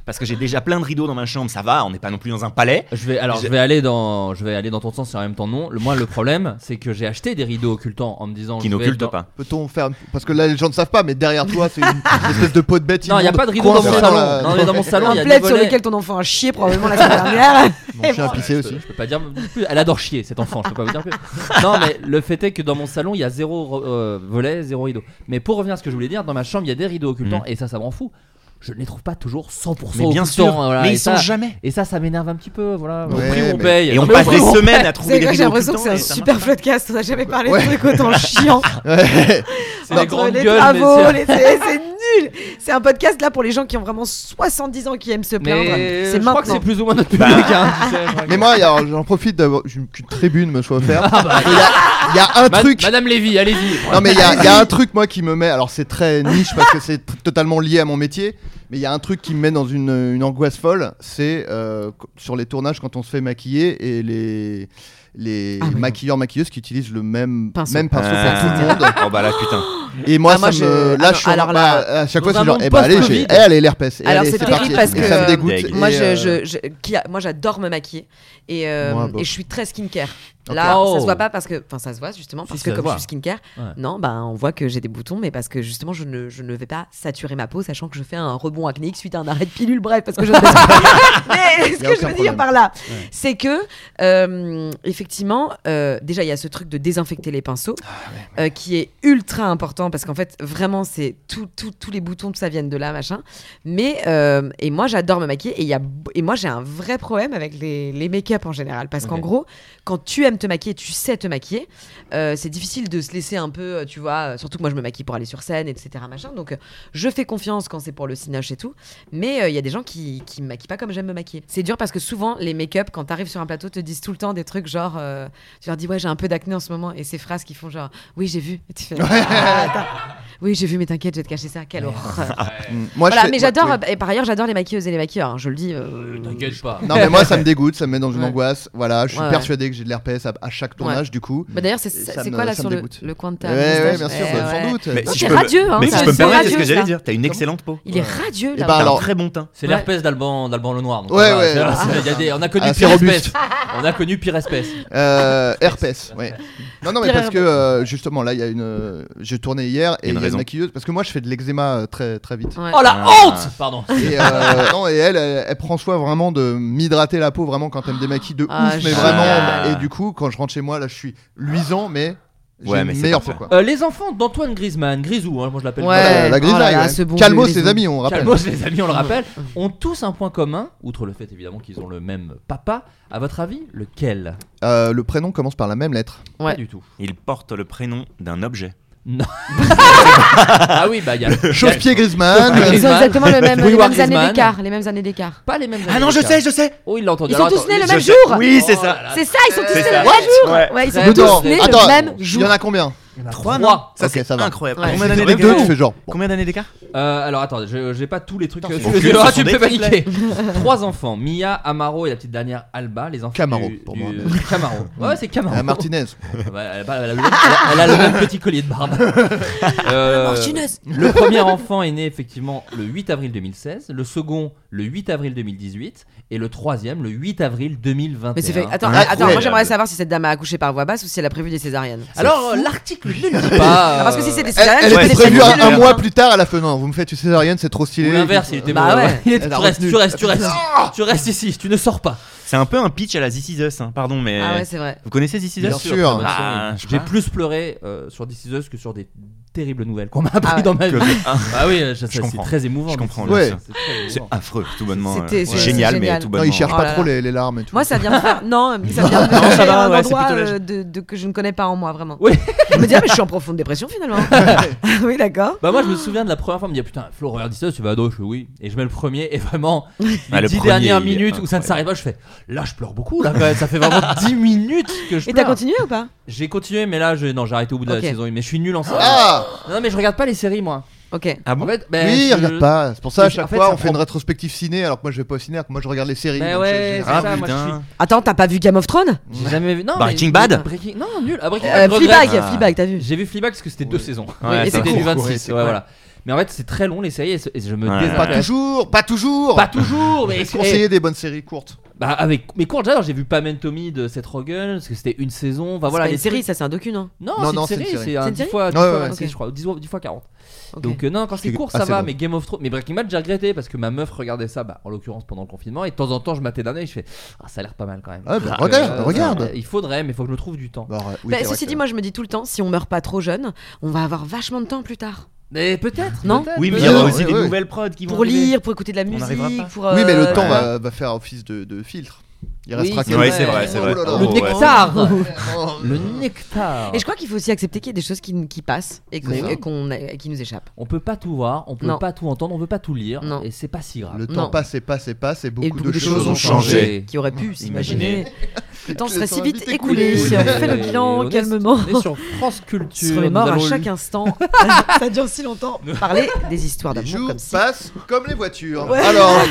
Speaker 2: parce que j'ai déjà plein de rideaux dans ma chambre. Ça va, on n'est pas non plus dans un palais.
Speaker 7: Je vais alors
Speaker 2: J'ai-
Speaker 7: je vais aller dans je vais aller dans ton sens et en même temps non. Le, moi le problème c'est que j'ai acheté des rideaux occultants en me disant
Speaker 2: Qui
Speaker 7: je vais être
Speaker 2: n'occulte
Speaker 7: dans-
Speaker 2: pas.
Speaker 4: Peut-on faire parce que là les gens ne savent pas, mais derrière toi c'est une espèce de pot de bête.
Speaker 7: Non, il y a
Speaker 4: immonde
Speaker 7: pas de rideau dans mon
Speaker 4: coincée
Speaker 7: salon.
Speaker 4: la-
Speaker 7: Non, mais dans mon salon, il y
Speaker 8: un
Speaker 7: a
Speaker 8: plaid
Speaker 7: des
Speaker 8: sur
Speaker 7: volets.
Speaker 8: lequel ton enfant a chié probablement la semaine dernière.
Speaker 4: Mon chien a pissé
Speaker 7: Je,
Speaker 4: aussi.
Speaker 7: je peux pas dire je peux- elle adore chier cet enfant, je peux pas vous dire plus. Non mais le fait est que dans mon salon, il y a zéro euh, volet, zéro rideau. Mais pour revenir à ce que je voulais dire, dans ma chambre, il y a des rideaux occultants et ça ça m'en fout. Je ne les trouve pas toujours 100%
Speaker 2: Mais bien
Speaker 7: occultants,
Speaker 2: sûr,
Speaker 7: voilà,
Speaker 2: mais
Speaker 7: et
Speaker 2: ils sont
Speaker 7: ça-
Speaker 2: jamais.
Speaker 7: Et ça, ça m'énerve un petit peu, voilà.
Speaker 4: Ouais,
Speaker 7: au prix où on
Speaker 4: mais-
Speaker 7: paye.
Speaker 2: Et
Speaker 7: Non,
Speaker 2: on
Speaker 7: mais au
Speaker 2: passe
Speaker 7: prix
Speaker 2: des
Speaker 7: où on-
Speaker 2: semaines à
Speaker 8: C'est
Speaker 2: trouver des
Speaker 8: vrai que j'ai
Speaker 2: rideaux
Speaker 8: l'impression que c'est
Speaker 2: occultants
Speaker 8: un
Speaker 2: et ça
Speaker 8: super
Speaker 2: marche
Speaker 8: podcast, on n'a jamais parlé
Speaker 4: Ouais.
Speaker 8: de truc autant chiant.
Speaker 4: Ouais.
Speaker 7: C'est des
Speaker 8: Entre
Speaker 7: grandes
Speaker 8: les
Speaker 7: gueules,
Speaker 8: travaux,
Speaker 7: mais
Speaker 8: les- c'est c'est nul. C'est un podcast là pour les gens qui ont vraiment 70 ans qui aiment se
Speaker 7: Mais
Speaker 8: plaindre.
Speaker 7: je
Speaker 8: C'est
Speaker 7: crois que c'est
Speaker 8: maintenant.
Speaker 7: plus ou moins notre public.
Speaker 2: Bah.
Speaker 7: hein, tu sais, moi,
Speaker 4: Mais moi, alors, j'en profite d'avoir j'ai une petite tribune me soit offerte.
Speaker 7: bah.
Speaker 4: Il y a- il y, a un
Speaker 7: Ma-
Speaker 4: truc.
Speaker 7: Madame Lévy, allez-y.
Speaker 4: Non mais il y, a- il y a un truc moi qui me met, alors c'est très niche parce que c'est t- totalement lié à mon métier, mais il y a un truc qui me met dans une, une angoisse folle, c'est euh, qu- sur les tournages quand on se fait maquiller et les, les
Speaker 8: Ah oui.
Speaker 4: maquilleurs maquilleuses qui utilisent le même
Speaker 8: Pinceau.
Speaker 4: même pinceau
Speaker 2: Ah.
Speaker 4: pour tout le monde.
Speaker 2: Oh bah là putain.
Speaker 4: Et moi,
Speaker 8: Ah, moi,
Speaker 4: ça
Speaker 8: je-
Speaker 4: me, là
Speaker 8: alors-
Speaker 4: je suis en-
Speaker 8: alors
Speaker 4: bah,
Speaker 8: là,
Speaker 4: à chaque fois
Speaker 7: dans
Speaker 4: c'est
Speaker 7: un
Speaker 4: genre,
Speaker 7: monde
Speaker 4: eh bah, allez,
Speaker 7: post-Covid.
Speaker 4: j'ai, eh, allez l'herpès. Eh,
Speaker 8: Alors,
Speaker 4: allez,
Speaker 8: c'est
Speaker 4: parti.
Speaker 8: terrible parce
Speaker 4: Et ça
Speaker 8: que-
Speaker 4: me dégoûte.
Speaker 2: Deg.
Speaker 4: Et,
Speaker 8: Moi, je,
Speaker 4: euh,
Speaker 8: je- je- qui a- moi, j'adore me maquiller et euh,
Speaker 4: Moi, bon.
Speaker 8: et je suis très skincare.
Speaker 4: Ok.
Speaker 8: Là,
Speaker 7: Oh.
Speaker 8: ça se voit pas parce que, enfin, ça se voit justement parce
Speaker 7: Si,
Speaker 8: que
Speaker 7: ça se
Speaker 8: comme je
Speaker 7: voit.
Speaker 8: suis skincare,
Speaker 7: Ouais.
Speaker 8: non, ben on voit que j'ai des boutons, mais parce que justement, je ne, je ne vais pas saturer ma peau, sachant que je fais un rebond acnéique suite à un arrêt de pilule, bref, parce que je. mais ce
Speaker 4: Y a
Speaker 8: que je
Speaker 4: aucun
Speaker 8: veux
Speaker 4: problème.
Speaker 8: dire par là, c'est que euh, effectivement, euh, déjà, il y a ce truc de désinfecter les pinceaux
Speaker 4: Ah,
Speaker 8: euh, qui est ultra important parce qu'en fait, vraiment, c'est tout, tout- tous les boutons, tout ça viennent de là, machin. Mais euh, et moi, j'adore me maquiller et il y a b- et moi, j'ai un vrai problème avec les, les make-up en général parce qu'en
Speaker 7: Ok.
Speaker 8: gros, quand tu aimes te maquiller, tu sais te maquiller. euh, c'est difficile de se laisser un peu, euh, tu vois. euh, Surtout que moi, je me maquille pour aller sur scène, etc. Machin. Donc, euh, je fais confiance quand c'est pour le cinoche et tout. Mais il y a des gens qui qui me maquillent pas comme j'aime me maquiller. C'est dur parce que souvent les make-up quand t'arrives sur un plateau te disent tout le temps des trucs genre euh, tu leur dis ouais j'ai un peu d'acné en ce moment et ces phrases qui font genre oui j'ai vu et tu fais Ah, attends. oui j'ai vu mais t'inquiète je vais te cacher ça quelle horreur.
Speaker 4: mm. Moi, je
Speaker 8: Voilà
Speaker 4: fais-
Speaker 8: mais j'adore
Speaker 4: ouais.
Speaker 8: et par ailleurs j'adore les maquilleuses et les maquilleurs hein, je le dis.
Speaker 4: Mm.
Speaker 8: euh,
Speaker 7: Oh, T'inquiète pas.
Speaker 4: Non mais moi ça me dégoûte, ça me met dans une
Speaker 8: Ouais.
Speaker 4: angoisse. Voilà, je suis
Speaker 8: Ouais, ouais.
Speaker 4: persuadé que j'ai de l'herpès à, à chaque tournage du coup.
Speaker 8: Bah, d'ailleurs c'est
Speaker 4: Ça
Speaker 8: c'est
Speaker 4: me-
Speaker 8: quoi là
Speaker 4: ça me
Speaker 8: sur le,
Speaker 4: dégoûte.
Speaker 8: le coin de ta
Speaker 4: Ouais, ouais,
Speaker 8: moustache
Speaker 4: bien sûr,
Speaker 8: Eh,
Speaker 4: bah,
Speaker 8: ouais.
Speaker 4: sans doute.
Speaker 2: Mais
Speaker 8: Non,
Speaker 2: si
Speaker 8: t'es
Speaker 2: je peux me-
Speaker 8: radieux, hein,
Speaker 2: mais si
Speaker 8: ça,
Speaker 2: je peux me
Speaker 8: c'est
Speaker 2: permettre, c'est ce que
Speaker 8: radieux,
Speaker 2: j'allais
Speaker 8: ça.
Speaker 2: dire. T'as une excellente peau.
Speaker 8: Il est radieux là.
Speaker 4: bah,
Speaker 2: T'as un
Speaker 4: alors-
Speaker 2: très bon teint.
Speaker 7: C'est
Speaker 8: Ouais.
Speaker 7: l'herpès d'Alban, d'Alban le Noir. donc
Speaker 4: Ouais,
Speaker 7: voilà,
Speaker 4: ouais.
Speaker 7: c'est-
Speaker 4: Ah.
Speaker 7: c'est- il y a des- on a connu
Speaker 4: Ah, c'est
Speaker 7: pire
Speaker 4: robuste.
Speaker 7: espèce. On a connu pire espèce.
Speaker 4: Euh, herpès, ouais. Non, non, mais
Speaker 8: Pire
Speaker 4: parce que euh, justement, là, il y a une. euh, J'ai tourné hier
Speaker 2: Y a
Speaker 4: et
Speaker 2: une
Speaker 4: il y a une
Speaker 2: raison.
Speaker 4: maquilleuse. Parce que moi, je fais de l'eczéma euh, très, très vite.
Speaker 8: Ouais.
Speaker 7: Oh la
Speaker 2: Ah.
Speaker 7: honte Pardon.
Speaker 4: Et, euh, non, et elle, elle, elle prend soin vraiment de m'hydrater la peau vraiment quand elle me démaquille de
Speaker 8: Ah,
Speaker 4: ouf, mais
Speaker 8: génial.
Speaker 4: vraiment. Et du coup, quand je rentre chez moi, là, je suis luisant, mais j'ai
Speaker 2: Ouais, mais
Speaker 4: une
Speaker 2: c'est
Speaker 4: meilleure peau,
Speaker 2: parfait.
Speaker 4: quoi.
Speaker 7: Euh, les enfants d'Antoine Griezmann, Grisou, hein, moi je l'appelle.
Speaker 8: Ouais.
Speaker 4: Euh, la grisaille,
Speaker 8: oh là là,
Speaker 4: ouais.
Speaker 8: ce bon
Speaker 4: Calmos,
Speaker 8: vieux
Speaker 4: les
Speaker 8: Grisou.
Speaker 4: amis, on rappelle.
Speaker 7: Calmos, les amis, on le rappelle, ont tous un point commun, outre le fait évidemment qu'ils ont le même papa. À votre avis, lequel
Speaker 4: Euh, le prénom commence par la même lettre.
Speaker 8: Ouais.
Speaker 7: Pas du tout.
Speaker 2: Il porte le prénom d'un objet.
Speaker 7: Ah oui, bah il y a. il y a-
Speaker 4: Chausse-pied Griezmann.
Speaker 7: Griezmann.
Speaker 8: Ils ont exactement le même, les
Speaker 7: Edouard
Speaker 8: mêmes années
Speaker 7: Griezmann.
Speaker 8: d'écart, les mêmes années d'écart.
Speaker 7: Pas les mêmes.
Speaker 2: Ah non, je sais, je sais.
Speaker 7: Oh, il l'a entendu.
Speaker 8: Ils sont
Speaker 7: Alors,
Speaker 8: tous nés le
Speaker 7: attends,
Speaker 8: même
Speaker 7: je-
Speaker 8: jour.
Speaker 2: Oui, c'est
Speaker 7: Oh
Speaker 2: ça.
Speaker 7: là là.
Speaker 8: C'est ça, ils sont tous
Speaker 2: C'est
Speaker 8: nés
Speaker 2: ça.
Speaker 8: le même jour.
Speaker 2: Ouais.
Speaker 8: Ouais, ils sont
Speaker 7: Très
Speaker 8: tous
Speaker 7: bon.
Speaker 8: nés
Speaker 4: Attends,
Speaker 8: le même
Speaker 4: il y
Speaker 8: jour.
Speaker 4: en a combien
Speaker 2: Trois, non
Speaker 7: Trois.
Speaker 2: Ça
Speaker 4: Ok,
Speaker 2: c'est
Speaker 4: ça va.
Speaker 2: incroyable.
Speaker 8: Ouais.
Speaker 2: Combien d'années
Speaker 4: Les deux, tu
Speaker 2: d'écart
Speaker 4: fais genre.
Speaker 2: Combien d'années d'écart
Speaker 7: Euh, alors attends, je- j'ai pas tous les trucs.
Speaker 2: c'est fou.
Speaker 7: Ah,
Speaker 2: Ce
Speaker 7: tu
Speaker 2: sont
Speaker 7: me
Speaker 2: des
Speaker 7: fais paniquer.
Speaker 2: triplets.
Speaker 7: Trois enfants, Mia, Amaro et la petite dernière Alba, les enfants.
Speaker 4: Camaro,
Speaker 7: du-
Speaker 4: pour
Speaker 7: du-
Speaker 4: moi.
Speaker 7: Camaro. Ouais, c'est Camaro.
Speaker 2: Euh,
Speaker 4: Ah, Martinez.
Speaker 7: Bah, elle, a pas- elle a le même, elle a le même petit collier de barbe. Euh, le premier enfant est né effectivement le 8 avril 2016, le second le 8 avril 2018 et le troisième le 8 avril 2021.
Speaker 8: Mais c'est fait. Attends,
Speaker 2: Incroyable.
Speaker 8: attends, moi j'aimerais savoir si cette dame a accouché par voie basse ou si elle a prévu des césariennes.
Speaker 7: Alors euh, l'article ne le dit pas.
Speaker 8: Ah, parce que si
Speaker 7: euh,
Speaker 8: c'est des
Speaker 4: Elle,
Speaker 8: césariennes,
Speaker 4: elle
Speaker 8: je
Speaker 2: Ouais,
Speaker 4: était
Speaker 2: c'est
Speaker 8: connais
Speaker 4: prévue
Speaker 8: pas
Speaker 4: un,
Speaker 8: du tout
Speaker 4: un
Speaker 8: le
Speaker 4: mois
Speaker 8: lendemain.
Speaker 4: plus tard. Elle a fait non, vous me faites une césarienne, c'est trop stylé.
Speaker 7: Ou l'inverse, il était
Speaker 8: Bah
Speaker 7: bon.
Speaker 8: ouais.
Speaker 7: Il est-
Speaker 4: Elle
Speaker 7: tu,
Speaker 4: a
Speaker 7: restes,
Speaker 4: retenu.
Speaker 7: tu restes, tu restes, tu restes ici, tu ne sors pas.
Speaker 2: C'est un peu un pitch à la This Is Us, hein, pardon, mais.
Speaker 8: Ah ouais, c'est vrai.
Speaker 2: Vous connaissez This Is
Speaker 4: Bien
Speaker 2: Us
Speaker 4: sûr. sûr.
Speaker 7: très bonne
Speaker 2: Ah,
Speaker 7: série.
Speaker 2: je sais
Speaker 7: J'ai
Speaker 2: pas.
Speaker 7: plus pleuré euh, sur This Is Us que sur des terribles nouvelles qu'on m'a appris
Speaker 8: Ah ouais.
Speaker 7: dans ma vie.
Speaker 2: Que- Ah,
Speaker 7: Ah oui, euh, je- c'est
Speaker 2: comprends.
Speaker 7: très émouvant.
Speaker 2: Je
Speaker 7: This
Speaker 2: comprends,
Speaker 7: Is Us,
Speaker 4: bien
Speaker 7: c'est
Speaker 4: sûr.
Speaker 7: très
Speaker 2: C'est
Speaker 7: émouvant.
Speaker 2: affreux, tout bonnement. euh,
Speaker 8: C'était-
Speaker 2: C'est
Speaker 8: ouais.
Speaker 2: génial,
Speaker 8: c'est
Speaker 2: mais
Speaker 8: génial.
Speaker 2: tout
Speaker 4: Non,
Speaker 2: bonnement. Ah,
Speaker 4: il cherche
Speaker 8: Oh
Speaker 4: pas
Speaker 8: là
Speaker 4: trop
Speaker 8: là.
Speaker 4: les, les larmes et tout.
Speaker 8: Moi, ça vient de faire. Non, mais ça vient de
Speaker 2: Non, ça
Speaker 8: faire
Speaker 2: va,
Speaker 8: un
Speaker 2: ouais, c'est
Speaker 8: endroit
Speaker 2: plutôt léger.
Speaker 8: euh, de, de- que je ne connais pas en moi vraiment.
Speaker 7: Oui.
Speaker 8: je me dis, ah, mais je suis en profonde dépression finalement.
Speaker 4: Ah
Speaker 8: oui, d'accord.
Speaker 7: Bah moi je me souviens de la première fois, on me dit Ah, putain Flo regarde ça, tu vas à dos, je fais oui. Et je mets le premier et vraiment les
Speaker 2: Ah, le
Speaker 7: dix
Speaker 2: premier,
Speaker 7: dernières
Speaker 2: il est
Speaker 7: minutes où ça ne
Speaker 2: incroyable.
Speaker 7: s'arrête pas, je fais là je pleure beaucoup là quand même, ça fait vraiment 10 minutes que je
Speaker 8: Et t'as
Speaker 7: pleure.
Speaker 8: continué ou pas
Speaker 7: J'ai continué mais là je... non j'ai arrêté au bout de
Speaker 8: Ok.
Speaker 7: la saison une, mais je suis nul en ça.
Speaker 4: Ah
Speaker 7: Non mais je regarde pas les séries moi.
Speaker 8: Ok.
Speaker 2: Ah bon
Speaker 7: en fait, ben,
Speaker 4: Oui,
Speaker 7: je-
Speaker 4: regarde pas. C'est pour ça, à
Speaker 7: Mais
Speaker 4: chaque
Speaker 7: en fait,
Speaker 4: fois,
Speaker 7: ça
Speaker 4: on fait une
Speaker 7: prend-
Speaker 4: rétrospective ciné, alors que moi, je vais pas au ciné, alors que moi, je regarde les séries.
Speaker 7: Mais
Speaker 4: donc c'est-
Speaker 7: ouais,
Speaker 4: c'est-
Speaker 7: c'est
Speaker 2: Ah
Speaker 7: ça, moi, je
Speaker 2: putain.
Speaker 8: Attends, t'as pas vu Game of Thrones
Speaker 7: suis- J'ai jamais vu. Non, mais-
Speaker 2: Breaking Bad
Speaker 7: Breaking- Non, nul. Ah, Breaking
Speaker 8: euh,
Speaker 7: Bad, je regrette.
Speaker 8: Fleabag,
Speaker 2: Ah.
Speaker 8: Fleabag, t'as vu
Speaker 7: J'ai vu Fleabag parce que c'était deux saisons.
Speaker 2: Ouais,
Speaker 7: et
Speaker 2: ça
Speaker 7: c'était
Speaker 2: va.
Speaker 7: du
Speaker 4: court,
Speaker 7: 26.
Speaker 4: ouais,
Speaker 7: ouais,
Speaker 4: c'est
Speaker 7: voilà. Mais en fait, c'est très long les séries et, ce- et je me
Speaker 2: Ouais.
Speaker 7: désintéresse.
Speaker 4: Pas toujours, pas toujours.
Speaker 7: Pas toujours, mais
Speaker 4: Conseiller des bonnes séries courtes.
Speaker 7: Bah avec mais court j'adore, j'ai vu Pamentomy de Seth Rogen parce que c'était une saison, enfin voilà
Speaker 8: c'est pas
Speaker 7: les
Speaker 8: une série,
Speaker 7: trucs-
Speaker 8: ça c'est un docu, non
Speaker 7: Non,
Speaker 4: Non, non,
Speaker 7: c'est une série, c'est
Speaker 8: C'est
Speaker 7: un
Speaker 8: une
Speaker 7: 10
Speaker 8: série
Speaker 7: fois, 10
Speaker 4: Ouais,
Speaker 7: fois
Speaker 4: ouais,
Speaker 7: 26,
Speaker 8: ouais.
Speaker 7: je crois, ou 10 fois- 10 fois 40.
Speaker 8: Ok.
Speaker 7: Donc euh, non, quand c'est
Speaker 4: Parce que-
Speaker 7: court,
Speaker 4: ah,
Speaker 7: ça
Speaker 4: c'est
Speaker 7: va,
Speaker 4: long.
Speaker 7: mais Game of Thrones, mais Breaking Bad, j'ai regretté parce que ma meuf regardait ça, bah, en l'occurrence pendant le confinement, et de temps en temps, je matais d'un œil, je fais, ah, ça a l'air pas mal quand même.
Speaker 4: Ah, bah,
Speaker 7: Donc,
Speaker 4: regarde,
Speaker 7: euh,
Speaker 4: regarde.
Speaker 7: euh, Il faudrait, mais il faut que je me trouve du temps.
Speaker 4: Bah, ouais, oui,
Speaker 8: Bah,
Speaker 4: c'est vrai
Speaker 8: ceci
Speaker 4: que-
Speaker 8: dit, moi je me dis tout le temps, si on meurt pas trop jeune, on va avoir vachement de temps plus tard.
Speaker 7: Mais peut-être.
Speaker 8: Non.
Speaker 7: peut-être,
Speaker 2: Oui, mais il y
Speaker 7: peut-être.
Speaker 2: aura
Speaker 4: non,
Speaker 2: aussi
Speaker 4: oui,
Speaker 2: des
Speaker 4: oui.
Speaker 2: nouvelles prods qui vont.
Speaker 8: Pour
Speaker 2: arriver.
Speaker 8: lire, pour écouter de la
Speaker 2: On n'arrivera
Speaker 8: musique,
Speaker 2: pas.
Speaker 8: pour.
Speaker 4: Oui, mais le
Speaker 8: euh,
Speaker 4: temps
Speaker 8: voilà.
Speaker 4: va, va faire office de, de filtre. Il
Speaker 7: Oui,
Speaker 4: restera
Speaker 7: c'est
Speaker 4: que-
Speaker 7: vrai, c'est vrai,
Speaker 2: c'est vrai.
Speaker 4: Oh là là.
Speaker 7: Le
Speaker 2: Oh, ouais.
Speaker 7: nectar.
Speaker 4: Oh,
Speaker 7: Le nectar.
Speaker 8: Et je crois qu'il faut aussi accepter qu'il y a des choses qui, qui passent et qu'on-
Speaker 4: C'est ça.
Speaker 8: et qu'on- et qui nous échappent.
Speaker 7: On peut pas tout voir, on peut
Speaker 8: Non.
Speaker 7: pas tout entendre, on peut pas tout lire,
Speaker 8: Non.
Speaker 7: et c'est pas si grave.
Speaker 4: Oh, Le temps
Speaker 8: Non.
Speaker 4: passe et passe et passe et beaucoup,
Speaker 8: et
Speaker 4: de, choses ont
Speaker 2: changé.
Speaker 4: changé.
Speaker 8: Qui auraient pu s'imaginer. Le temps
Speaker 4: Elles
Speaker 8: serait
Speaker 4: sont
Speaker 8: si vite
Speaker 4: vite
Speaker 8: écoulé.
Speaker 4: écoulées.
Speaker 8: On fait le
Speaker 7: Et
Speaker 8: bilan
Speaker 7: on est-
Speaker 8: calmement.
Speaker 7: On est sur France Culture.
Speaker 8: On se remémore
Speaker 7: nous
Speaker 8: à
Speaker 7: avons
Speaker 8: chaque
Speaker 7: eu-
Speaker 8: instant. ça dure si longtemps. Parler des histoires
Speaker 4: Les
Speaker 8: d'amour
Speaker 4: jours
Speaker 8: comme ça.
Speaker 4: passent comme les voitures. Alors,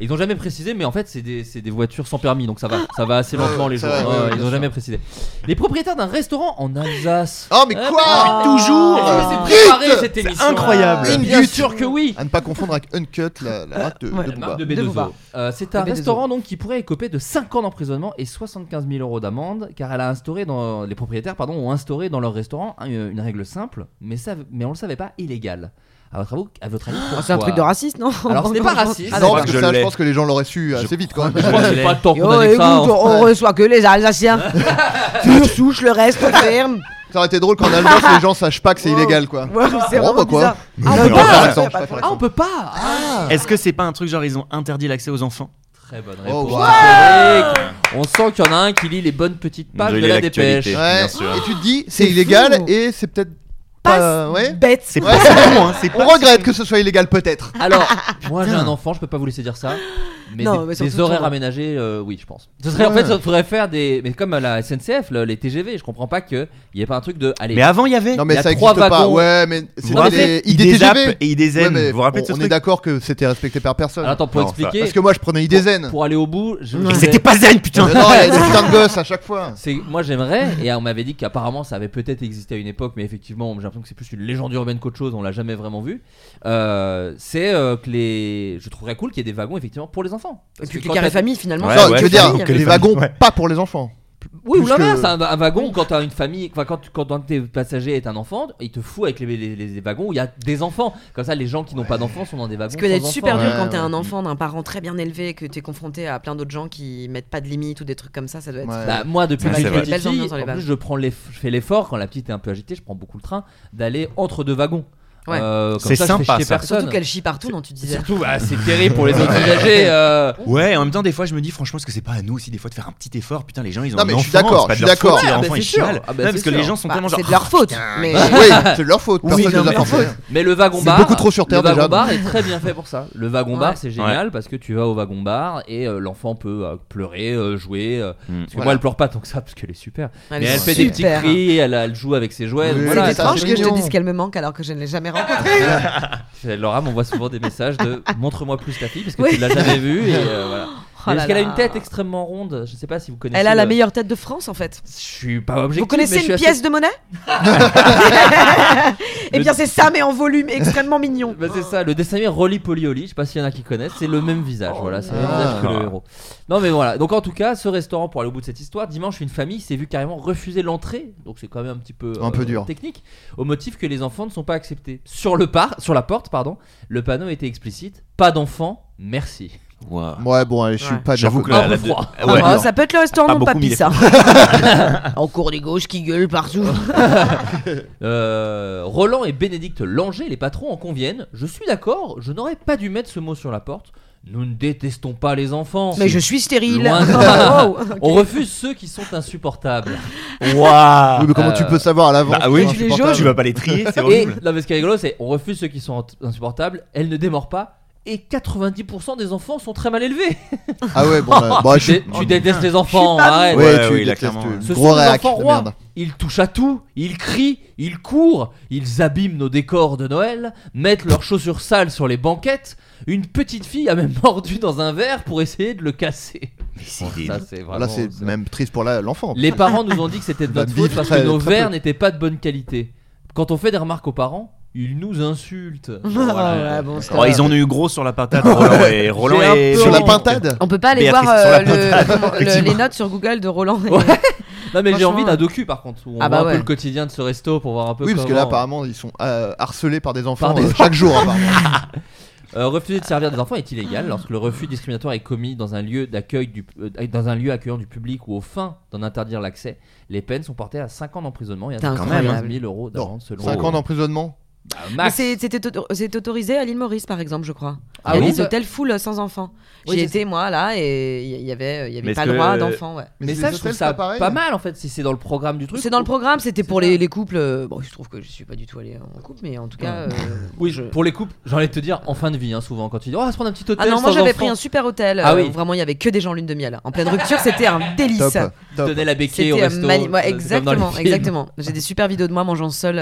Speaker 7: Ils n'ont jamais précisé, mais en fait, c'est des, c'est des voitures sans permis, donc ça va, ça va assez
Speaker 4: Ouais,
Speaker 7: lentement
Speaker 4: ouais,
Speaker 7: les
Speaker 4: ça
Speaker 7: gens.
Speaker 4: va, ouais,
Speaker 7: Ouais,
Speaker 4: ouais,
Speaker 7: ils
Speaker 4: bien
Speaker 7: n'ont
Speaker 4: sûr.
Speaker 7: jamais précisé. Les propriétaires d'un restaurant en Alsace.
Speaker 4: oh mais
Speaker 8: Ah.
Speaker 4: quoi
Speaker 2: toujours
Speaker 7: Mais c'est préparé cette émission.
Speaker 2: incroyable.
Speaker 7: Mais
Speaker 4: Une
Speaker 7: Bien
Speaker 4: goutte.
Speaker 7: sûr que oui.
Speaker 4: À ne pas confondre avec Uncut, la, la marque de,
Speaker 8: Ouais,
Speaker 4: de
Speaker 7: La marque de
Speaker 4: Booba.
Speaker 8: De Bouba.
Speaker 7: Bedozo. Euh, c'est un
Speaker 8: De Bedozo.
Speaker 7: restaurant donc qui pourrait écoper de 5 ans d'emprisonnement et 75 000 euros d'amende, car elle a instauré dans les propriétaires pardon ont instauré dans leur restaurant hein, une, une règle simple, mais ça mais on le savait pas illégale. À votre avis, à votre avis
Speaker 8: Ah, C'est un
Speaker 7: pourquoi
Speaker 8: truc de raciste, non
Speaker 7: Alors, c'était pas raciste.
Speaker 4: non,
Speaker 7: d'accord.
Speaker 4: parce que
Speaker 2: Je
Speaker 4: ça, je
Speaker 2: l'ai.
Speaker 4: pense que les gens l'auraient su assez vite quand
Speaker 7: Je
Speaker 4: même.
Speaker 7: crois que c'est pas tant qu'on
Speaker 8: Oh,
Speaker 7: avait que
Speaker 8: écoute,
Speaker 7: ça. hein.
Speaker 8: on reçoit que les Alsaciens. Sur souche, le reste, on ferme.
Speaker 4: Ça aurait été drôle qu'en Alsace, les gens sachent pas que c'est
Speaker 8: Wow.
Speaker 4: illégal quoi.
Speaker 8: Ouais, c'est
Speaker 4: Bon,
Speaker 8: vraiment
Speaker 4: bah, quoi.
Speaker 8: bizarre.
Speaker 4: Ah,
Speaker 2: on peut pas,
Speaker 4: par
Speaker 2: ouais.
Speaker 4: exemple, je préfère
Speaker 7: Ah, on
Speaker 4: exemple.
Speaker 7: peut pas. Ah.
Speaker 2: Est-ce que c'est pas un truc genre ils ont interdit l'accès aux enfants
Speaker 7: Très bonne
Speaker 4: Oh,
Speaker 7: réponse.
Speaker 4: wow.
Speaker 7: Eric. On sent qu'il y en a un qui lit les bonnes petites pages de
Speaker 2: lis
Speaker 7: la
Speaker 2: l'actualité.
Speaker 7: dépêche.
Speaker 4: Ouais.
Speaker 2: Bien sûr.
Speaker 4: Et tu te dis, c'est illégal et c'est peut-être pas.
Speaker 8: Passe
Speaker 4: Ouais.
Speaker 8: bête.
Speaker 2: C'est
Speaker 4: Ouais.
Speaker 2: pas si bon, hein, c'est
Speaker 4: On
Speaker 2: pas
Speaker 4: regrette que ce soit illégal peut-être.
Speaker 7: Alors, moi j'ai un enfant, je peux pas vous laisser dire ça. Mais
Speaker 8: Non,
Speaker 7: des,
Speaker 8: mais surtout
Speaker 7: des horaires
Speaker 8: ton-
Speaker 7: aménagés, euh, oui, je pense. Ce serait en fait, ça faudrait faire des. Mais comme à la SNCF, le- les TGV, je comprends pas qu'il y ait pas un truc de. Allez,
Speaker 2: Mais ah, avant il y avait.
Speaker 4: Non
Speaker 7: Il y
Speaker 4: mais
Speaker 7: a
Speaker 4: ça
Speaker 7: trois
Speaker 4: existe pas.
Speaker 7: wagons.
Speaker 4: Ouais, mais
Speaker 2: Vous vous
Speaker 4: c'était
Speaker 2: rappelez
Speaker 4: les
Speaker 2: IDZAP
Speaker 4: IDTGV.
Speaker 2: et
Speaker 4: Ouais,
Speaker 2: IDZen.
Speaker 4: mais
Speaker 2: Vous vous rappelez de
Speaker 4: on,
Speaker 2: ce
Speaker 4: on est
Speaker 2: truc
Speaker 4: d'accord que c'était respecté par personne.
Speaker 7: Alors, attends, pour
Speaker 2: Non, ça-
Speaker 7: expliquer.
Speaker 4: Parce que moi je prenais IDZen.
Speaker 7: pour, pour aller au bout, je
Speaker 8: Et
Speaker 7: me
Speaker 2: Et
Speaker 7: disais-
Speaker 2: c'était pas Zen,
Speaker 4: Non,
Speaker 2: putain
Speaker 4: il y a des putains de gosses à chaque fois.
Speaker 7: c'est moi j'aimerais et on m'avait dit qu'apparemment ça avait peut-être existé à une époque mais effectivement j'ai l'impression que c'est plus une légende urbaine qu'autre chose on l'a jamais vraiment vu Euh, c'est euh, que les je trouverais cool qu'il y ait des wagons effectivement pour les enfants
Speaker 8: Et
Speaker 7: Parce
Speaker 8: puis
Speaker 7: que
Speaker 8: les
Speaker 7: quand
Speaker 8: carrés
Speaker 7: t'as-
Speaker 8: famille, finalement.
Speaker 2: Ouais,
Speaker 4: Non,
Speaker 8: c'est
Speaker 2: ouais,
Speaker 4: je
Speaker 8: une
Speaker 4: veux
Speaker 2: faut
Speaker 4: dire
Speaker 8: famille.
Speaker 4: que
Speaker 2: que
Speaker 4: les
Speaker 2: les
Speaker 4: wagons
Speaker 2: familles- ouais.
Speaker 4: pas pour les enfants.
Speaker 7: Oui, ou
Speaker 4: Plus que-
Speaker 7: l'inverse, un, un wagon, quand t'as une famille, enfin, quand, quand un de tes passagers est un enfant, il te fout avec les, les- les wagons où il y a des enfants. Comme ça, les gens qui n'ont pas d'enfants sont dans des wagons.
Speaker 8: Parce que d'être
Speaker 7: sans
Speaker 8: super
Speaker 7: enfants.
Speaker 8: dur
Speaker 4: Ouais,
Speaker 8: quand t'es
Speaker 4: ouais.
Speaker 8: un enfant d'un parent très bien élevé, que t'es confronté à plein d'autres gens qui mettent pas de limites ou des trucs comme ça, ça doit être.
Speaker 4: Ouais.
Speaker 7: Bah, moi, depuis
Speaker 2: Ouais,
Speaker 7: que
Speaker 2: Ah, c'est
Speaker 7: j'ai
Speaker 2: vrai.
Speaker 7: petite
Speaker 8: Belles
Speaker 7: fille,
Speaker 8: ambiances dans les
Speaker 7: en plus,
Speaker 8: wagons.
Speaker 7: je, prends l'eff- je fais l'effort, quand la petite est un peu agitée, je prends beaucoup le train, d'aller entre deux wagons.
Speaker 8: Ouais.
Speaker 7: Euh, comme
Speaker 2: C'est
Speaker 7: ça, je fais
Speaker 2: sympa,
Speaker 7: chier
Speaker 2: ça.
Speaker 7: personne.
Speaker 8: Surtout qu'elle chie partout, non, tu disais.
Speaker 7: Surtout, bah, c'est terrible pour les autres usagers. euh,
Speaker 2: Ouais, en même temps, des fois, je me dis, franchement, est-ce que c'est pas à nous aussi, des fois, de faire un petit effort Putain, les gens, ils ont
Speaker 4: Non,
Speaker 2: un
Speaker 4: mais je
Speaker 2: enfant,
Speaker 4: suis d'accord,
Speaker 2: c'est pas
Speaker 4: je
Speaker 2: de
Speaker 4: suis
Speaker 2: leur faute
Speaker 4: d'accord.
Speaker 2: si leur
Speaker 7: Ah, bah,
Speaker 2: enfant,
Speaker 7: c'est
Speaker 2: il
Speaker 7: sûr.
Speaker 2: chiale.
Speaker 7: Ah, bah,
Speaker 2: Non,
Speaker 7: c'est
Speaker 2: parce que
Speaker 7: sûr.
Speaker 2: les gens sont
Speaker 8: Bah,
Speaker 2: tellement genre.
Speaker 8: c'est de
Speaker 7: oh,
Speaker 8: leur faute. Mais
Speaker 4: Oui, c'est de leur faute.
Speaker 2: Oui,
Speaker 4: Personne
Speaker 2: non,
Speaker 4: ne les
Speaker 2: mais
Speaker 4: a
Speaker 2: en
Speaker 4: forcés.
Speaker 7: Mais le wagon
Speaker 4: C'est
Speaker 7: bar,
Speaker 4: beaucoup trop sur Terre,
Speaker 7: le
Speaker 4: déjà.
Speaker 7: wagon bar est très bien fait pour ça. Le wagon
Speaker 8: Ouais.
Speaker 7: bar, c'est génial parce que tu vas au wagon bar et euh, l'enfant peut euh, pleurer, euh, jouer. euh,
Speaker 2: Mm.
Speaker 7: Parce que moi,
Speaker 4: Voilà.
Speaker 7: elle pleure pas tant que ça parce qu'elle est super.
Speaker 8: Elle
Speaker 7: mais
Speaker 8: est
Speaker 7: elle fait des
Speaker 8: super.
Speaker 7: petits cris, elle, elle joue avec ses jouets. donc
Speaker 4: Oui,
Speaker 7: voilà,
Speaker 8: C'est
Speaker 4: c'est
Speaker 7: elle-
Speaker 8: étrange
Speaker 4: ça,
Speaker 8: que je te
Speaker 4: mignon.
Speaker 8: dise qu'elle me manque alors que je ne l'ai jamais rencontrée.
Speaker 7: Laura m'envoie souvent des messages de montre-moi plus ta fille parce que
Speaker 8: Oui.
Speaker 7: tu l'as jamais vue. Et, euh, voilà.
Speaker 8: Oh
Speaker 7: Mais
Speaker 8: là
Speaker 7: Parce qu'elle a
Speaker 8: là.
Speaker 7: une tête extrêmement ronde. Je sais pas si vous connaissez.
Speaker 8: Elle a la
Speaker 7: le-
Speaker 8: meilleure tête de France en fait.
Speaker 7: Je suis pas objectif.
Speaker 8: Vous connaissez
Speaker 7: mais je suis
Speaker 8: une
Speaker 7: assez-
Speaker 8: pièce de monnaie Eh
Speaker 7: Le-
Speaker 8: bien, c'est ça, mais en volume, extrêmement mignon.
Speaker 7: Bah, c'est ça, le dessin animé Rolly Poly Oli, je sais pas s'il y en a qui connaissent, c'est le même visage, voilà, c'est le même
Speaker 4: Ah.
Speaker 7: visage que le héros. Non mais voilà, donc en tout cas, ce restaurant, pour aller au bout de cette histoire, dimanche, une famille s'est vue carrément refuser l'entrée, donc c'est quand même un petit peu, euh,
Speaker 4: Un peu dur.
Speaker 7: technique, au motif que les enfants ne sont pas acceptés. Sur, le par... Sur la porte, pardon, le panneau était explicite, pas d'enfants, merci.
Speaker 2: Waouh.
Speaker 4: Ouais, bon, allez, je suis
Speaker 8: Ouais.
Speaker 4: pas de
Speaker 2: J'avoue
Speaker 4: leur
Speaker 2: que
Speaker 4: faute.
Speaker 2: la-
Speaker 7: Un
Speaker 2: la
Speaker 7: peu
Speaker 2: deux-
Speaker 7: froid.
Speaker 2: ouais.
Speaker 8: Ah, ça peut être le
Speaker 2: Pas
Speaker 8: restaurant non
Speaker 2: beaucoup, mais
Speaker 8: papy
Speaker 2: il est
Speaker 8: ça. en cours des gauches qui gueulent partout.
Speaker 7: Euh, Roland et Bénédicte Langer, les patrons, en conviennent, je suis d'accord, je n'aurais pas dû mettre ce mot sur la porte, nous ne détestons pas les enfants.
Speaker 8: mais je suis stérile.
Speaker 7: Loin de là. Oh.
Speaker 8: Wow.
Speaker 7: On refuse ceux qui sont insupportables.
Speaker 2: Waouh.
Speaker 4: Oui, mais comment tu peux savoir à l'avance
Speaker 2: Bah oui,
Speaker 4: c'est
Speaker 2: tu les
Speaker 4: insupportable.
Speaker 2: tu vas pas les trier, c'est
Speaker 7: Et
Speaker 2: horrible.
Speaker 7: là, mais ce qui est rigolo, c'est on refuse ceux qui sont int- insupportables, elle ne démord pas, et 90% des enfants sont très mal élevés.
Speaker 4: Ah ouais, bon, là, bah,
Speaker 7: tu
Speaker 4: je suis.
Speaker 7: tu détestes les enfants,
Speaker 4: Ouais,
Speaker 7: arrête.
Speaker 2: Ouais,
Speaker 4: tu
Speaker 2: oui, là,
Speaker 4: détestes,
Speaker 2: clairement,
Speaker 4: tu-
Speaker 2: ouais.
Speaker 7: Ce
Speaker 4: Gros
Speaker 7: sont des
Speaker 4: réac
Speaker 7: enfants
Speaker 4: de
Speaker 7: rois.
Speaker 4: merde.
Speaker 7: Ils touchent à tout, ils crient, ils courent, ils abîment nos décors de Noël, mettent leurs chaussures sales sur les banquettes. Une petite fille a même mordu dans un verre pour essayer de le casser.
Speaker 2: Mais c'est des-
Speaker 7: Ça, c'est vraiment-
Speaker 4: Là, c'est même triste pour la- l'enfant.
Speaker 7: Les parents nous ont dit que c'était de
Speaker 4: Bah,
Speaker 7: notre faute
Speaker 4: bif,
Speaker 7: parce
Speaker 4: très-
Speaker 7: que nos
Speaker 4: très
Speaker 7: verres
Speaker 4: peu.
Speaker 7: n'étaient pas de bonne qualité. Quand on fait des remarques aux parents, il nous insulte.
Speaker 8: Voilà, bon, c'est
Speaker 2: Oh, ils en ont eu gros sur la patate, Roland et Roland
Speaker 7: J'ai un
Speaker 2: et
Speaker 7: peu
Speaker 4: Sur la
Speaker 7: Non.
Speaker 4: pintade
Speaker 8: On peut pas aller
Speaker 2: Béatrice
Speaker 8: voir
Speaker 2: sur
Speaker 8: euh,
Speaker 2: la
Speaker 8: le- comment- le-
Speaker 2: effectivement.
Speaker 8: les notes sur Google de Roland. et-
Speaker 7: Ouais. Non mais j'ai
Speaker 8: Franchement,
Speaker 7: envie d'un docu par contre où on
Speaker 8: Ah bah
Speaker 7: voit un
Speaker 8: ouais.
Speaker 7: peu le quotidien de ce resto pour voir un peu.
Speaker 4: Oui, parce que
Speaker 7: comment-
Speaker 4: là, apparemment, ils sont euh, harcelés par des enfants
Speaker 7: des
Speaker 4: euh, chaque jour, apparemment.
Speaker 7: Euh, refuser de servir des enfants est illégal lorsque le refus discriminatoire est commis dans un lieu d'accueil du euh, dans un lieu accueillant du public ou aux fins d'en interdire l'accès. Les peines sont portées à 5 ans d'emprisonnement et à
Speaker 8: Putain,
Speaker 7: 75
Speaker 8: incroyable.
Speaker 7: 000 euros
Speaker 4: Non,
Speaker 7: d'amende selon.
Speaker 4: 5 ans d'emprisonnement
Speaker 7: Bah,
Speaker 8: Mais
Speaker 7: max.
Speaker 8: c'est- c'était auto- c'est autorisé à l'île Maurice, par exemple, je crois.
Speaker 7: Ah
Speaker 8: il y a
Speaker 7: oui,
Speaker 8: des
Speaker 7: ça-
Speaker 8: hôtels full euh, sans enfants.
Speaker 7: Oui,
Speaker 8: J'y
Speaker 7: c'est
Speaker 8: étais, moi, là, et il y- y avait, euh, il y avait
Speaker 2: Mais
Speaker 8: pas
Speaker 2: est-ce
Speaker 8: le droit
Speaker 2: que-
Speaker 8: d'enfants. ouais.
Speaker 7: Mais,
Speaker 4: c'est
Speaker 7: ça,
Speaker 4: des
Speaker 7: je trouve
Speaker 4: hôtels,
Speaker 7: ça
Speaker 4: pas pareil.
Speaker 7: pas mal en fait si c'est dans le programme du truc.
Speaker 8: C'est dans le programme, c'était pour
Speaker 7: ça.
Speaker 8: les, les couples. euh, Bon, il se trouve que je suis pas du tout allée en couple, mais en tout cas. euh,
Speaker 7: Oui,
Speaker 8: je-
Speaker 7: pour les couples, j'ai envie de te dire en fin de vie hein, souvent quand tu dis oh, on va se prendre un petit hôtel
Speaker 8: Ah non, moi
Speaker 7: sans
Speaker 8: j'avais
Speaker 7: enfants.
Speaker 8: pris un super hôtel.
Speaker 7: Ah
Speaker 8: euh,
Speaker 7: oui.
Speaker 8: où Vraiment, il y avait que des gens lune de miel. En pleine rupture, c'était un délice.
Speaker 4: Top, top.
Speaker 7: donner la béquille
Speaker 8: C'était
Speaker 7: au
Speaker 8: euh,
Speaker 7: resto.
Speaker 8: magni- ouais,
Speaker 7: euh, c'est comme dans les
Speaker 8: exactement,
Speaker 7: films.
Speaker 8: exactement. J'ai des super vidéos de moi mangeant seul.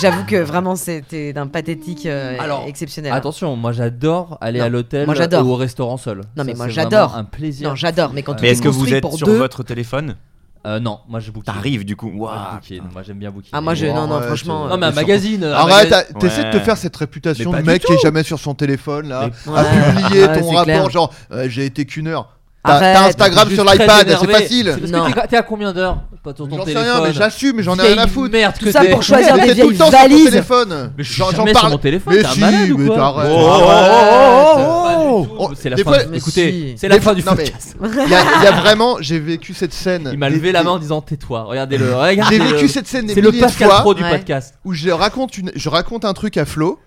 Speaker 8: J'avoue que vraiment, c'était d'un pathétique euh,
Speaker 7: Alors,
Speaker 8: exceptionnel.
Speaker 7: Attention, moi j'adore aller
Speaker 8: Non,
Speaker 7: à l'hôtel
Speaker 8: moi, j'adore.
Speaker 7: ou au restaurant seul.
Speaker 8: Non, mais
Speaker 7: Ça,
Speaker 8: moi,
Speaker 7: c'est vraiment
Speaker 8: j'adore.
Speaker 7: Un plaisir.
Speaker 8: non, j'adore, mais quand tu
Speaker 2: Mais est-ce que vous
Speaker 8: construit
Speaker 2: êtes
Speaker 8: pour
Speaker 2: sur
Speaker 8: deux,
Speaker 2: votre téléphone
Speaker 7: Euh, non, moi je boucle.
Speaker 2: T'arrives du coup.
Speaker 7: Ah,
Speaker 2: Waouh.
Speaker 7: Booking, moi j'aime bien Booking.
Speaker 8: Ah moi je non non
Speaker 4: Ouais,
Speaker 8: franchement
Speaker 4: tu-
Speaker 7: Non mais un
Speaker 4: Surtout-
Speaker 7: magazine. un
Speaker 4: Arrête,
Speaker 7: magazine.
Speaker 4: à- t'essaies de te
Speaker 2: Ouais.
Speaker 4: faire cette réputation
Speaker 2: Mais
Speaker 4: de
Speaker 2: pas
Speaker 4: mec
Speaker 2: du
Speaker 4: qui est
Speaker 2: tout.
Speaker 4: jamais sur son téléphone là,
Speaker 8: Mais-
Speaker 7: Ah,
Speaker 4: à
Speaker 8: Ouais.
Speaker 4: publier
Speaker 8: euh, Ouais,
Speaker 4: ton
Speaker 8: c'est
Speaker 4: rapport
Speaker 8: clair.
Speaker 4: genre euh, j'ai été qu'une heure. T'as
Speaker 8: Arrête,
Speaker 4: t'as Instagram
Speaker 7: Je suis
Speaker 4: sur
Speaker 7: très
Speaker 4: l'iPad,
Speaker 7: énervé.
Speaker 4: c'est facile.
Speaker 7: parce
Speaker 8: Non.
Speaker 7: que t'es- T'es à combien d'heures Pas sur ton
Speaker 4: J'en sais
Speaker 7: téléphone.
Speaker 4: rien, mais j'assume, mais j'en ai rien à
Speaker 7: Vieille
Speaker 4: foutre.
Speaker 7: Merde que
Speaker 8: Tout ça
Speaker 7: t'es.
Speaker 8: pour choisir
Speaker 4: Mais
Speaker 8: des
Speaker 4: t'es tout le
Speaker 8: vieilles
Speaker 4: temps sur ton
Speaker 8: valises.
Speaker 4: téléphone.
Speaker 7: Mais je suis
Speaker 4: J'en
Speaker 7: jamais
Speaker 4: j'en
Speaker 7: sur mon
Speaker 4: parle.
Speaker 7: téléphone.
Speaker 4: Mais
Speaker 7: t'es un
Speaker 4: si,
Speaker 7: malade ou
Speaker 4: mais
Speaker 7: quoi
Speaker 4: t'arrêtes.
Speaker 7: Arrête,
Speaker 4: oh,
Speaker 7: pas
Speaker 4: oh.
Speaker 7: du tout. C'est la
Speaker 4: Des
Speaker 7: fin.
Speaker 4: fois-
Speaker 8: Mais
Speaker 7: Écoutez,
Speaker 8: si.
Speaker 7: c'est la
Speaker 4: Des
Speaker 7: fin du
Speaker 4: fois- non, mais-
Speaker 7: podcast.
Speaker 4: Il y, a il y a vraiment, j'ai vécu cette scène.
Speaker 7: Il m'a
Speaker 4: des-
Speaker 7: levé la
Speaker 4: des-
Speaker 7: main en disant tais-toi. Regardez-le. regardez
Speaker 4: J'ai
Speaker 7: le-
Speaker 4: vécu cette scène des
Speaker 7: C'est le
Speaker 4: milliers de
Speaker 7: Pascal
Speaker 4: fois
Speaker 7: Pro du
Speaker 8: Ouais.
Speaker 7: podcast.
Speaker 4: où je raconte une, je raconte un truc à Flo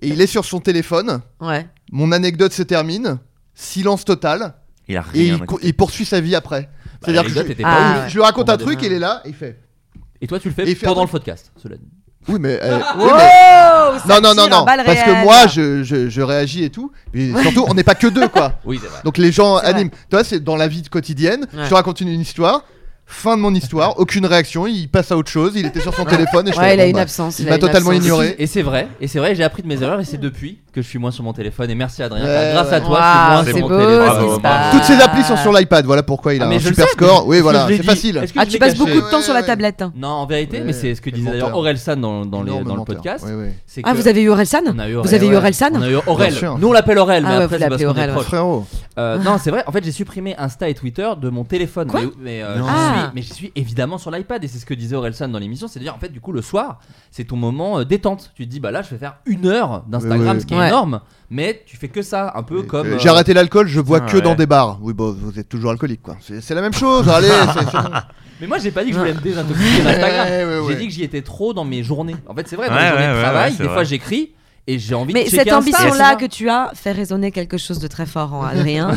Speaker 4: et il est sur son téléphone.
Speaker 8: ouais
Speaker 4: Mon anecdote se termine, silence total
Speaker 2: Il a
Speaker 4: et
Speaker 2: rien.
Speaker 4: il, co- il poursuit sa vie
Speaker 7: Bah,
Speaker 4: après. C'est-à-dire que
Speaker 7: l'anecdote
Speaker 4: je-
Speaker 7: était
Speaker 8: Ah,
Speaker 7: pas ouf.
Speaker 8: ouais.
Speaker 4: je lui
Speaker 7: On
Speaker 4: raconte un
Speaker 7: va
Speaker 4: truc,
Speaker 8: donner
Speaker 4: il
Speaker 8: un-
Speaker 4: est là, et il fait.
Speaker 7: Et toi tu le
Speaker 4: Et
Speaker 7: fais
Speaker 4: faire
Speaker 7: pendant
Speaker 4: de-
Speaker 7: le podcast. Cela dit.
Speaker 4: Oui, mais. euh, oui,
Speaker 8: Wow,
Speaker 4: mais-
Speaker 8: ça
Speaker 4: Non, non, non,
Speaker 8: tire à
Speaker 4: non.
Speaker 8: balles
Speaker 4: Parce que
Speaker 8: réelles.
Speaker 4: moi, je, je, je réagis et tout. Mais surtout, on n'est pas que deux, quoi.
Speaker 7: Oui c'est vrai.
Speaker 4: Donc les gens
Speaker 8: C'est vrai.
Speaker 4: animent. Toi, c'est dans la vie quotidienne.
Speaker 8: Ouais.
Speaker 4: Je te raconte une, une histoire. Fin de mon histoire, aucune réaction. Il passe à autre chose. Il était sur son téléphone et je
Speaker 8: ouais
Speaker 4: fais,
Speaker 8: il a
Speaker 4: bon,
Speaker 8: une
Speaker 4: bah,
Speaker 8: absence
Speaker 4: il
Speaker 8: a
Speaker 4: m'a
Speaker 8: une
Speaker 4: totalement
Speaker 8: absence.
Speaker 4: ignoré.
Speaker 7: Et c'est vrai, et c'est vrai, j'ai appris de mes erreurs et c'est depuis que je suis moins sur mon téléphone et merci Adrien,
Speaker 4: Ouais,
Speaker 7: car grâce à
Speaker 4: ouais.
Speaker 7: toi
Speaker 8: Waouh,
Speaker 7: je suis
Speaker 8: c'est
Speaker 7: moins sur mon
Speaker 8: beau
Speaker 7: téléphone.
Speaker 8: ce qui se passe.
Speaker 4: Toutes ces applis sont sur l'iPad. Voilà pourquoi il a
Speaker 7: Ah, mais
Speaker 4: un
Speaker 7: je le
Speaker 4: super
Speaker 7: sais,
Speaker 4: score. Oui,
Speaker 7: Est-ce que
Speaker 4: voilà,
Speaker 7: je l'ai
Speaker 4: c'est
Speaker 7: dit
Speaker 4: facile.
Speaker 7: Est-ce que
Speaker 8: ah
Speaker 7: je
Speaker 8: tu
Speaker 7: l'ai
Speaker 8: passes
Speaker 7: caché
Speaker 8: beaucoup de temps
Speaker 4: Ouais,
Speaker 8: sur la
Speaker 4: ouais.
Speaker 8: tablette hein.
Speaker 7: Non, en vérité,
Speaker 4: Ouais,
Speaker 7: mais c'est ce que
Speaker 4: quel
Speaker 7: disait d'ailleurs
Speaker 4: menteur.
Speaker 7: Aurel San dans, dans, les,
Speaker 4: Énorme
Speaker 7: dans le
Speaker 4: menteur.
Speaker 7: podcast.
Speaker 4: Ouais, ouais.
Speaker 7: c'est
Speaker 8: ah
Speaker 7: que
Speaker 8: vous avez eu Orelsan
Speaker 7: on a eu Aurel.
Speaker 8: vous avez eu
Speaker 4: ouais.
Speaker 8: Orelsan
Speaker 7: On a eu Aurel.
Speaker 4: Bien sûr.
Speaker 7: Nous on l'appelle Aurel,
Speaker 8: Ah
Speaker 7: mais
Speaker 8: ouais,
Speaker 7: après
Speaker 8: vous
Speaker 7: c'est parce
Speaker 8: l'appelez
Speaker 7: qu'on est
Speaker 8: Aurel, ouais.
Speaker 7: proche.
Speaker 4: Frérot.
Speaker 7: Euh, non, c'est vrai. En fait, j'ai supprimé Insta et Twitter de mon téléphone.
Speaker 8: Quoi
Speaker 7: mais mais, euh,
Speaker 2: Non.
Speaker 7: j'y
Speaker 8: Ah.
Speaker 7: suis- mais j'y suis évidemment sur l'iPad et c'est ce que disait Orelsan dans l'émission. C'est-à-dire, en fait, du coup, le soir, c'est ton moment euh, détente. Tu te dis, bah là, je vais faire une heure d'Instagram,
Speaker 4: Oui.
Speaker 7: ce qui est
Speaker 8: Ouais.
Speaker 7: énorme. Mais tu fais que ça, un peu comme.
Speaker 4: Euh,
Speaker 7: euh,
Speaker 4: J'ai arrêté l'alcool, je bois
Speaker 2: putain,
Speaker 4: que dans
Speaker 2: ouais.
Speaker 4: des bars. Oui, bon, vous êtes toujours alcoolique, quoi. C'est c'est la même chose. Allez, c'est- c'est bon.
Speaker 7: Mais moi, j'ai pas dit que je voulais me désintoxiquer d'Instagram.
Speaker 4: Ouais, ouais, ouais.
Speaker 7: J'ai dit que j'y étais trop dans mes journées. En fait, c'est vrai, dans
Speaker 2: Ouais,
Speaker 7: mes journées
Speaker 2: ouais,
Speaker 7: de
Speaker 2: ouais,
Speaker 7: travail,
Speaker 2: ouais, c'est
Speaker 7: des
Speaker 2: vrai.
Speaker 7: fois, j'écris et j'ai envie
Speaker 8: mais
Speaker 7: de
Speaker 8: cette
Speaker 7: checker Insta.
Speaker 8: ambition là que tu as fait résonner quelque chose de très fort en Adrien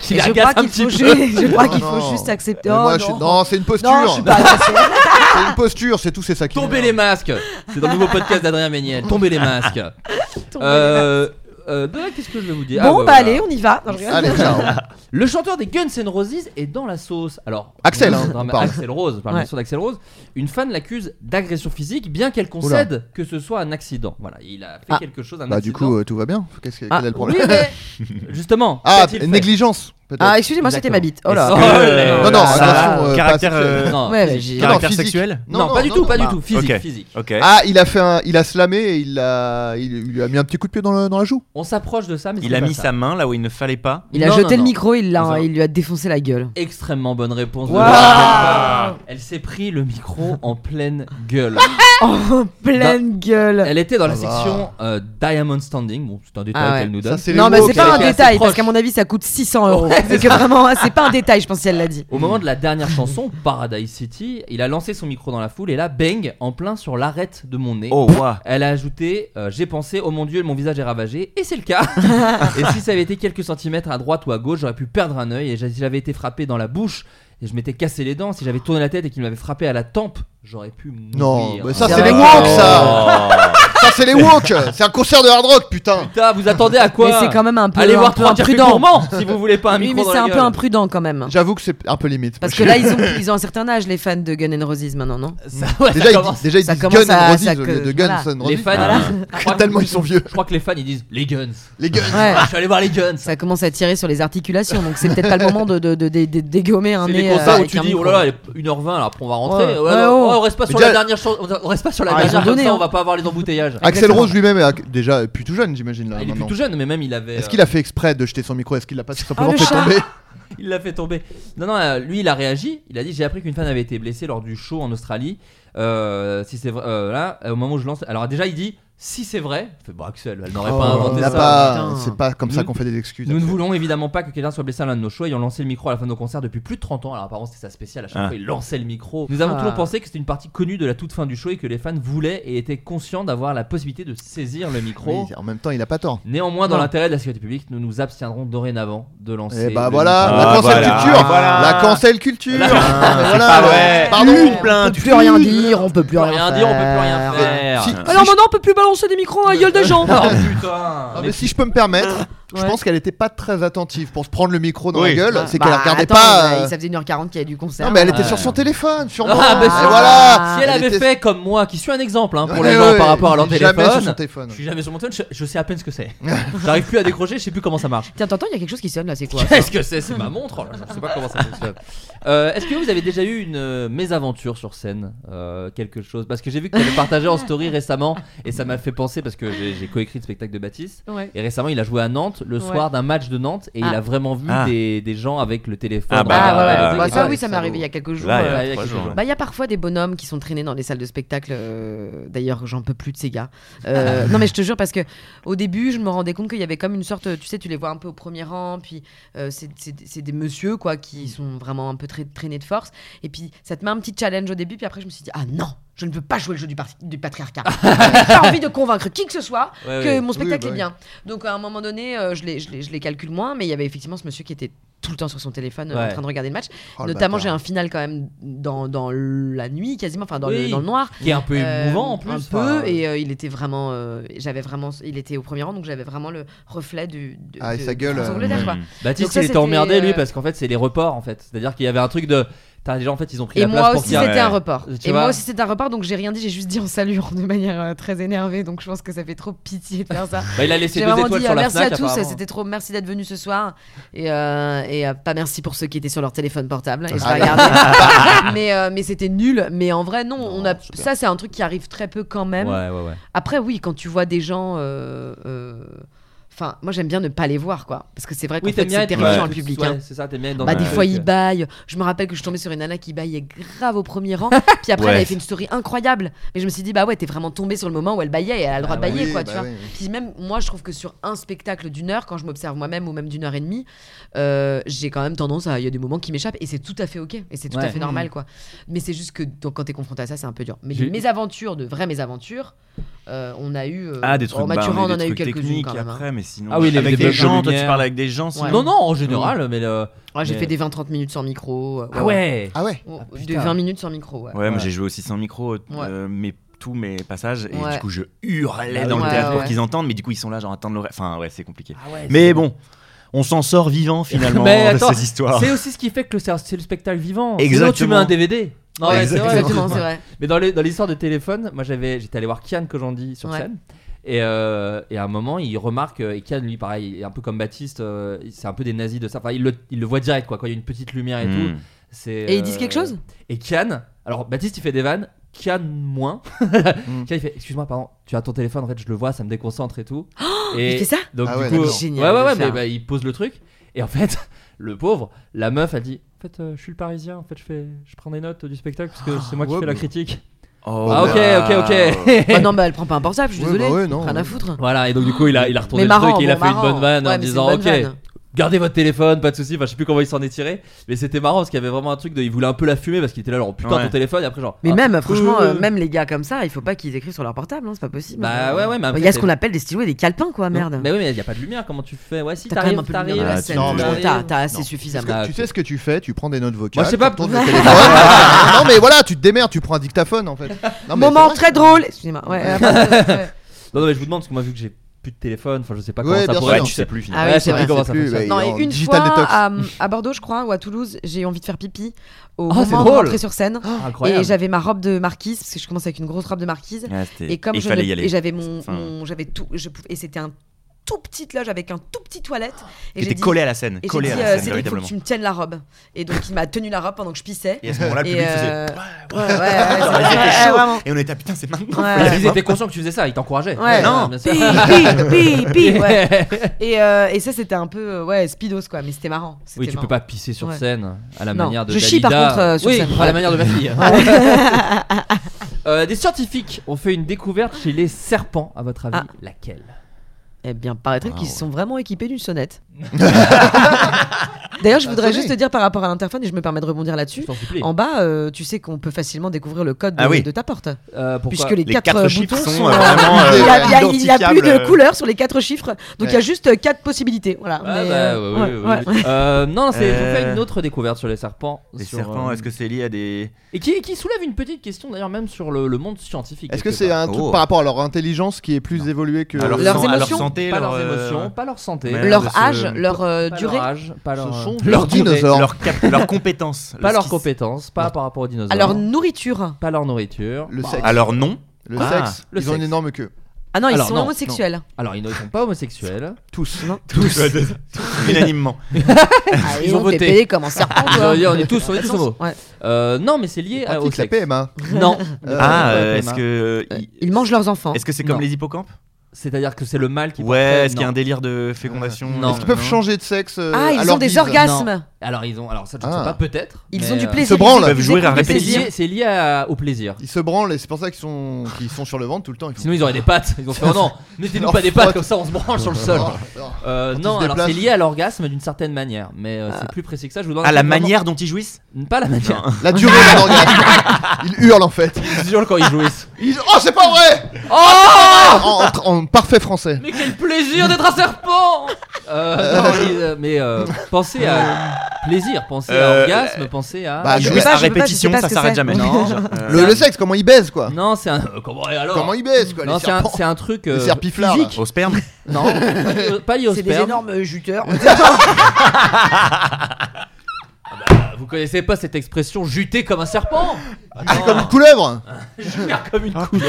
Speaker 7: Qu'il
Speaker 8: Et je
Speaker 7: agace
Speaker 8: crois
Speaker 7: un
Speaker 8: qu'il
Speaker 7: petit
Speaker 8: faut
Speaker 7: peu.
Speaker 8: ju- je crois qu'il
Speaker 4: Non,
Speaker 8: faut
Speaker 4: non.
Speaker 8: juste accepter
Speaker 4: Mais
Speaker 8: oh
Speaker 4: moi, je suis-
Speaker 8: non
Speaker 4: non, c'est une posture.
Speaker 8: Non, je suis pas
Speaker 4: C'est une posture, c'est tout, c'est ça qui.
Speaker 7: Tombez les masques C'est dans le nouveau podcast d'Adrien Méniel. Tombez les masques.
Speaker 9: Oh,
Speaker 8: Tombez
Speaker 7: Euh, euh, de- Qu'est-ce que je vais vous dire Ah,
Speaker 8: bon bah
Speaker 7: voilà.
Speaker 8: allez on y va Non, je rigole.
Speaker 4: Allez, ciao.
Speaker 7: Le chanteur des Guns N' Roses est dans la sauce. Alors,
Speaker 4: Axel,
Speaker 7: on-
Speaker 4: hein,
Speaker 7: on-
Speaker 4: on parle.
Speaker 7: Axel Rose, par
Speaker 8: Ouais.
Speaker 7: d'Axel Rose, une fan l'accuse d'agression physique, bien qu'elle concède que ce soit un accident. Voilà, il a fait
Speaker 8: Ah.
Speaker 7: quelque chose, un
Speaker 4: Bah, du
Speaker 7: accident.
Speaker 4: coup, euh, tout va bien. Qu'est-ce que-
Speaker 7: Ah,
Speaker 4: quel est le problème
Speaker 7: oui, mais- justement.
Speaker 4: Ah,
Speaker 7: qu'a-t-il fait
Speaker 4: négligence, peut-être.
Speaker 8: ah excusez-moi c'était ma bite oh là
Speaker 7: Est-ce que-
Speaker 4: non, non,
Speaker 2: ça-
Speaker 4: attention, euh,
Speaker 2: caractère,
Speaker 4: pas sexuel.
Speaker 2: euh,
Speaker 7: non,
Speaker 8: Ouais,
Speaker 7: physique.
Speaker 4: Non,
Speaker 8: j'ai-
Speaker 4: non,
Speaker 2: caractère
Speaker 4: physique.
Speaker 2: sexuel
Speaker 7: Non, pas du tout, pas du tout. Physique,
Speaker 2: Ok.
Speaker 7: physique.
Speaker 2: Ok.
Speaker 4: Ah, il a fait un, il a slamé et il a, il, il lui a mis un petit coup de pied dans, le- dans la joue.
Speaker 7: On s'approche de ça, mais
Speaker 2: Il
Speaker 7: c'est
Speaker 2: a
Speaker 7: pas
Speaker 2: mis
Speaker 7: ça.
Speaker 2: sa main là où il ne fallait pas.
Speaker 8: il a
Speaker 7: Non,
Speaker 8: jeté
Speaker 7: non,
Speaker 8: le
Speaker 7: non.
Speaker 8: micro il
Speaker 7: Non.
Speaker 8: l'a il lui a défoncé la gueule
Speaker 7: Extrêmement bonne réponse. de
Speaker 8: Waouh.
Speaker 7: Rachel. Elle s'est pris le micro en pleine gueule.
Speaker 8: oh pleine gueule
Speaker 7: Elle était dans la
Speaker 4: Ça va.
Speaker 7: section euh, Diamond Standing. Bon, c'est un détail
Speaker 8: Ah ouais.
Speaker 7: qu'elle nous
Speaker 4: Ça,
Speaker 7: donne.
Speaker 4: c'est les
Speaker 8: non mais
Speaker 4: mots
Speaker 8: c'est
Speaker 4: qu'elle
Speaker 8: pas un
Speaker 4: a-
Speaker 7: était assez
Speaker 8: détail
Speaker 7: proche.
Speaker 8: parce qu'à mon avis ça coûte 600 euros
Speaker 7: Ouais,
Speaker 8: c'est que vraiment c'est pas un détail je pense si elle l'a dit
Speaker 7: Au moment de la dernière chanson, Paradise City, il a lancé son micro dans la foule et là, bang, en plein sur l'arête de mon nez.
Speaker 2: Oh waouh.
Speaker 7: Elle a ajouté euh, J'ai pensé, oh mon dieu, mon visage est ravagé, et c'est le cas. et si ça avait été quelques centimètres à droite ou à gauche, j'aurais pu perdre un œil. Et j'a- si j'avais été frappé dans la bouche et je m'étais cassé les dents, si j'avais tourné la tête et qu'il m'avait frappé à la tempe, j'aurais pu mourir. Ah,
Speaker 4: Non, mais ça
Speaker 8: C'est
Speaker 4: c'est les
Speaker 8: vrai.
Speaker 4: woke,
Speaker 8: Oh.
Speaker 4: ça. Ça c'est les woke. C'est un concert de hard rock, putain.
Speaker 7: Putain, vous attendez à quoi
Speaker 8: mais c'est quand même un peu
Speaker 7: Allez
Speaker 8: un
Speaker 7: voir
Speaker 8: peu
Speaker 7: Courant Circuit
Speaker 8: imprudent
Speaker 7: Gourmand, si vous voulez pas un
Speaker 8: oui
Speaker 7: micro
Speaker 8: mais
Speaker 7: dans
Speaker 8: c'est
Speaker 7: la
Speaker 8: un peu
Speaker 7: gueule.
Speaker 8: imprudent quand même
Speaker 4: J'avoue que c'est un peu limite.
Speaker 8: parce que là ils ont ils ont un certain âge les fans de Gun N' Roses maintenant non
Speaker 7: Ça- ouais, ça
Speaker 4: déjà ils,
Speaker 7: commence.
Speaker 4: disent- déjà, ils
Speaker 8: ça
Speaker 4: disent
Speaker 8: commence
Speaker 4: Guns
Speaker 8: à-
Speaker 4: and Roses
Speaker 8: ça
Speaker 4: au
Speaker 8: que-
Speaker 4: lieu de Guns
Speaker 8: voilà.
Speaker 4: and
Speaker 7: Les
Speaker 4: Roses.
Speaker 7: fans,
Speaker 8: Voilà.
Speaker 7: je crois que-
Speaker 4: Tellement ils sont vieux.
Speaker 7: Je crois que les fans ils disent les guns.
Speaker 4: Les Guns.
Speaker 8: ouais
Speaker 7: Ah, je suis allé voir les guns.
Speaker 8: ça commence à tirer sur les articulations donc c'est peut-être pas le moment de, de, de- de- de dégommer un
Speaker 7: C'est
Speaker 8: nez
Speaker 7: les
Speaker 8: euh,
Speaker 7: concerts où
Speaker 8: avec
Speaker 7: tu
Speaker 8: un
Speaker 7: dis oh
Speaker 8: micro.
Speaker 7: là là, elle est 1h20, là, après on va rentrer.
Speaker 8: Ouais.
Speaker 7: Ouais,
Speaker 8: Ouais,
Speaker 7: non,
Speaker 8: oh.
Speaker 7: ouais, on reste pas
Speaker 4: Mais
Speaker 7: sur
Speaker 4: déjà- Ah,
Speaker 7: la dernière chose, on reste pas sur la
Speaker 8: Ah, ils
Speaker 7: dernière
Speaker 8: ont
Speaker 7: comme
Speaker 8: donné,
Speaker 7: ça,
Speaker 8: hein.
Speaker 7: on va pas avoir les embouteillages. maquillage.
Speaker 4: Axel Rose lui-même est ac- déjà plus tout jeune, j'imagine. là,
Speaker 7: Ah, il est plus
Speaker 4: maintenant.
Speaker 7: tout jeune, mais même il avait.
Speaker 4: Est-ce
Speaker 7: euh, Oh,
Speaker 4: qu'il a fait exprès de jeter son micro Est-ce qu'il l'a pas tout simplement
Speaker 7: le
Speaker 4: fait
Speaker 7: chat
Speaker 4: tomber
Speaker 7: euh, Il l'a fait tomber. Non, non, euh, lui, il a réagi. Il a dit J'ai appris qu'une fan avait été blessée lors du show en Australie. Euh, si c'est vrai, euh, là, au moment où je lance. Alors, déjà, il dit Si c'est vrai, il fait, Bon, Axel, elle n'aurait pas
Speaker 4: Il
Speaker 7: inventé
Speaker 4: Oh, n'a
Speaker 7: ça.
Speaker 4: pas-
Speaker 8: putain.
Speaker 4: C'est pas comme ça
Speaker 7: Nous-
Speaker 4: qu'on fait des excuses.
Speaker 7: Nous ne
Speaker 4: après.
Speaker 7: voulons évidemment pas que quelqu'un soit blessé à l'un de nos choix ayant lancé le micro à la fin de nos concerts depuis plus de 30 ans. Alors apparemment c'était ça spécial, à chaque
Speaker 2: Ah.
Speaker 7: fois il lançait le micro. Nous avons
Speaker 8: Ah.
Speaker 7: toujours pensé que c'était une partie connue de la toute fin du show et que les fans voulaient et étaient conscients d'avoir la possibilité de saisir le micro.
Speaker 4: Oui, en même temps, il a pas tort.
Speaker 7: Néanmoins, dans
Speaker 8: Non.
Speaker 7: l'intérêt de la sécurité publique, nous nous abstiendrons dorénavant de lancer.
Speaker 4: Et bah
Speaker 7: le
Speaker 4: voilà,
Speaker 7: micro.
Speaker 2: Ah,
Speaker 4: la cancel
Speaker 2: voilà,
Speaker 4: culture
Speaker 2: voilà.
Speaker 4: La cancel culture Ah,
Speaker 7: Là,
Speaker 4: Voilà,
Speaker 2: c'est pas vrai.
Speaker 4: Pardon
Speaker 2: Une plainte,
Speaker 8: On peut plus rien dire, on peut plus
Speaker 7: On peut
Speaker 8: rien
Speaker 7: rien
Speaker 8: faire.
Speaker 7: dire, on peut plus rien faire.
Speaker 4: Si-
Speaker 8: Alors Ah maintenant, on peut plus balancer des micros à la gueule des
Speaker 7: Oh
Speaker 8: gens.
Speaker 7: putain
Speaker 4: Ah, mais
Speaker 7: Mais-
Speaker 4: si je peux me permettre, je
Speaker 8: Ouais.
Speaker 4: pense qu'elle était pas très attentive pour se prendre le micro dans la
Speaker 2: Oui.
Speaker 4: gueule,
Speaker 8: Ah,
Speaker 4: c'est
Speaker 8: bah,
Speaker 4: qu'elle regardait
Speaker 8: attends,
Speaker 4: pas.
Speaker 8: euh,
Speaker 4: euh,
Speaker 8: Ça faisait 1h40 qu'il y a du concert.
Speaker 4: Non mais elle était
Speaker 2: Ah.
Speaker 4: sur son téléphone, sûrement.
Speaker 7: Ah, bah,
Speaker 4: Et
Speaker 7: sûrement.
Speaker 4: voilà.
Speaker 7: Si elle avait
Speaker 4: était-
Speaker 7: fait comme moi, qui suis un exemple hein, pour les
Speaker 4: Ouais,
Speaker 7: gens
Speaker 4: ouais,
Speaker 7: par rapport à leur
Speaker 4: jamais sur son
Speaker 7: téléphone,
Speaker 4: téléphone.
Speaker 7: je suis jamais sur mon téléphone, je, je sais à peine ce que c'est. J'arrive plus à décrocher, je sais plus comment ça marche.
Speaker 8: Tiens, t'entends, il y a quelque chose qui sonne là, c'est quoi
Speaker 7: Qu'est-ce que c'est C'est ma montre oh là, Je sais pas comment ça fonctionne. Euh, Est-ce que vous avez déjà eu une euh, mésaventure sur scène euh, Quelque chose Parce que j'ai vu que tu avais partagé en story récemment et ça m'a fait penser parce que j'ai j'ai coécrit le spectacle de Baptiste.
Speaker 8: Ouais.
Speaker 7: Et récemment, il a joué à Nantes le
Speaker 8: Ouais.
Speaker 7: soir d'un match de Nantes et il
Speaker 8: Ah.
Speaker 7: a vraiment vu
Speaker 2: Ah.
Speaker 7: des, des gens avec le téléphone.
Speaker 2: Ah, bah,
Speaker 8: Ah,
Speaker 2: bah,
Speaker 8: voilà.
Speaker 2: bah,
Speaker 7: les
Speaker 8: Bah,
Speaker 7: écouteurs.
Speaker 8: ça, oui, ça m'est arrivé il y a quelques jours.
Speaker 2: Là, il y
Speaker 8: euh,
Speaker 2: a
Speaker 7: il y a
Speaker 2: trois
Speaker 7: quelques
Speaker 2: jours.
Speaker 7: jours.
Speaker 8: Bah, il y a parfois des bonhommes qui sont traînés dans les salles de spectacle. euh, D'ailleurs, j'en peux plus de ces gars.
Speaker 4: Ah.
Speaker 8: Euh, non, mais je te jure, parce que au début, je me rendais compte qu'il y avait comme une sorte. Tu sais, tu les vois un peu au premier rang, puis euh, c'est- c'est c'est des messieurs, quoi,
Speaker 4: Mm.
Speaker 8: qui sont vraiment un peu tra- traînés de force. Et puis, ça te met un petit challenge au début, puis après, je me suis dit, ah non, je ne veux pas jouer le jeu du, par- du patriarcat. J'ai pas envie de convaincre qui que ce soit
Speaker 7: Ouais,
Speaker 8: que
Speaker 7: ouais.
Speaker 8: mon spectacle
Speaker 4: bah
Speaker 8: est
Speaker 4: oui.
Speaker 8: bien. Donc, à un moment donné, euh, je, les, je, les, je les calcule moins, mais il y avait effectivement ce monsieur qui était tout le temps sur son téléphone euh, en
Speaker 7: Ouais.
Speaker 8: train de regarder le match.
Speaker 4: Oh, le
Speaker 8: Notamment,
Speaker 4: bâtard.
Speaker 8: j'ai un final quand même dans, dans la nuit, quasiment, enfin dans,
Speaker 7: Oui.
Speaker 8: le, dans le noir.
Speaker 7: Qui est un peu
Speaker 8: Euh,
Speaker 7: émouvant en plus.
Speaker 8: Un
Speaker 7: enfin,
Speaker 8: peu, et euh, il était vraiment. euh, j'avais vraiment. Il était au premier rang, donc j'avais vraiment le reflet du. de-
Speaker 4: Ah, et
Speaker 8: de-
Speaker 4: sa gueule,
Speaker 8: de
Speaker 4: euh,
Speaker 8: Angleterre, quoi.
Speaker 2: Mm.
Speaker 7: Baptiste,
Speaker 8: Donc ça,
Speaker 7: il était
Speaker 8: c'était,
Speaker 7: emmerdé lui
Speaker 8: euh,
Speaker 7: parce qu'en fait, c'est les reports en fait. C'est-à-dire qu'il y avait un truc de. T'as les gens en fait, ils ont pris
Speaker 8: Et
Speaker 7: la place
Speaker 8: moi
Speaker 7: pour
Speaker 8: aussi,
Speaker 7: dire-
Speaker 8: c'était un
Speaker 2: Ouais.
Speaker 8: report.
Speaker 7: Tu
Speaker 8: Et
Speaker 7: vois
Speaker 8: moi aussi, c'était un report, donc j'ai rien dit, j'ai juste dit en salut de manière euh, très énervée, donc je pense que ça fait trop pitié de faire ça.
Speaker 7: Bah, il a laissé
Speaker 8: J'ai
Speaker 7: deux
Speaker 8: vraiment
Speaker 7: étoiles
Speaker 8: dit
Speaker 7: sur
Speaker 8: euh,
Speaker 7: la
Speaker 8: merci
Speaker 7: Fnac,
Speaker 8: à tous,
Speaker 7: apparemment.
Speaker 8: c'était trop merci d'être venus ce soir et, euh, et euh, pas merci pour ceux qui étaient sur leur téléphone portable. Et je
Speaker 4: Ah,
Speaker 8: vais regarder. mais euh, mais c'était nul. Mais en vrai non, on a ça c'est un truc qui arrive très peu quand même.
Speaker 7: Ouais, ouais, ouais.
Speaker 8: Après oui, quand tu vois des gens, euh, euh, enfin moi j'aime bien ne pas les voir quoi, parce que c'est vrai qu'en
Speaker 7: Oui,
Speaker 8: fait
Speaker 7: t'aimes bien
Speaker 8: c'est
Speaker 7: être
Speaker 8: terrifiant
Speaker 7: ouais.
Speaker 8: le public.
Speaker 7: Ouais,
Speaker 8: hein.
Speaker 7: c'est ça, t'aimes bien être dans
Speaker 8: Bah,
Speaker 7: le
Speaker 8: des
Speaker 7: truc,
Speaker 8: fois
Speaker 7: euh,
Speaker 8: ils baillent. Je me rappelle que je suis tombée sur une nana qui baillait grave au premier rang. Puis après
Speaker 2: Ouais.
Speaker 8: elle avait fait une story incroyable. Mais je me suis dit bah ouais t'es vraiment tombée sur le moment où elle baillait et elle a le droit
Speaker 7: Ah,
Speaker 8: de
Speaker 7: bah
Speaker 8: bailler
Speaker 4: oui,
Speaker 8: quoi
Speaker 4: bah
Speaker 8: tu vois.
Speaker 4: oui, oui.
Speaker 8: Puis même moi je trouve que sur un spectacle d'une heure quand je m'observe moi-même ou même d'une heure et demie, euh, j'ai quand même tendance à il y a des moments qui m'échappent et c'est tout à fait ok et c'est tout
Speaker 7: Ouais. Mmh.
Speaker 8: à fait normal quoi. Mais c'est juste que donc quand t'es confronté à ça c'est un peu dur. Mais
Speaker 7: J'ai-
Speaker 8: des mésaventures de vraies mésaventures, euh, on a eu euh,
Speaker 2: Ah, des trucs
Speaker 8: en
Speaker 2: bah,
Speaker 8: Mathura,
Speaker 2: on a
Speaker 8: on en
Speaker 2: des
Speaker 8: a eu
Speaker 2: trucs
Speaker 8: quelques-unes
Speaker 2: techniques
Speaker 8: quand même. hein.
Speaker 2: après, mais sinon.
Speaker 7: Ah oui, les- les
Speaker 2: avec des
Speaker 7: bugs de
Speaker 2: gens, toi tu
Speaker 7: lumière.
Speaker 2: parles avec des gens. sinon-
Speaker 8: Ouais.
Speaker 7: Non, non, en général, mais le.
Speaker 8: Ouais, j'ai
Speaker 7: Mais-
Speaker 8: fait des 20-30 minutes sans micro. euh,
Speaker 7: Ah ouais
Speaker 4: Ah ouais.
Speaker 8: Oh,
Speaker 7: Ah,
Speaker 8: de
Speaker 7: putain.
Speaker 8: 20 minutes sans micro, ouais.
Speaker 2: Ouais, moi j'ai joué aussi sans micro, euh, euh, mais tous mes passages et
Speaker 8: Ouais.
Speaker 2: du coup je hurlais
Speaker 7: Ah
Speaker 2: dans
Speaker 8: ouais,
Speaker 2: le théâtre
Speaker 8: ouais. Ah,
Speaker 2: pour qu'ils entendent mais du coup ils sont là genre attendre l'oreille enfin ouais c'est compliqué mais bon on s'en sort vivant finalement
Speaker 7: Mais attends,
Speaker 2: de ces histoires
Speaker 7: C'est aussi ce qui fait que le- c'est le spectacle vivant. Sinon, tu
Speaker 2: Exactement.
Speaker 7: mets un DVD. Non,
Speaker 2: Ouais,
Speaker 7: mais c'est vrai,
Speaker 8: Exactement, c'est vrai.
Speaker 7: Mais dans les- dans l'histoire de téléphone, moi j'avais j'étais allé voir Kian Kojandi sur
Speaker 8: Ouais.
Speaker 7: scène. Et, euh, et à un moment, il remarque, euh, et Kian, lui, pareil, il est un peu comme Baptiste, euh, il- c'est un peu des nazis de ça. Enfin, il le, il le voit direct, quoi, quand il y a une petite lumière et tout.
Speaker 2: Mm.
Speaker 7: c'est,
Speaker 8: Et
Speaker 7: euh,
Speaker 8: ils disent quelque chose
Speaker 7: Et Kian, alors Baptiste, il fait des vannes, Kian moins.
Speaker 4: Mm.
Speaker 7: Kian, il fait, excuse-moi, pardon, tu as ton téléphone, en fait, je le vois, ça me déconcentre et tout. et
Speaker 8: il fait ça
Speaker 7: Donc,
Speaker 4: Ah
Speaker 7: du
Speaker 4: ouais,
Speaker 7: coup,
Speaker 4: d'accord.
Speaker 8: Génial
Speaker 7: ouais, ouais,
Speaker 8: de
Speaker 7: ouais,
Speaker 8: faire.
Speaker 7: mais bah, il pose le truc. Et en fait, le pauvre, la meuf, elle dit, en fait, euh, je suis le parisien, en fait, je, fais, je prends des notes euh, du spectacle parce que c'est moi qui
Speaker 4: ouais,
Speaker 7: fais la
Speaker 4: bah.
Speaker 7: critique.
Speaker 2: Oh,
Speaker 7: Ah ok
Speaker 2: bah.
Speaker 7: ok ok
Speaker 8: Bah non, bah elle prend pas un portable, je suis
Speaker 4: Ouais,
Speaker 8: désolée.
Speaker 4: bah ouais, non,
Speaker 8: Rien à
Speaker 4: ouais.
Speaker 8: foutre.
Speaker 7: Voilà et donc du coup il a, il a retourné
Speaker 8: Mais marrant,
Speaker 7: le truc et il a
Speaker 8: bon,
Speaker 7: fait
Speaker 8: marrant.
Speaker 7: une bonne vanne
Speaker 8: Ouais,
Speaker 7: en
Speaker 8: mais c'est
Speaker 7: disant
Speaker 8: une
Speaker 7: ok
Speaker 8: bonne vanne.
Speaker 7: gardez votre téléphone pas de soucis enfin je sais plus comment il s'en est tiré mais c'était marrant parce qu'il y avait vraiment un truc de il voulait un peu la fumer parce qu'il était là genre putain
Speaker 2: Ouais.
Speaker 7: ton téléphone et après genre
Speaker 8: Mais
Speaker 7: ah,
Speaker 8: même, franchement,
Speaker 7: euh,
Speaker 8: euh, même les gars comme ça, il faut pas qu'ils écrivent sur leur portable, hein, c'est pas possible.
Speaker 7: bah ouais ouais mais après,
Speaker 8: Il y a ce
Speaker 7: c'est-
Speaker 8: qu'on appelle des stylos et des calepins, quoi,
Speaker 7: Non,
Speaker 8: merde.
Speaker 7: mais oui mais il y a pas de lumière comment tu fais ouais si
Speaker 8: T'as quand
Speaker 7: t'arrives
Speaker 8: même un peu de
Speaker 7: t'arrives
Speaker 8: lumière dans la
Speaker 2: Ah,
Speaker 8: scène.
Speaker 4: non, mais-
Speaker 8: Bon, T'as t'as assez
Speaker 7: Non.
Speaker 8: suffisamment.
Speaker 7: Parce
Speaker 4: Tu sais ce que tu fais, tu prends des notes vocales.
Speaker 7: Ah, Moi, je sais pas-
Speaker 4: tu retournes le téléphone. Ah, non mais voilà, tu te démerdes, tu prends un dictaphone en fait. Non, mais
Speaker 8: Moment
Speaker 4: c'est vrai.
Speaker 8: très drôle. Excusez-moi. Ouais, euh, ouais.
Speaker 7: non non mais je vous demande parce que moi vu que j'ai plus de téléphone enfin je sais pas
Speaker 4: Ouais,
Speaker 7: comment ça
Speaker 4: bien
Speaker 7: pourrait
Speaker 4: sûr.
Speaker 2: tu sais plus finalement
Speaker 8: Ah
Speaker 7: Ouais,
Speaker 8: oui,
Speaker 7: je
Speaker 8: c'est
Speaker 7: sais
Speaker 8: vrai.
Speaker 7: plus comment ça
Speaker 4: plus,
Speaker 7: fonctionne.
Speaker 4: ouais.
Speaker 8: Non,
Speaker 4: en
Speaker 8: et une
Speaker 4: digital
Speaker 8: fois
Speaker 4: détox.
Speaker 8: à, à Bordeaux, je crois, ou à Toulouse, j'ai eu envie de faire pipi au
Speaker 7: Ah, c'est
Speaker 8: moment de
Speaker 7: drôle.
Speaker 8: rentrer sur scène.
Speaker 7: incroyable
Speaker 8: Ah, Et j'avais ma robe de marquise, parce que je commence avec une grosse robe de marquise.
Speaker 2: Ah, c'était-
Speaker 8: Et comme
Speaker 2: il
Speaker 8: je
Speaker 2: fallait
Speaker 8: ne-
Speaker 2: y aller
Speaker 8: et j'avais mon,
Speaker 2: Enfin.
Speaker 8: mon- j'avais tout, je pouvais- et c'était un tout petite loge avec un tout petit toilette. Et j'ai
Speaker 2: J'étais
Speaker 8: dit-
Speaker 2: collé à la scène,
Speaker 8: et j'ai
Speaker 2: collé à
Speaker 8: dit,
Speaker 2: la
Speaker 8: euh,
Speaker 2: scène
Speaker 8: Cédric, faut que
Speaker 2: véritablement.
Speaker 8: tu me tiennes la robe. Et donc, il m'a tenu la robe pendant que je pissais.
Speaker 2: Et à ce moment-là, le
Speaker 8: Et,
Speaker 2: public faisait
Speaker 8: euh,
Speaker 2: ouais,
Speaker 8: ouais, ouais,
Speaker 2: ouais,
Speaker 8: ouais,
Speaker 2: Attends,
Speaker 8: c'est
Speaker 2: ils étaient
Speaker 8: vrai,
Speaker 2: chauds.
Speaker 8: ouais, vraiment.
Speaker 2: Et on était ah, putain, c'est maintenant.
Speaker 8: Ouais.
Speaker 2: Faut y
Speaker 7: Bah, Ils
Speaker 2: aller.
Speaker 7: étaient conscients que tu faisais ça, ils t'encourageaient.
Speaker 8: Ouais.
Speaker 2: Non.
Speaker 7: bien sûr.
Speaker 8: Pi, pi, pi, pi, ouais. Et, euh, et ça, c'était un peu euh, ouais, speedos, quoi. Mais c'était marrant. C'était
Speaker 7: Oui, tu peux
Speaker 8: marrant.
Speaker 7: pas pisser sur
Speaker 8: Ouais.
Speaker 7: scène à la
Speaker 8: Non,
Speaker 7: manière de
Speaker 8: je chie,
Speaker 7: Dalida.
Speaker 8: par contre, euh, sur
Speaker 7: oui,
Speaker 8: scène.
Speaker 7: à la
Speaker 8: Ouais.
Speaker 7: manière de ma fille. Euh, des scientifiques ont fait une découverte chez les serpents, à votre avis,
Speaker 8: Ah.
Speaker 7: laquelle
Speaker 8: Eh bien, paraît-il
Speaker 2: Ah
Speaker 8: qu'ils
Speaker 2: ouais.
Speaker 8: sont vraiment équipés d'une sonnette. D'ailleurs, je voudrais
Speaker 4: Étonné.
Speaker 8: juste te dire par rapport à l'interphone, et je me permets de rebondir
Speaker 7: Je
Speaker 8: là-dessus.
Speaker 7: t'en supplie.
Speaker 8: En bas, euh, tu sais qu'on peut facilement découvrir le code de,
Speaker 2: Ah oui.
Speaker 8: de ta porte.
Speaker 7: Euh, pourquoi
Speaker 8: puisque les,
Speaker 2: Les
Speaker 8: quatre,
Speaker 2: quatre
Speaker 8: euh,
Speaker 2: chiffres
Speaker 8: boutons
Speaker 2: sont,
Speaker 8: sont.
Speaker 2: euh,
Speaker 8: euh,
Speaker 2: vraiment,
Speaker 8: il y a- il y a- il y a, plus
Speaker 2: identifiables, euh.
Speaker 8: de couleurs sur les quatre chiffres, donc il y a
Speaker 4: Ouais.
Speaker 8: juste euh, quatre possibilités. Voilà.
Speaker 7: Ah,
Speaker 8: mais,
Speaker 7: bah,
Speaker 8: euh,
Speaker 7: ouais, ouais,
Speaker 8: ouais,
Speaker 7: ouais,
Speaker 8: ouais.
Speaker 7: ouais. Euh, non, c'est ils ont fait
Speaker 2: Euh,
Speaker 7: une autre découverte sur les serpents.
Speaker 2: Les
Speaker 7: sur,
Speaker 2: serpents,
Speaker 7: euh,
Speaker 2: est-ce que c'est lié à des.
Speaker 7: Et qui, qui soulève une petite question d'ailleurs, même sur le, le monde scientifique.
Speaker 4: Est-ce que
Speaker 7: quelque
Speaker 4: c'est
Speaker 7: part.
Speaker 4: un truc
Speaker 2: Oh.
Speaker 4: par rapport à leur intelligence qui est plus
Speaker 2: Non.
Speaker 4: évoluée que
Speaker 7: Bah,
Speaker 2: à leur
Speaker 8: leurs
Speaker 2: sang- à
Speaker 8: émotions,
Speaker 2: leur santé,
Speaker 7: Pas
Speaker 2: leur,
Speaker 7: leurs
Speaker 2: euh,
Speaker 7: émotions, pas leur santé,
Speaker 2: Mais-
Speaker 7: leur,
Speaker 2: de
Speaker 8: Leur
Speaker 2: ce-
Speaker 8: âge, leur euh,
Speaker 7: pas
Speaker 8: durée.
Speaker 7: leur âge, pas leur,
Speaker 4: Ce
Speaker 7: euh,
Speaker 4: sont
Speaker 7: leur
Speaker 4: leurs
Speaker 7: durée,
Speaker 4: dinosaures.
Speaker 2: leur, cap- leur compétence
Speaker 7: pas
Speaker 2: leur
Speaker 7: leurs compétences, pas par rapport aux dinosaures,
Speaker 8: à leur nourriture.
Speaker 7: pas leur nourriture.
Speaker 4: le sexe
Speaker 2: Alors non.
Speaker 4: le
Speaker 2: Ah.
Speaker 4: sexe
Speaker 7: Le
Speaker 4: ils ont une
Speaker 7: sexe.
Speaker 4: énorme queue
Speaker 8: Ah non, ils
Speaker 7: Alors,
Speaker 8: sont
Speaker 7: non,
Speaker 8: homosexuels.
Speaker 7: Alors ils ne sont pas homosexuels.
Speaker 4: tous
Speaker 2: Tous. Unanimement.
Speaker 8: Ah,
Speaker 7: Ils ont
Speaker 8: donc,
Speaker 7: voté.
Speaker 8: t'es payé comme un serpent.
Speaker 7: Ils
Speaker 8: toi.
Speaker 7: ont dit, on est tous, on est tous homo.
Speaker 8: Ouais.
Speaker 7: Euh, non, mais c'est lié
Speaker 8: Ah,
Speaker 7: à, au
Speaker 4: Pratique la
Speaker 7: sexe.
Speaker 4: PMA
Speaker 7: Non.
Speaker 2: Ah,
Speaker 7: Euh,
Speaker 2: euh,
Speaker 7: la
Speaker 2: est-ce
Speaker 7: PMA.
Speaker 2: que.
Speaker 8: Euh,
Speaker 2: il-
Speaker 8: Ils mangent leurs enfants.
Speaker 2: Est-ce que c'est comme
Speaker 7: Non.
Speaker 2: les hippocampes
Speaker 7: C'est-à-dire que c'est le mal qui.
Speaker 2: Ouais,
Speaker 7: porte-
Speaker 2: est-ce qu'il y a
Speaker 7: non.
Speaker 2: un délire de fécondation
Speaker 7: Non.
Speaker 2: Est-ce
Speaker 4: ils
Speaker 2: qu'ils
Speaker 4: peuvent changer de sexe euh,
Speaker 8: Ah,
Speaker 4: à
Speaker 8: ils
Speaker 4: leur
Speaker 8: ont des
Speaker 4: guise.
Speaker 8: orgasmes.
Speaker 7: Alors ils ont, alors ça je ne
Speaker 4: Ah.
Speaker 7: sais pas peut-être. mais,
Speaker 8: Ils ont du
Speaker 7: euh,
Speaker 8: plaisir.
Speaker 4: se branlent.
Speaker 8: ils ont-
Speaker 2: Ils peuvent jouer à
Speaker 8: ils ont-
Speaker 7: C'est
Speaker 2: répétition.
Speaker 7: lié, c'est lié à- au plaisir.
Speaker 4: ils se branlent et c'est pour ça qu'ils sont qu'ils sont sur le ventre tout le temps ils font-
Speaker 7: Sinon ils auraient des pattes. Ils ont fait oh non, mettez-nous
Speaker 4: Leur
Speaker 7: pas des pattes
Speaker 4: frotte.
Speaker 7: comme ça on se branle sur le sol.
Speaker 4: Oh, oh.
Speaker 7: Euh,
Speaker 4: Quand
Speaker 7: non,
Speaker 4: ils se
Speaker 7: alors c'est
Speaker 4: déplacent. Ah.
Speaker 7: lié à l'orgasme d'une certaine manière, mais euh, c'est plus précis que ça. Je vous donne
Speaker 2: À Ah, la
Speaker 7: un exemple.
Speaker 2: manière dont ils jouissent
Speaker 7: Pas la manière.
Speaker 4: oh. la durée de l'orgasme ils hurlent en fait
Speaker 7: Ils hurlent quand ils jouissent.
Speaker 4: Ils- oh c'est pas vrai
Speaker 7: Oh
Speaker 4: en, en- en parfait français
Speaker 7: Mais quel plaisir d'être un serpent euh, non, ils, euh, Mais euh, pensez à plaisir, pensez à
Speaker 2: Euh,
Speaker 7: orgasme, pensez à.
Speaker 4: bah, Ah, je
Speaker 2: Jouissent
Speaker 4: sais
Speaker 8: pas,
Speaker 2: à
Speaker 8: je sais pas, je
Speaker 2: répétition,
Speaker 8: sais pas
Speaker 2: ça
Speaker 8: ce que
Speaker 2: s'arrête
Speaker 8: c'est.
Speaker 2: jamais.
Speaker 8: Non.
Speaker 2: Euh,
Speaker 4: le, le sexe comment ils baisent quoi
Speaker 7: Non, c'est un. euh, Comment et alors
Speaker 4: comment ils baissent quoi
Speaker 7: Non,
Speaker 4: les
Speaker 7: c'est un,
Speaker 4: serpents
Speaker 7: c'est un truc.
Speaker 4: les
Speaker 7: euh,
Speaker 4: serpiflards là.
Speaker 2: Au sperme
Speaker 7: Non, pas lié au- pas lié au
Speaker 8: C'est des
Speaker 7: sperme.
Speaker 8: énormes euh, juteurs.
Speaker 7: Bah, Vous connaissez pas cette expression juter comme un serpent
Speaker 4: ah, comme une couleuvre
Speaker 7: Juter comme une coupe.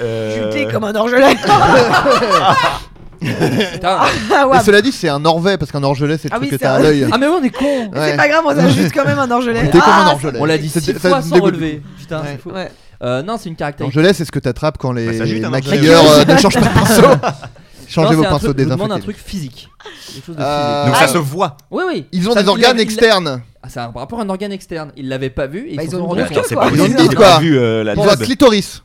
Speaker 2: Euh,
Speaker 8: Juté comme un orgelet.
Speaker 7: Putain.
Speaker 8: Ah ouais,
Speaker 4: Mais cela dit, c'est un Norvais parce qu'un orgelet, c'est le
Speaker 8: Ah
Speaker 4: truc
Speaker 8: oui,
Speaker 4: que
Speaker 8: c'est
Speaker 4: t'as à
Speaker 8: vrai.
Speaker 4: l'œil.
Speaker 7: Ah, mais ouais, on est con
Speaker 4: Ouais.
Speaker 8: C'est pas grave, on ajoute quand même un orgelet.
Speaker 4: T'es comme un
Speaker 8: Ah,
Speaker 4: orgelet.
Speaker 7: On l'a dit
Speaker 4: C'est-
Speaker 7: six
Speaker 4: ça
Speaker 7: fois
Speaker 4: me
Speaker 7: sans
Speaker 4: dégoûte.
Speaker 7: relever. Putain, c'est fou.
Speaker 8: Ouais.
Speaker 7: Euh, non, c'est une caractéristique.
Speaker 4: Orgelet, c'est ce que t'attrapes quand les
Speaker 2: Bah, ça jute, un orgelet.
Speaker 4: maquilleurs euh, ne changent pas de pinceau.
Speaker 7: Non,
Speaker 4: Changez
Speaker 7: c'est un
Speaker 4: vos pinceaux
Speaker 7: truc- je vous demande un
Speaker 4: désinfectés.
Speaker 7: truc physique. Quelque chose de
Speaker 4: Euh,
Speaker 2: Donc
Speaker 7: physique.
Speaker 2: ça
Speaker 4: Ah.
Speaker 2: se voit.
Speaker 7: Oui, oui.
Speaker 4: Ils ont
Speaker 7: Ça,
Speaker 4: des
Speaker 7: il a-
Speaker 4: organes
Speaker 7: il a-
Speaker 4: externes.
Speaker 7: Ah, c'est un- par rapport à un organe externe. Ils l'avaient pas vu. Et
Speaker 8: Bah,
Speaker 7: ils
Speaker 8: ils
Speaker 7: sont
Speaker 8: ont
Speaker 7: rendus
Speaker 8: une
Speaker 7: compte.
Speaker 8: bouche.
Speaker 2: c'est
Speaker 8: quoi.
Speaker 2: pas
Speaker 4: Ils ont
Speaker 2: possible.
Speaker 4: une bite,
Speaker 2: J'ai
Speaker 4: quoi.
Speaker 2: pas vu euh, la
Speaker 4: Ils ont un
Speaker 2: daube.
Speaker 4: clitoris.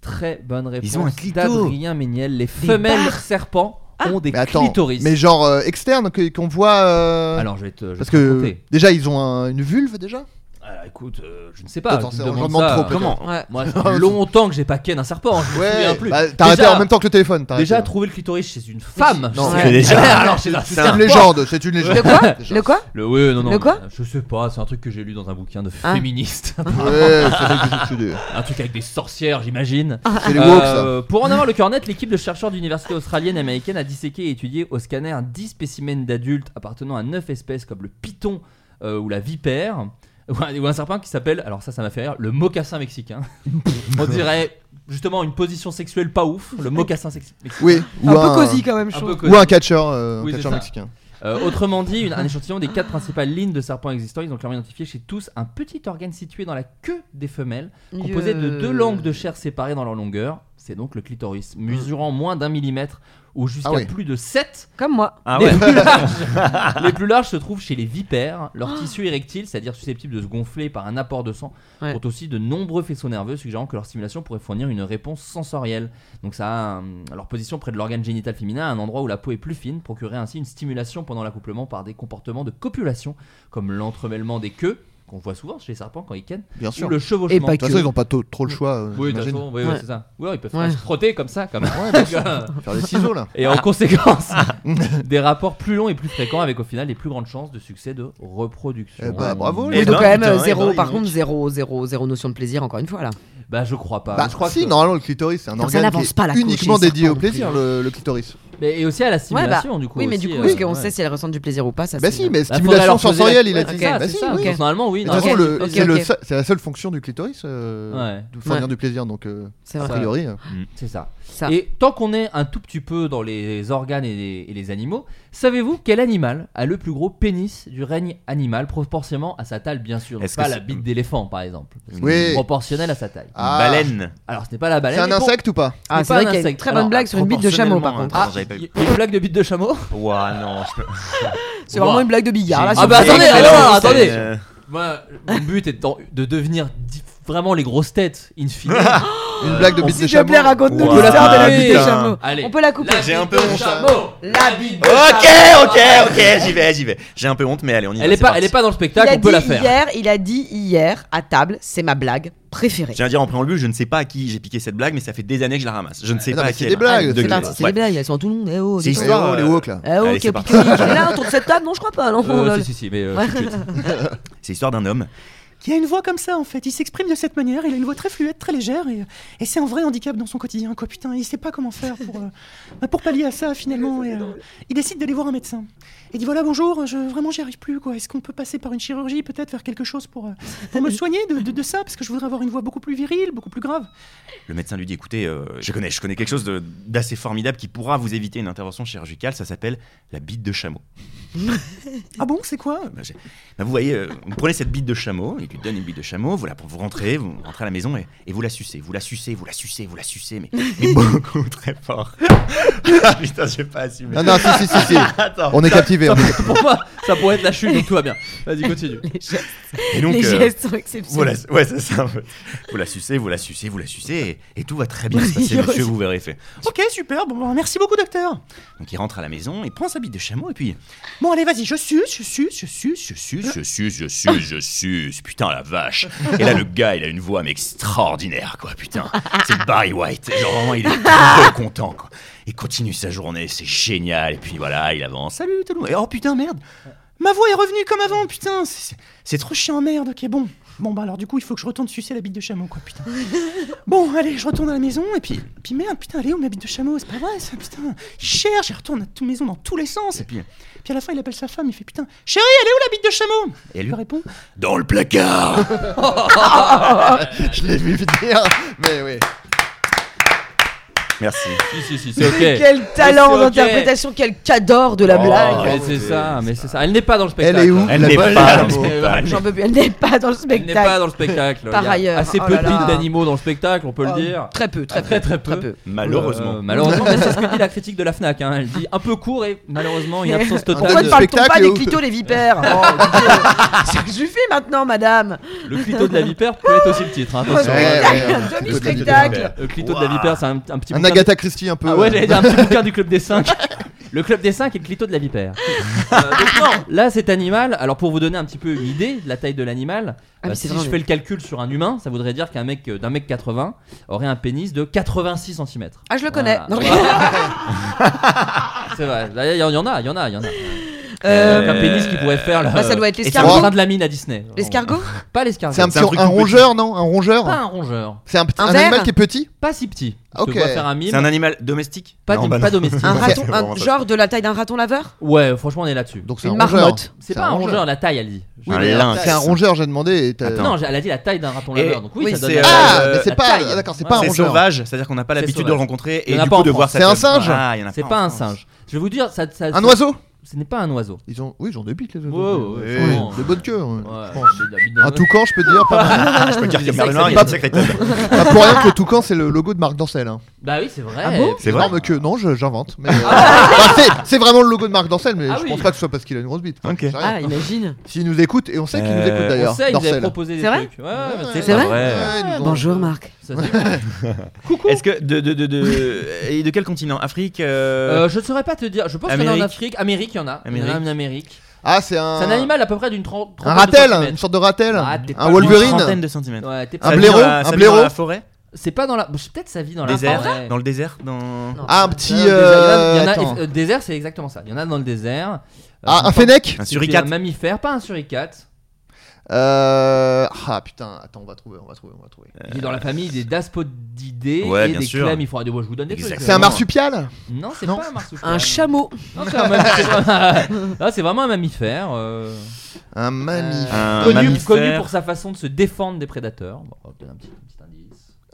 Speaker 7: Très bonne réponse.
Speaker 2: Ils ont un clito.
Speaker 7: D'Adrien Méniel. Les femelles serpents ont des
Speaker 4: Ah. Mais attends,
Speaker 7: clitoris.
Speaker 4: mais genre euh, externe que- qu'on voit. euh,
Speaker 7: Alors, je vais te. je vais
Speaker 4: Parce
Speaker 7: te
Speaker 4: que
Speaker 7: raconter.
Speaker 4: déjà, ils ont un- une vulve déjà.
Speaker 7: Alors, écoute, euh, je ne sais pas.
Speaker 4: Attends,
Speaker 7: tu
Speaker 4: c'est-
Speaker 7: me
Speaker 4: on
Speaker 7: demandes
Speaker 4: demande
Speaker 7: ça.
Speaker 4: trop, peut-être.
Speaker 2: Comment
Speaker 8: Ouais.
Speaker 7: Moi, ça fait longtemps que j'ai pas ken un serpent. Je me souviens plus.
Speaker 4: bah, T'as arrêté
Speaker 7: Déjà-
Speaker 4: en même temps que le téléphone. t'as
Speaker 7: Déjà,
Speaker 4: arrêté.
Speaker 7: trouver le clitoris chez une femme.
Speaker 4: Non,
Speaker 7: je
Speaker 4: c'est
Speaker 7: sais
Speaker 2: déjà-
Speaker 7: pas. Alors, chez un
Speaker 4: C'est une
Speaker 7: serpent.
Speaker 4: légende. C'est une légende.
Speaker 8: Le quoi
Speaker 4: Déjà.
Speaker 8: Le quoi
Speaker 7: Le oui, non, non.
Speaker 8: Le quoi
Speaker 7: euh, Je sais pas, c'est un truc que j'ai lu dans un bouquin de
Speaker 8: Ah.
Speaker 7: féministe.
Speaker 4: Ouais, c'est vrai que je te dis.
Speaker 7: un truc avec des sorcières, j'imagine.
Speaker 4: C'est les woke ça.
Speaker 7: Euh, pour en avoir le cœur net, l'équipe de chercheurs d'université australienne et américaine a disséqué et étudié au scanner 10 spécimens d'adultes appartenant à 9 espèces comme le python euh, ou la vipère ou un, ou un serpent qui s'appelle, alors ça ça m'a fait rire, le mocassin mexicain. On dirait justement une position sexuelle pas ouf, le mocassin sexi- mexicain.
Speaker 4: Oui. Ou
Speaker 8: Un peu cosy quand même, je
Speaker 7: Un
Speaker 8: trouve.
Speaker 7: peu
Speaker 4: Ou un catcheur, euh,
Speaker 7: Oui,
Speaker 4: un
Speaker 7: c'est
Speaker 4: catcheur
Speaker 7: ça.
Speaker 4: mexicain.
Speaker 7: Euh, autrement dit, une- un échantillon des quatre principales lignes de serpents existants, ils ont clairement identifié chez tous un petit organe situé dans la queue des femelles, composé de
Speaker 8: Euh.
Speaker 7: deux langues de chair séparées dans leur longueur. C'est donc le clitoris, mesurant moins d'un millimètre ou jusqu'à
Speaker 4: Mm. Ah oui.
Speaker 7: plus de 7.
Speaker 8: Comme moi.
Speaker 2: Ah
Speaker 7: les,
Speaker 2: ouais
Speaker 7: plus larges, les plus larges se trouvent chez les vipères. Leur
Speaker 4: Oh.
Speaker 7: tissu érectile, c'est-à-dire susceptible de se gonfler par un apport de sang,
Speaker 8: Ouais.
Speaker 7: ont aussi de nombreux faisceaux nerveux suggérant que leur stimulation pourrait fournir une réponse sensorielle. Donc ça a hum, leur position près de l'organe génital féminin, à un endroit où la peau est plus fine, procurait ainsi une stimulation pendant l'accouplement par des comportements de copulation, comme l'entremêlement des queues, qu'on voit souvent chez les serpents quand ils kennent,
Speaker 4: Bien sûr.
Speaker 7: ou le
Speaker 4: De
Speaker 7: chevauchement.
Speaker 8: pas
Speaker 4: toute façon, ils ont pas tôt- trop le choix.
Speaker 7: Oui,
Speaker 4: euh,
Speaker 7: de toute
Speaker 4: j'imagine.
Speaker 7: façon, oui, oui,
Speaker 8: Ouais.
Speaker 7: c'est ça. Oui, ils peuvent
Speaker 8: Ouais.
Speaker 7: se frotter comme ça, quand même.
Speaker 4: Ouais, bien sûr. Faire des ciseaux là.
Speaker 8: Ah.
Speaker 7: Et en conséquence, des rapports plus longs et plus fréquents avec au final les plus grandes chances de succès de reproduction.
Speaker 4: Eh bah, bravo,
Speaker 2: Eh
Speaker 8: Oui,
Speaker 4: les
Speaker 8: donc
Speaker 2: ben,
Speaker 8: quand même,
Speaker 2: putain,
Speaker 8: euh,
Speaker 2: eh
Speaker 8: zéro,
Speaker 2: ben,
Speaker 8: par
Speaker 2: dis
Speaker 8: contre,
Speaker 2: donc.
Speaker 8: zéro, zéro, zéro notion de plaisir, encore une fois, là.
Speaker 7: Bah, je crois pas.
Speaker 4: Bah,
Speaker 7: je crois
Speaker 4: si,
Speaker 7: que...
Speaker 4: normalement, le clitoris, c'est un
Speaker 8: Putain, ça
Speaker 4: organe qui
Speaker 8: n'avance
Speaker 4: est
Speaker 8: pas, la couche,
Speaker 4: uniquement
Speaker 8: les
Speaker 4: dédié au
Speaker 8: serpents,
Speaker 4: plaisir, euh,
Speaker 8: non
Speaker 4: le, le clitoris. Eh
Speaker 7: Mais- et aussi à la simulation
Speaker 8: bah,
Speaker 7: du coup.
Speaker 8: Oui, mais du
Speaker 7: aussi,
Speaker 8: coup,
Speaker 7: euh,
Speaker 8: est-ce qu'on
Speaker 7: ouais.
Speaker 8: sait si elle ressent du plaisir ou pas ça,
Speaker 4: Bah
Speaker 8: c'est-
Speaker 4: si, mais
Speaker 7: Bah, faudrait
Speaker 4: stimulation
Speaker 7: leur poser la-
Speaker 4: sensorielle, il a
Speaker 8: Ouais,
Speaker 4: dit.
Speaker 8: ok,
Speaker 4: Bah
Speaker 8: c'est
Speaker 4: si,
Speaker 8: ça,
Speaker 4: oui.
Speaker 8: ok.
Speaker 7: Donc, Normalement, oui.
Speaker 4: De toute
Speaker 8: Ok,
Speaker 7: normalement,
Speaker 4: façon, le-
Speaker 8: ok,
Speaker 4: c'est le
Speaker 8: ok.
Speaker 4: se- c'est la seule fonction du clitoris, euh,
Speaker 7: Ouais.
Speaker 4: de fournir
Speaker 8: Ouais.
Speaker 4: du plaisir, donc euh,
Speaker 8: C'est
Speaker 4: a
Speaker 8: vrai.
Speaker 4: priori.
Speaker 7: C'est ça.
Speaker 8: Ça.
Speaker 7: Et tant qu'on est un tout petit peu dans les organes et les, et les animaux, savez-vous quel animal a le plus gros pénis du règne animal proportionnellement à sa taille, bien sûr
Speaker 2: Est-ce
Speaker 7: Pas
Speaker 2: que
Speaker 7: la
Speaker 2: c'est-
Speaker 7: bite d'éléphant, par exemple.
Speaker 4: Oui.
Speaker 7: Proportionnel à sa taille.
Speaker 4: Ah.
Speaker 2: Baleine.
Speaker 7: Alors, ce n'est pas la baleine.
Speaker 4: C'est un
Speaker 7: mais bon,
Speaker 4: insecte ou pas
Speaker 8: Ah,
Speaker 7: n'est
Speaker 8: c'est
Speaker 7: pas
Speaker 8: vrai
Speaker 7: un
Speaker 8: qu'il y a une
Speaker 7: insecte.
Speaker 8: très bonne
Speaker 7: Alors,
Speaker 8: blague sur une bite de chameau, par contre.
Speaker 7: Ah,
Speaker 2: Ah, j'avais pas
Speaker 7: il
Speaker 2: eu.
Speaker 7: y a une blague de bite de chameau
Speaker 2: Ouah, non. je peux-
Speaker 8: C'est vraiment
Speaker 7: Ouah.
Speaker 8: une blague de billard. là,
Speaker 2: J'ai-
Speaker 7: Ah,
Speaker 8: sur-
Speaker 7: bah,
Speaker 2: j'ai-
Speaker 7: attendez,
Speaker 2: j'ai-
Speaker 7: alors,
Speaker 2: j'ai-
Speaker 7: attendez.
Speaker 2: euh,
Speaker 7: Moi, mon but est d'en- de devenir di- vraiment les grosses têtes, in fine.
Speaker 4: Une blague de bite de
Speaker 8: S'il te plaît,
Speaker 4: chameau.
Speaker 8: raconte-nous
Speaker 2: Ouah,
Speaker 8: l'histoire de la bite de
Speaker 2: Ah, putain.
Speaker 8: chameau.
Speaker 7: Allez.
Speaker 8: On peut la couper.
Speaker 7: La
Speaker 2: J'ai un
Speaker 7: bite
Speaker 2: peu
Speaker 7: de
Speaker 2: honte, hein.
Speaker 7: chameau.
Speaker 8: La bite de
Speaker 2: Ok,
Speaker 8: chameau.
Speaker 2: ok, ok, j'y vais, j'y vais. J'ai un peu honte, mais allez, on y va.
Speaker 7: Elle est
Speaker 2: c'est
Speaker 7: pas,
Speaker 2: parti.
Speaker 7: elle est pas dans le spectacle,
Speaker 8: Ah, Il a
Speaker 7: on peut la
Speaker 8: dit
Speaker 7: faire.
Speaker 8: hier, il a dit hier à table, c'est ma blague préférée.
Speaker 2: Je viens à dire en préambule, je ne sais pas à qui j'ai piqué cette blague, mais ça fait des années que je la ramasse. Je ne sais
Speaker 4: Mais non,
Speaker 2: pas
Speaker 4: mais
Speaker 2: à
Speaker 4: c'est
Speaker 2: qui. elle
Speaker 4: des
Speaker 2: est.
Speaker 4: blagues,
Speaker 2: De-
Speaker 8: C'est parti,
Speaker 2: ouais.
Speaker 8: c'est des blagues, elles sont à tout le monde. Eh oh,
Speaker 2: C'est
Speaker 8: dis donc.
Speaker 2: histoire.
Speaker 4: Eh oh, les
Speaker 2: euh,
Speaker 4: woke, là.
Speaker 8: Eh oh,
Speaker 2: allez, c'est
Speaker 8: qui a
Speaker 2: parti.
Speaker 8: piqué Il est là autour de cette table Non, je crois pas. Non, Oh je crois
Speaker 7: Euh,
Speaker 8: pas.
Speaker 7: si, si, si, mais. euh, tout de suite.
Speaker 2: C'est l'histoire d'un homme qui a une voix comme ça en fait. Il s'exprime de cette manière, il a une voix très fluette, très légère et, et c'est un vrai handicap dans son quotidien quoi. Putain, il sait pas comment faire pour, euh, bah, pour pallier à ça finalement. Et, euh, il décide d'aller voir un médecin. Il dit voilà bonjour, je, vraiment j'y arrive plus quoi. Est-ce qu'on peut passer par une chirurgie peut-être faire quelque chose pour, euh, pour me soigner de, de- de ça parce que je voudrais avoir une voix beaucoup plus virile, beaucoup plus grave. Le médecin lui dit écoutez, euh, je connais je connais quelque chose d'assez formidable qui pourra vous éviter une intervention chirurgicale. Ça s'appelle la bite de chameau. Ah bon, c'est quoi Bah, j'ai- bah, Vous voyez, euh, vous prenez cette bite de chameau, il lui donne une bite de chameau, vous, la, vous rentrez, vous rentrez à la maison et, et vous la sucez, vous la sucez, vous la sucez, vous la sucez, mais, mais beaucoup très fort. Ah, Putain, j'ai pas assumé.
Speaker 4: Non, non, si, si, si, si.
Speaker 2: Attends.
Speaker 4: On est captivé. hein.
Speaker 7: Ça, pour moi, ça pourrait être la chute, donc tout va bien. Vas-y, continue.
Speaker 8: Les gestes-
Speaker 2: Et donc,
Speaker 8: les
Speaker 2: euh,
Speaker 8: gestes sont exceptionnels.
Speaker 2: vous la, ouais, c'est ça. Vous la sucez, vous la sucez, vous la sucez, et, et tout va très bien se passer, monsieur, vous verrez. il Fait. Ok, super, bon, merci beaucoup, docteur. Donc il rentre à la maison, il prend sa bite de chameau, et puis. Bon, allez, vas-y, je suce, je suce, je suce, je suce, je suce, je suce, je suce. Putain, la vache. Et là, le gars, il a une voix mais extraordinaire, quoi, putain. C'est Barry White. Genre, vraiment, il est trop content, quoi. Il continue sa journée, c'est génial. Et puis voilà, il avance. Salut tout le monde. Et oh putain, merde. Ma voix est revenue comme avant, putain. c'est- c'est- C'est trop chiant, merde. Ok, bon. Bon, bah alors du coup, il faut que je retourne sucer la bite de chameau, quoi, putain. Bon, allez, je retourne à la maison, et puis, puis merde, putain, elle est où ma bite de chameau C'est pas vrai, ça, putain. Il cherche, il retourne à toute maison dans tous les sens, et puis, puis à la fin, il appelle sa femme, il fait putain, chérie, elle est où la bite de chameau Et elle lui répond, dans le placard
Speaker 4: Je l'ai vu venir, mais oui.
Speaker 2: Merci.
Speaker 7: Si, si, si, c'est ok.
Speaker 8: Quel talent
Speaker 7: ok.
Speaker 8: d'interprétation, quel cador de la
Speaker 2: Oh,
Speaker 8: blague.
Speaker 7: Mais c'est ça, mais c'est ça. Elle n'est pas dans le spectacle.
Speaker 4: Elle est où
Speaker 2: Elle
Speaker 4: La
Speaker 2: n'est
Speaker 4: voix,
Speaker 2: pas
Speaker 4: le
Speaker 2: dans le
Speaker 4: chameau.
Speaker 2: spectacle.
Speaker 8: J'en peux plus. Elle n'est pas dans le
Speaker 7: Elle n'est pas
Speaker 8: spectacle.
Speaker 7: dans le spectacle.
Speaker 8: Par
Speaker 7: Il y a
Speaker 8: ailleurs.
Speaker 7: Assez
Speaker 8: Oh
Speaker 7: peu
Speaker 8: là
Speaker 7: de
Speaker 8: là.
Speaker 7: bites d'animaux dans le spectacle, on peut
Speaker 8: Oh,
Speaker 7: le dire.
Speaker 8: Très peu, très,
Speaker 7: Ah, très, très
Speaker 8: peu,
Speaker 7: peu.
Speaker 2: Malheureusement.
Speaker 7: Euh, malheureusement, mais c'est ce que dit la critique de la Fnac. hein. Elle dit un peu court et malheureusement, il y a absence
Speaker 8: Pourquoi
Speaker 7: totale.
Speaker 8: ne
Speaker 7: de-
Speaker 8: parle-t-on pas
Speaker 4: spectacle
Speaker 8: des
Speaker 4: et où-
Speaker 8: clitos les vipères oh, Dieu. C'est ce que je fais maintenant, madame.
Speaker 7: Le clito de la vipère peut être aussi le titre. hein, attention.
Speaker 4: Ouais, ouais, ouais.
Speaker 8: Demi-spectacle.
Speaker 7: Le clito de la vipère, c'est un, un petit.
Speaker 4: Un
Speaker 7: bouquin-
Speaker 4: Agatha Christie un peu. euh,
Speaker 7: Ah ouais, j'allais dire un petit bouquin du club des 5. Le club des 5 et le clito de la vipère. Euh, donc non, là cet animal, alors pour vous donner un petit peu une idée de la taille de l'animal,
Speaker 8: Ah,
Speaker 7: euh,
Speaker 8: mais
Speaker 7: si
Speaker 8: c'est vrai,
Speaker 7: je
Speaker 8: mais-
Speaker 7: fais le calcul sur un humain, ça voudrait dire qu'un mec euh, d'un mec 80 aurait un pénis de 86 cm.
Speaker 8: Ah, je le connais.
Speaker 7: Voilà. C'est vrai, Là, il y, en- il y en a, il y en a, il y en a.
Speaker 8: Ah. Euh,
Speaker 7: Donc, un pénis qui pourrait faire le,
Speaker 8: bah, ça doit être
Speaker 7: et
Speaker 8: l'escargot.
Speaker 7: c'est le train de la mine à Disney.
Speaker 8: L'escargot
Speaker 7: Pas l'escargot.
Speaker 4: C'est un,
Speaker 2: C'est
Speaker 4: petit,
Speaker 2: un truc
Speaker 4: un,
Speaker 2: tout petit.
Speaker 4: rongeur, non Un rongeur
Speaker 7: Pas un rongeur,
Speaker 4: C'est un, petit-
Speaker 8: Un
Speaker 4: un
Speaker 8: ver
Speaker 4: animal qui est petit
Speaker 7: pas si petit.
Speaker 4: Ok.
Speaker 7: Je te vois faire un mime.
Speaker 2: C'est un animal domestique
Speaker 7: Pas,
Speaker 2: Non,
Speaker 7: dim-
Speaker 2: bah
Speaker 7: pas
Speaker 2: non.
Speaker 7: domestique.
Speaker 8: Un
Speaker 4: Ouais,
Speaker 8: raton,
Speaker 2: c'est
Speaker 8: un-
Speaker 2: vraiment ça.
Speaker 8: genre de la taille d'un raton laveur
Speaker 7: Ouais, franchement, on est là-dessus.
Speaker 4: Donc c'est
Speaker 8: Une
Speaker 4: un rongeur.
Speaker 8: marmotte.
Speaker 7: C'est pas un rongeur, la taille, elle dit.
Speaker 4: Oui,
Speaker 2: Un
Speaker 4: mais
Speaker 2: lynx.
Speaker 4: C'est un rongeur, j'ai demandé. et t'as-
Speaker 2: Attends.
Speaker 7: Non, j'ai- elle a dit la taille d'un raton
Speaker 2: Et-
Speaker 7: laveur. Donc oui,
Speaker 2: oui,
Speaker 7: ça donne
Speaker 2: c'est,
Speaker 7: la-
Speaker 4: Ah,
Speaker 2: Euh,
Speaker 4: mais c'est
Speaker 7: la
Speaker 4: pas.
Speaker 7: taille.
Speaker 4: ah, D'accord, c'est
Speaker 7: Ouais.
Speaker 4: pas un
Speaker 2: C'est
Speaker 4: rongeur.
Speaker 2: sauvage, c'est-à-dire qu'on n'a pas
Speaker 7: C'est
Speaker 2: l'habitude de le
Speaker 7: sauvage.
Speaker 2: rencontrer
Speaker 7: Il y
Speaker 2: et
Speaker 7: en a
Speaker 2: du
Speaker 7: pas en
Speaker 2: coup de
Speaker 7: France.
Speaker 2: voir sa
Speaker 4: C'est un
Speaker 2: tête.
Speaker 4: singe.
Speaker 2: Ah, il y en a
Speaker 7: C'est
Speaker 2: en
Speaker 7: pas un
Speaker 2: France.
Speaker 7: singe. Je vais vous dire, ça, ça- ça-
Speaker 4: Un oiseau
Speaker 7: Ce n'est pas un oiseau.
Speaker 4: Ils ont, oui, ils ont des bites les
Speaker 7: Ouais,
Speaker 4: oiseaux.
Speaker 7: ouais,
Speaker 4: Oui,
Speaker 7: sûrement.
Speaker 4: de bonnes queues. ouais,
Speaker 7: Ouais,
Speaker 4: je pense.
Speaker 7: la bite d'un
Speaker 4: Un toucan, je peux dire. Pas, mal.
Speaker 2: Ah, je peux dire
Speaker 7: C'est
Speaker 2: qu'il y
Speaker 7: ça
Speaker 2: a
Speaker 7: que
Speaker 2: Merlin,
Speaker 7: ça
Speaker 2: il y a
Speaker 7: dit.
Speaker 2: une sacrée tête.
Speaker 4: Pas pour rien que le toucan, c'est le logo de marque Dancel. Hein.
Speaker 7: Bah oui, c'est vrai.
Speaker 2: C'est vrai
Speaker 4: Énorme queue. Non, je- j'invente. mais, euh, enfin, c'est- c'est vraiment le logo de marque Dancel, mais
Speaker 7: Ah
Speaker 4: je
Speaker 7: oui.
Speaker 4: pense pas que ce soit parce qu'il a une grosse bite. Enfin,
Speaker 2: Ok.
Speaker 4: j'en sais rien.
Speaker 8: Ah, imagine.
Speaker 4: S'il nous écoute, et on sait qu'il nous
Speaker 2: Euh,
Speaker 4: écoute
Speaker 7: on
Speaker 4: d'ailleurs.
Speaker 7: sait, ils avaient
Speaker 4: Dancel.
Speaker 7: proposé des
Speaker 8: C'est vrai
Speaker 7: trucs. Ouais, ouais, mais
Speaker 8: C'est
Speaker 7: pas
Speaker 2: Ah,
Speaker 8: vrai
Speaker 4: Ouais, ils nous ont-
Speaker 8: Bonjour, Marc.
Speaker 7: Ça, c'est vrai. Coucou.
Speaker 2: Est-ce que de de de de et de quel continent Afrique euh,
Speaker 7: Euh, je ne saurais pas te dire. Je pense qu'il y en a en
Speaker 2: Amérique.
Speaker 7: Afrique. Amérique, il y en a. Il y en a
Speaker 2: Amérique.
Speaker 7: en Amérique.
Speaker 4: Ah, c'est un.
Speaker 7: C'est un animal à peu près d'une trente.
Speaker 4: Un
Speaker 7: trentaine de
Speaker 4: ratel, une
Speaker 7: centimètres.
Speaker 4: sorte de ratel.
Speaker 7: Ah, t'es pas
Speaker 4: un
Speaker 7: loin.
Speaker 2: trentaine
Speaker 4: Wolverine.
Speaker 2: de centimètres.
Speaker 7: Ouais, t'es pas-
Speaker 4: Un
Speaker 2: Ça vit
Speaker 4: blaireau,
Speaker 2: dans la-
Speaker 4: un
Speaker 2: ça vit
Speaker 4: blaireau.
Speaker 2: dans la forêt,
Speaker 7: C'est pas dans la. Peut-être sa vie dans la
Speaker 2: désert,
Speaker 7: forêt.
Speaker 2: dans le désert, dans
Speaker 8: Non.
Speaker 4: Ah, un petit.
Speaker 7: Il y en a- il y en a-
Speaker 4: euh, attends.
Speaker 7: euh, désert, c'est exactement ça. Il y en a dans le désert. Euh,
Speaker 4: Ah, un
Speaker 7: c'est pas-
Speaker 4: fennec
Speaker 2: un
Speaker 7: C'est un
Speaker 2: suricate.
Speaker 7: mammifère, pas un suricate.
Speaker 4: Euh, Ah putain, attends, on va trouver, on va trouver, on va trouver.
Speaker 7: Il est dans la famille des daspodidés
Speaker 2: Euh, Ouais,
Speaker 7: et
Speaker 2: bien
Speaker 7: des
Speaker 2: sûr.
Speaker 7: clams. Il faudra des je vous donne des trucs. euh.
Speaker 2: Exactement.
Speaker 4: C'est un marsupial
Speaker 7: Non, c'est
Speaker 4: Non.
Speaker 7: pas un marsupial.
Speaker 8: Un chameau.
Speaker 7: Non, c'est un mammifère. Ah, c'est vraiment un mammifère. euh,
Speaker 4: Un mammifère.
Speaker 2: Un
Speaker 7: Connu,
Speaker 2: mammifère.
Speaker 7: connu pour sa façon de se défendre des prédateurs. Bon, on va donner un petit, un petit indice.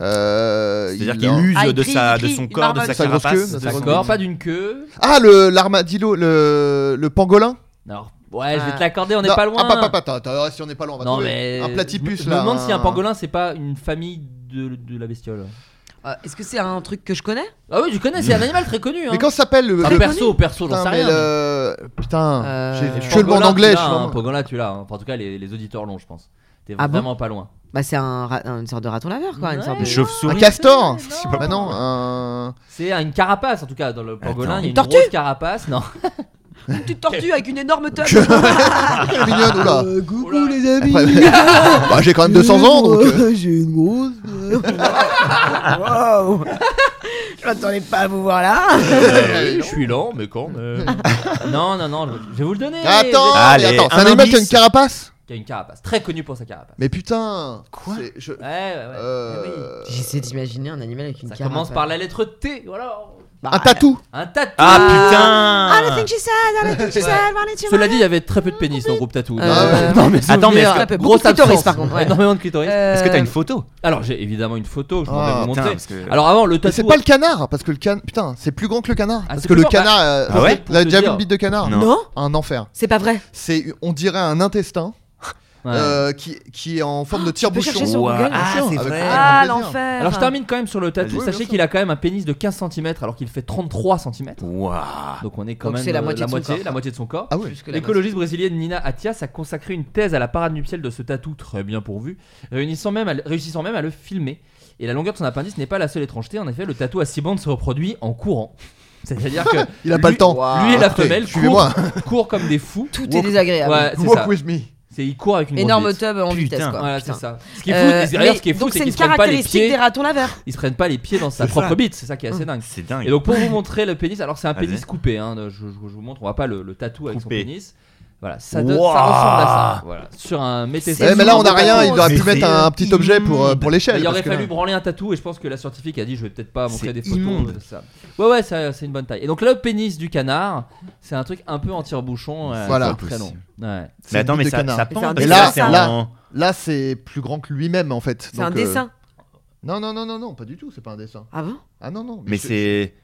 Speaker 4: Euh,
Speaker 2: C'est-à-dire
Speaker 4: il
Speaker 2: qu'il
Speaker 4: a-
Speaker 2: use
Speaker 8: Ah, il
Speaker 2: de,
Speaker 8: crie,
Speaker 2: sa,
Speaker 8: il
Speaker 2: de
Speaker 8: crie,
Speaker 2: son
Speaker 8: il
Speaker 2: corps, de
Speaker 8: marmonne.
Speaker 2: sa
Speaker 4: Sa grosse
Speaker 2: carapace.
Speaker 4: queue,
Speaker 2: de son-
Speaker 4: sa grosse
Speaker 7: D'accord, pas d'une queue.
Speaker 4: Ah, le l'armadillo, le le pangolin.
Speaker 7: Alors, ouais, je vais
Speaker 8: Ah.
Speaker 7: te l'accorder, on n'est
Speaker 4: Non,
Speaker 7: pas loin.
Speaker 4: Ah, pas, pas, pas, attends, attends, si on n'est pas loin, on va
Speaker 7: non,
Speaker 4: trouver.
Speaker 7: mais.
Speaker 4: Un platypus
Speaker 7: je me-
Speaker 4: là.
Speaker 7: Je me demande si un pangolin, c'est pas une famille de, de la bestiole.
Speaker 8: Euh, Est-ce que c'est un truc que je connais
Speaker 7: Ah oui, je connais, c'est un animal très connu. Hein.
Speaker 4: Mais quand ça s'appelle le.
Speaker 7: Enfin,
Speaker 4: le-
Speaker 7: perso, perso, j'en
Speaker 4: Putain,
Speaker 7: sais
Speaker 4: mais
Speaker 7: rien.
Speaker 4: le- Putain,
Speaker 8: Euh,
Speaker 4: j'ai-
Speaker 7: mais-
Speaker 4: je suis le mot
Speaker 7: Pangolin,
Speaker 4: en
Speaker 7: tu
Speaker 4: anglais.
Speaker 7: l'as,
Speaker 4: je suis
Speaker 7: hein,
Speaker 4: vraiment-
Speaker 7: Pangolin, tu l'as. hein. Enfin, en tout cas, les, les auditeurs l'ont, je pense. T'es
Speaker 8: Ah bon
Speaker 7: vraiment pas loin.
Speaker 8: Bah c'est un ra- une sorte de raton laveur quoi, une sorte de
Speaker 2: Une chauve-souris.
Speaker 4: Un castor
Speaker 7: Je sais pas.
Speaker 4: Bah non, un.
Speaker 7: C'est une carapace, en tout cas, dans le pangolin, il y a une
Speaker 8: Une tortue
Speaker 7: grosse carapace. Non,
Speaker 8: une petite tortue avec une énorme Oh tête.
Speaker 4: Elle est mignonne, oula.
Speaker 7: Oh
Speaker 8: coucou les amis.
Speaker 4: Après- bah, j'ai quand même 200 ans donc. euh,
Speaker 8: J'ai une grosse. Waouh. Je m'attendais pas à vous voir là.
Speaker 7: je suis lent, mais quand Euh, Non, non, non, je vais vous le donner.
Speaker 4: Attends,
Speaker 2: Allez,
Speaker 4: mais attends, c'est
Speaker 2: un
Speaker 4: un animal qui a
Speaker 2: indice.
Speaker 4: une carapace
Speaker 7: Qui a une carapace, très connu pour sa carapace.
Speaker 4: Mais putain Quoi je...
Speaker 7: Ouais, ouais, ouais.
Speaker 4: Euh,
Speaker 7: Eh oui.
Speaker 8: J'essaie d'imaginer un animal avec une
Speaker 7: Ça
Speaker 8: carapace.
Speaker 7: commence par la lettre T, voilà.
Speaker 4: Un
Speaker 8: Bah,
Speaker 4: tatou
Speaker 7: Ah, Un tatou.
Speaker 2: Ah
Speaker 7: ah,
Speaker 8: ah,
Speaker 2: putain
Speaker 7: Cela dit, il y avait très peu de pénis dans le groupe tatou.
Speaker 8: Euh,
Speaker 7: non, mais
Speaker 2: Attends, mais est-ce
Speaker 8: Très
Speaker 2: que-
Speaker 8: peu.
Speaker 7: Gros
Speaker 8: Beaucoup de clitoris par contre. ouais. Euh.
Speaker 7: Énormément de clitoris.
Speaker 2: est-ce que t'as une photo
Speaker 7: Alors, j'ai évidemment une photo, je
Speaker 4: Ah,
Speaker 7: vais vous
Speaker 2: Putain,
Speaker 7: montrer.
Speaker 2: parce que-
Speaker 7: Alors, avant, le
Speaker 4: Mais
Speaker 7: tatou. Ah,
Speaker 4: c'est pas le canard parce que le canard. Putain, c'est plus grand que le canard. parce
Speaker 7: c'est
Speaker 4: que
Speaker 7: plus
Speaker 4: le
Speaker 7: grand,
Speaker 4: canard. euh,
Speaker 2: Ah ouais
Speaker 4: Vous avez déjà vu
Speaker 7: Pour te
Speaker 4: une bite de canard
Speaker 2: Non.
Speaker 8: Non,
Speaker 4: Un enfer.
Speaker 8: c'est pas vrai.
Speaker 4: C'est, on dirait un intestin
Speaker 7: Ouais. Ah,
Speaker 4: euh, qui, qui est en forme de tire-bouchon.
Speaker 8: chercher sur Google,
Speaker 2: Ah,
Speaker 4: Bien sûr,
Speaker 2: c'est
Speaker 7: bah,
Speaker 4: avec-
Speaker 2: vrai.
Speaker 4: avec
Speaker 8: Ah
Speaker 4: plaisir.
Speaker 8: l'enfer.
Speaker 7: Alors, je termine quand même sur le
Speaker 2: Vas-y,
Speaker 7: tatou.
Speaker 4: bien
Speaker 7: Sachez
Speaker 4: sûr.
Speaker 7: qu'il a quand même un pénis de 15 cm alors qu'il fait 33 cm.
Speaker 2: Waouh
Speaker 7: Donc, on est quand
Speaker 8: Donc,
Speaker 7: même
Speaker 8: c'est la
Speaker 7: euh,
Speaker 8: moitié
Speaker 7: la
Speaker 8: de son
Speaker 7: moitié
Speaker 8: corps.
Speaker 7: la moitié de son corps.
Speaker 4: Ah ouais.
Speaker 8: Plus que la
Speaker 7: L'écologiste brésilienne Nina Atias a consacré une thèse à la parade nuptiale de ce tatou très bien pourvu, réunissant même à le- réussissant même à le filmer. Et la longueur de son appendice n'est pas la seule étrangeté. En effet, le tatou à six bandes se reproduit en courant. C'est-à-dire que
Speaker 4: Il a pas
Speaker 7: lui-
Speaker 4: le temps.
Speaker 7: Lui et la
Speaker 4: Écoutez,
Speaker 7: femelle
Speaker 4: suivez-moi.
Speaker 7: courent, courent comme des fous.
Speaker 8: moitié. Tout est
Speaker 4: Walk-
Speaker 8: désagréable.
Speaker 7: Ouais, c'est
Speaker 4: Walk
Speaker 7: ça.
Speaker 4: with me.
Speaker 7: C'est il court avec une
Speaker 8: Énorme
Speaker 7: grosse bite.
Speaker 8: tub en
Speaker 2: Putain.
Speaker 8: vitesse quoi.
Speaker 7: Voilà,
Speaker 8: Putain.
Speaker 7: c'est ça. Ce qui est fou,
Speaker 8: Euh,
Speaker 7: et d'ailleurs,
Speaker 8: mais
Speaker 7: ce qui est fou,
Speaker 8: donc
Speaker 7: c'est
Speaker 8: c'est
Speaker 7: qu'ils
Speaker 8: une
Speaker 7: se prennent pas les
Speaker 8: caractéristique
Speaker 7: pieds.
Speaker 8: des ratons laveurs.
Speaker 7: Ils se prennent pas les pieds dans sa
Speaker 2: C'est
Speaker 7: propre
Speaker 2: ça.
Speaker 7: bite. C'est ça qui est assez dingue.
Speaker 2: C'est dingue.
Speaker 7: Et donc pour vous montrer le pénis, alors c'est un
Speaker 2: Mmh. Vas-y.
Speaker 7: pénis coupé, hein, je, je- je vous montre, on va pas le, le tatou avec son
Speaker 2: Coupé.
Speaker 7: pénis. Voilà, ça, donne- ça
Speaker 2: Wouah.
Speaker 7: ressemble à ça. Voilà. Sur un métésome.
Speaker 4: Eh, mais là, on a
Speaker 8: Mais
Speaker 4: rien. Il
Speaker 8: c'est
Speaker 4: aurait pu mettre un, un
Speaker 2: immonde.
Speaker 4: petit objet pour, euh, pour l'échelle.
Speaker 7: Il aurait
Speaker 4: parce que
Speaker 7: fallu
Speaker 4: là-
Speaker 7: branler un tatou et je pense que la scientifique a dit je vais peut-être pas montrer
Speaker 2: C'est
Speaker 7: des photos.
Speaker 2: immonde.
Speaker 7: de ça. Ouais ouais ça- c'est une bonne taille. Et donc là, le pénis du canard, c'est un truc un peu en tire-bouchon, euh,
Speaker 4: Voilà.
Speaker 7: très long. Ouais.
Speaker 4: c'est
Speaker 2: Mais attends,
Speaker 4: une
Speaker 2: mais
Speaker 4: bite
Speaker 2: ça,
Speaker 4: de canard.
Speaker 2: ça
Speaker 8: Et
Speaker 2: pend.
Speaker 8: c'est un
Speaker 2: parce que
Speaker 4: dessin.
Speaker 2: là, c'est
Speaker 4: Là.
Speaker 2: en-
Speaker 4: Là, c'est plus grand que lui-même en fait.
Speaker 8: C'est un
Speaker 4: Donc, euh,
Speaker 8: dessin.
Speaker 4: Non, non, non, non, non, pas du tout. C'est pas un dessin.
Speaker 8: Ah bon
Speaker 4: Ah non, non.
Speaker 2: Mais
Speaker 4: je-
Speaker 2: c'est.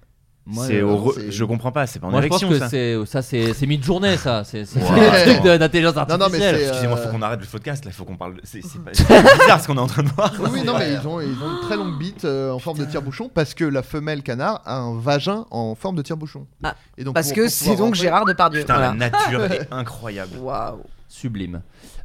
Speaker 7: Moi,
Speaker 2: c'est
Speaker 7: euh,
Speaker 2: au re-
Speaker 4: c'est-
Speaker 2: Je comprends pas, c'est pas en
Speaker 7: Moi je pense
Speaker 2: élection
Speaker 7: que
Speaker 2: ça.
Speaker 7: c'est ça c'est c'est mi-journée ça, c'est c'est-
Speaker 2: Wow.
Speaker 7: c'est un truc de- d'intelligence
Speaker 4: mais
Speaker 7: artificielle.
Speaker 4: c'est, euh,
Speaker 2: Excusez-moi, faut qu'on arrête le podcast là, faut qu'on parle. de- C'est c'est pas- c'est bizarre ce qu'on est en train de voir.
Speaker 4: Oui, oui, non, mais ils ont, ils ont une très longue bite euh, en forme de tire-bouchon parce que la femelle canard a un vagin en forme de tire-bouchon.
Speaker 8: Ah,
Speaker 4: Et donc,
Speaker 8: Parce
Speaker 4: pour-
Speaker 8: que
Speaker 4: pour
Speaker 8: c'est
Speaker 4: pouvoir
Speaker 8: donc
Speaker 4: rentrer-
Speaker 8: Gérard Depardieu.
Speaker 2: Putain,
Speaker 8: voilà.
Speaker 2: la nature est incroyable.
Speaker 8: Waouh.
Speaker 7: Sublime.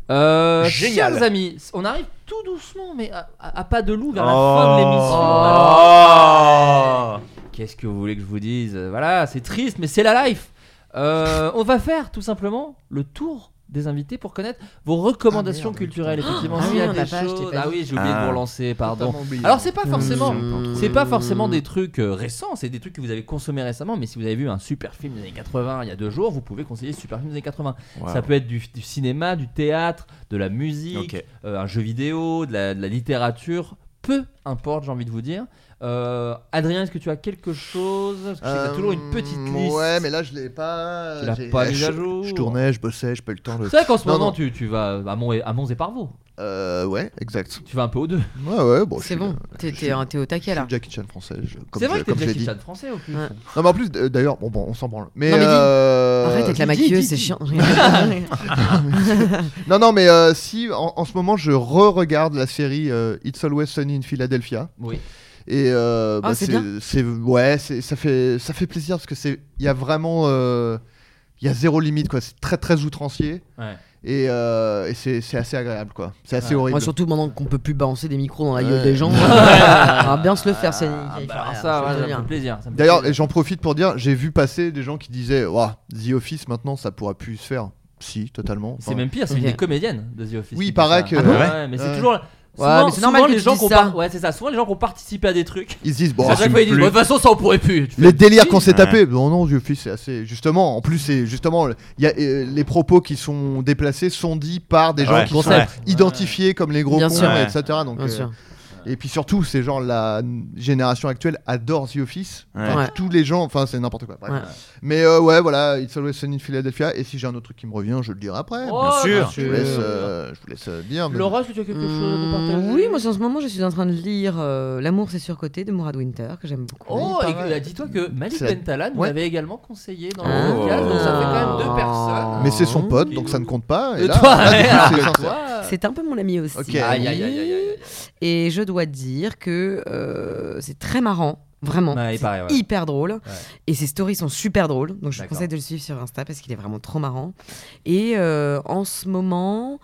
Speaker 7: Euh,
Speaker 2: Génial.
Speaker 7: Chers amis, on arrive tout doucement, mais à, à- à pas de loup vers la fin de l'émission. Alors,
Speaker 2: Oh
Speaker 7: Qu'est-ce que vous voulez que je vous dise Voilà, c'est triste, mais c'est la life. Euh, on va faire tout simplement le tour des invités pour connaître vos recommandations
Speaker 4: Ah, merde.
Speaker 7: culturelles. Effectivement,
Speaker 8: Ah
Speaker 7: s'il y a
Speaker 8: oui, on
Speaker 7: des
Speaker 8: n'a pas, je t'ai
Speaker 7: choses.
Speaker 8: pas
Speaker 7: Ah
Speaker 8: dit.
Speaker 7: oui, j'ai oublié de
Speaker 2: Ah.
Speaker 7: vous relancer, pardon.
Speaker 4: Totalement oublié.
Speaker 7: Alors c'est pas forcément,
Speaker 8: Mmh.
Speaker 7: c'est pas forcément des trucs euh, récents, c'est des trucs que vous avez consommés récemment. Mais si vous avez vu un super film des années 80 il y a deux jours, vous pouvez conseiller ce super film des années 80. Ça peut être du, du cinéma, du théâtre, de la musique,
Speaker 2: Ok.
Speaker 7: euh, un jeu vidéo, de la, de la littérature, peu importe, j'ai envie de vous dire. Euh, Adrien, est-ce que tu as quelque chose Parce que je sais que t'as
Speaker 4: Euh,
Speaker 7: toujours une petite liste.
Speaker 4: Ouais, mais là je l'ai pas.
Speaker 7: Tu l'as
Speaker 4: j'ai-
Speaker 7: pas
Speaker 4: eh,
Speaker 7: mis
Speaker 4: je-
Speaker 7: à jour.
Speaker 4: Je tournais, je bossais, j'ai pas eu le temps de.
Speaker 7: C'est vrai qu'en ce
Speaker 4: Non,
Speaker 7: moment,
Speaker 4: non.
Speaker 7: Tu, tu vas à Mons à Mons et Parvaux.
Speaker 4: Euh, ouais, exact.
Speaker 7: Tu vas un peu aux deux.
Speaker 4: Ouais, ouais, bon. je
Speaker 8: C'est
Speaker 4: suis-
Speaker 8: bon.
Speaker 4: je
Speaker 8: T'es-
Speaker 4: suis-
Speaker 8: T'es t'es au taquet là.
Speaker 4: Je suis Jackie Chan français. je- comme
Speaker 7: C'est vrai
Speaker 4: je-
Speaker 7: que
Speaker 4: comme je
Speaker 7: t'es Jackie
Speaker 4: l'ai dit.
Speaker 7: Chan français hein, au plus.
Speaker 8: Ouais.
Speaker 4: Non, mais en plus, euh, d'ailleurs, bon, bon, on s'en branle. Mais,
Speaker 8: Non, mais dis-
Speaker 4: euh,
Speaker 8: Arrête avec la
Speaker 4: dis,
Speaker 8: maquilleuse,
Speaker 4: dis,
Speaker 8: c'est
Speaker 4: dis.
Speaker 8: chiant.
Speaker 4: Non, non, mais euh, si, en, en ce moment, je re-regarde la série euh, It's Always Sunny in Philadelphia.
Speaker 7: Oui.
Speaker 4: Et euh,
Speaker 8: Ah,
Speaker 4: bah,
Speaker 8: c'est
Speaker 4: c'est,
Speaker 8: bien.
Speaker 4: c'est- ouais, c'est- ça fait ça fait plaisir parce que c'est il y a vraiment euh, il y a zéro limite quoi. C'est très très outrancier
Speaker 7: Ouais.
Speaker 4: et, euh, et c'est, c'est assez agréable quoi. C'est assez
Speaker 7: Ouais.
Speaker 4: horrible.
Speaker 8: Moi surtout maintenant qu'on peut plus balancer des micros dans la gueule
Speaker 4: Ouais.
Speaker 8: des gens, on va bien se le faire, c'est
Speaker 7: Ah, bah, alors ça, ouais, ça me fait plaisir. ça me fait
Speaker 4: D'ailleurs,
Speaker 7: plaisir.
Speaker 4: et j'en profite pour dire, j'ai vu passer des gens qui disaient, Ouah, The Office maintenant ça pourra plus se faire. Si, totalement.
Speaker 7: C'est
Speaker 4: Enfin,
Speaker 7: même pire, c'est une
Speaker 8: Ok.
Speaker 7: des comédiennes de The Office.
Speaker 4: Oui,
Speaker 7: qui
Speaker 4: il paraît
Speaker 7: dit
Speaker 4: que-
Speaker 7: ça.
Speaker 4: Ah bon
Speaker 7: ouais, mais c'est
Speaker 4: Ouais.
Speaker 7: toujours. souvent,
Speaker 8: mais c'est normal
Speaker 7: souvent,
Speaker 8: que
Speaker 7: les
Speaker 8: tu
Speaker 7: gens
Speaker 8: dises
Speaker 7: qu'on
Speaker 8: ça.
Speaker 7: par- ouais, c'est ça. Souvent les gens qui ont participé à des trucs.
Speaker 4: Ils se disent, bon,
Speaker 7: à chaque
Speaker 4: assume
Speaker 7: fois, ils disent,
Speaker 4: Oh, plus.
Speaker 7: Bah, de toute façon, ça on pourrait plus. Tu fais,
Speaker 4: les délires qu'on s'est
Speaker 2: Ouais.
Speaker 4: tapés. Bon non, vieux fils, c'est assez. Justement, en plus, c'est justement il y a euh, les propos qui sont déplacés sont dits par des gens
Speaker 2: Ouais.
Speaker 4: qui sont
Speaker 2: Concept.
Speaker 4: identifiés comme les gros
Speaker 8: Bien
Speaker 4: cons,
Speaker 8: sûr.
Speaker 2: Ouais.
Speaker 4: etc. Donc,
Speaker 8: Bien
Speaker 4: euh,
Speaker 8: sûr.
Speaker 4: et puis surtout, c'est genre la n- génération actuelle adore The Office.
Speaker 2: Ouais.
Speaker 4: Enfin,
Speaker 8: Ouais.
Speaker 4: Tous les gens, enfin, c'est n'importe quoi. bref.
Speaker 8: Ouais.
Speaker 4: Mais euh, ouais, voilà, It's Always Sunny in Philadelphia. Et si j'ai un autre truc qui me revient, je le dirai après.
Speaker 7: Oh,
Speaker 2: Bien sûr.
Speaker 4: Je vous laisse, euh, je vous laisse euh, dire. mais-
Speaker 7: Laura, est-ce que tu as quelque chose à nous
Speaker 8: Mmh,
Speaker 7: partager
Speaker 8: oui, moi en ce moment je suis en train de lire euh, L'amour c'est surcoté de Mourad Winter que j'aime beaucoup.
Speaker 7: Oh,
Speaker 4: Oui,
Speaker 7: et
Speaker 4: pareil.
Speaker 7: que- dis-toi que Malik
Speaker 4: C'est la-
Speaker 7: Bentalan nous
Speaker 4: Ouais.
Speaker 7: l'avait également conseillé dans
Speaker 8: Ah.
Speaker 7: le podcast, donc ça fait quand même deux personnes.
Speaker 4: Mais c'est son pote,
Speaker 7: Et
Speaker 4: donc
Speaker 7: nous-
Speaker 4: ça ne compte pas. Et
Speaker 8: Euh,
Speaker 7: Et
Speaker 4: là,
Speaker 7: toi,
Speaker 4: là, du coup,
Speaker 7: alors
Speaker 4: c'est
Speaker 8: Ah,
Speaker 7: que
Speaker 4: sincère.
Speaker 7: toi,
Speaker 8: C'est un peu mon ami aussi.
Speaker 4: Ok.
Speaker 7: Aïe, aïe, aïe, aïe, aïe.
Speaker 8: Et je dois dire que euh, c'est très marrant, vraiment.
Speaker 7: Ouais, il
Speaker 8: c'est
Speaker 7: paraît, ouais.
Speaker 8: hyper drôle. Et ses stories sont super drôles. Donc je vous
Speaker 7: D'accord.
Speaker 8: conseille de le suivre sur Insta parce qu'il est vraiment trop marrant. Et euh, en ce moment,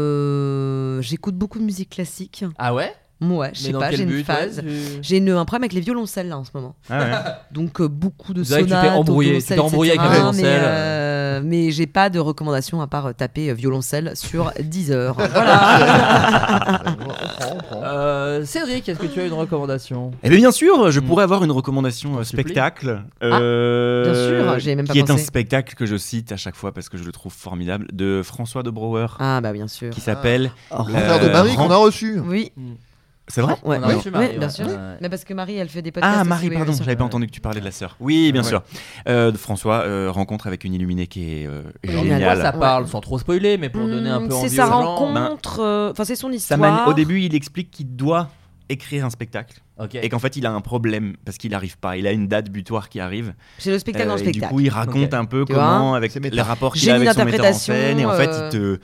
Speaker 8: euh, j'écoute beaucoup de musique classique.
Speaker 7: Ah ouais
Speaker 8: Moi, je sais
Speaker 7: Mais dans
Speaker 8: pas, j'ai
Speaker 7: quel
Speaker 8: une
Speaker 7: but ouais,
Speaker 8: phase.
Speaker 7: tu-
Speaker 8: J'ai une- un problème avec les violoncelles là en ce moment.
Speaker 2: Ah
Speaker 8: Donc euh, beaucoup de
Speaker 7: C'est vrai que tu t'es
Speaker 8: sonates,
Speaker 7: embrouillé, tu
Speaker 8: au
Speaker 7: t'es
Speaker 8: violoncelle,
Speaker 7: embrouillé avec
Speaker 8: etc. Ah,
Speaker 7: la violoncelle.
Speaker 8: Mais, euh, mais j'ai pas de recommandation à part euh, taper euh, violoncelle sur 10 heures. Voilà.
Speaker 4: On prend, on prend.
Speaker 7: Euh, Cédric, est-ce que tu as une recommandation
Speaker 2: Eh bien, bien sûr, je
Speaker 7: Mm.
Speaker 2: pourrais avoir une recommandation euh,
Speaker 7: S'il te plaît.
Speaker 2: spectacle. euh,
Speaker 8: bien Ah, sûr, j'y ai même pas
Speaker 2: Qui est un
Speaker 8: pensé.
Speaker 2: spectacle que je cite à chaque fois parce que je le trouve formidable, de François de Brouwer,
Speaker 8: ah bah bien sûr.
Speaker 2: qui s'appelle.
Speaker 4: Le frère de
Speaker 2: Euh,
Speaker 4: Marie
Speaker 2: Ran-
Speaker 4: qu'on a reçu.
Speaker 8: Oui.
Speaker 2: C'est vrai
Speaker 8: Ouais.
Speaker 7: On a
Speaker 8: Oui,
Speaker 7: reçu Marie,
Speaker 8: oui, bien
Speaker 7: ouais.
Speaker 8: sûr.
Speaker 7: Ouais.
Speaker 8: Mais parce que Marie, elle fait des podcasts.
Speaker 2: Ah,
Speaker 8: aussi,
Speaker 2: Marie,
Speaker 8: oui, oui,
Speaker 2: pardon,
Speaker 8: bien sûr.
Speaker 2: j'avais pas entendu que tu parlais de la sœur. Oui, bien
Speaker 4: Ouais.
Speaker 2: sûr. Euh, de François, euh, rencontre avec une illuminée qui est euh,
Speaker 8: Génial.
Speaker 7: Génial.
Speaker 2: géniale.
Speaker 7: ça parle sans trop spoiler, mais pour donner un
Speaker 8: Hmm,
Speaker 7: peu envie
Speaker 8: C'est sa
Speaker 7: aux gens.
Speaker 8: rencontre. euh, Enfin, c'est son
Speaker 2: Ça
Speaker 8: histoire.
Speaker 2: mène- au début, il explique qu'il doit écrire un spectacle
Speaker 7: Ok.
Speaker 2: Bah, et qu'en fait, il a un problème parce qu'il n'arrive pas. Il a une date butoir qui arrive.
Speaker 8: C'est le spectacle
Speaker 2: Euh,
Speaker 8: dans le
Speaker 2: et
Speaker 8: spectacle.
Speaker 2: Du coup, il raconte
Speaker 7: Ok.
Speaker 2: un peu
Speaker 8: Tu hein
Speaker 2: comment, avec
Speaker 4: C'est méta.
Speaker 2: les rapports qu'il a
Speaker 8: Génie
Speaker 2: avec son metteur en
Speaker 8: d'interprétation,
Speaker 2: scène, et en fait,
Speaker 8: euh.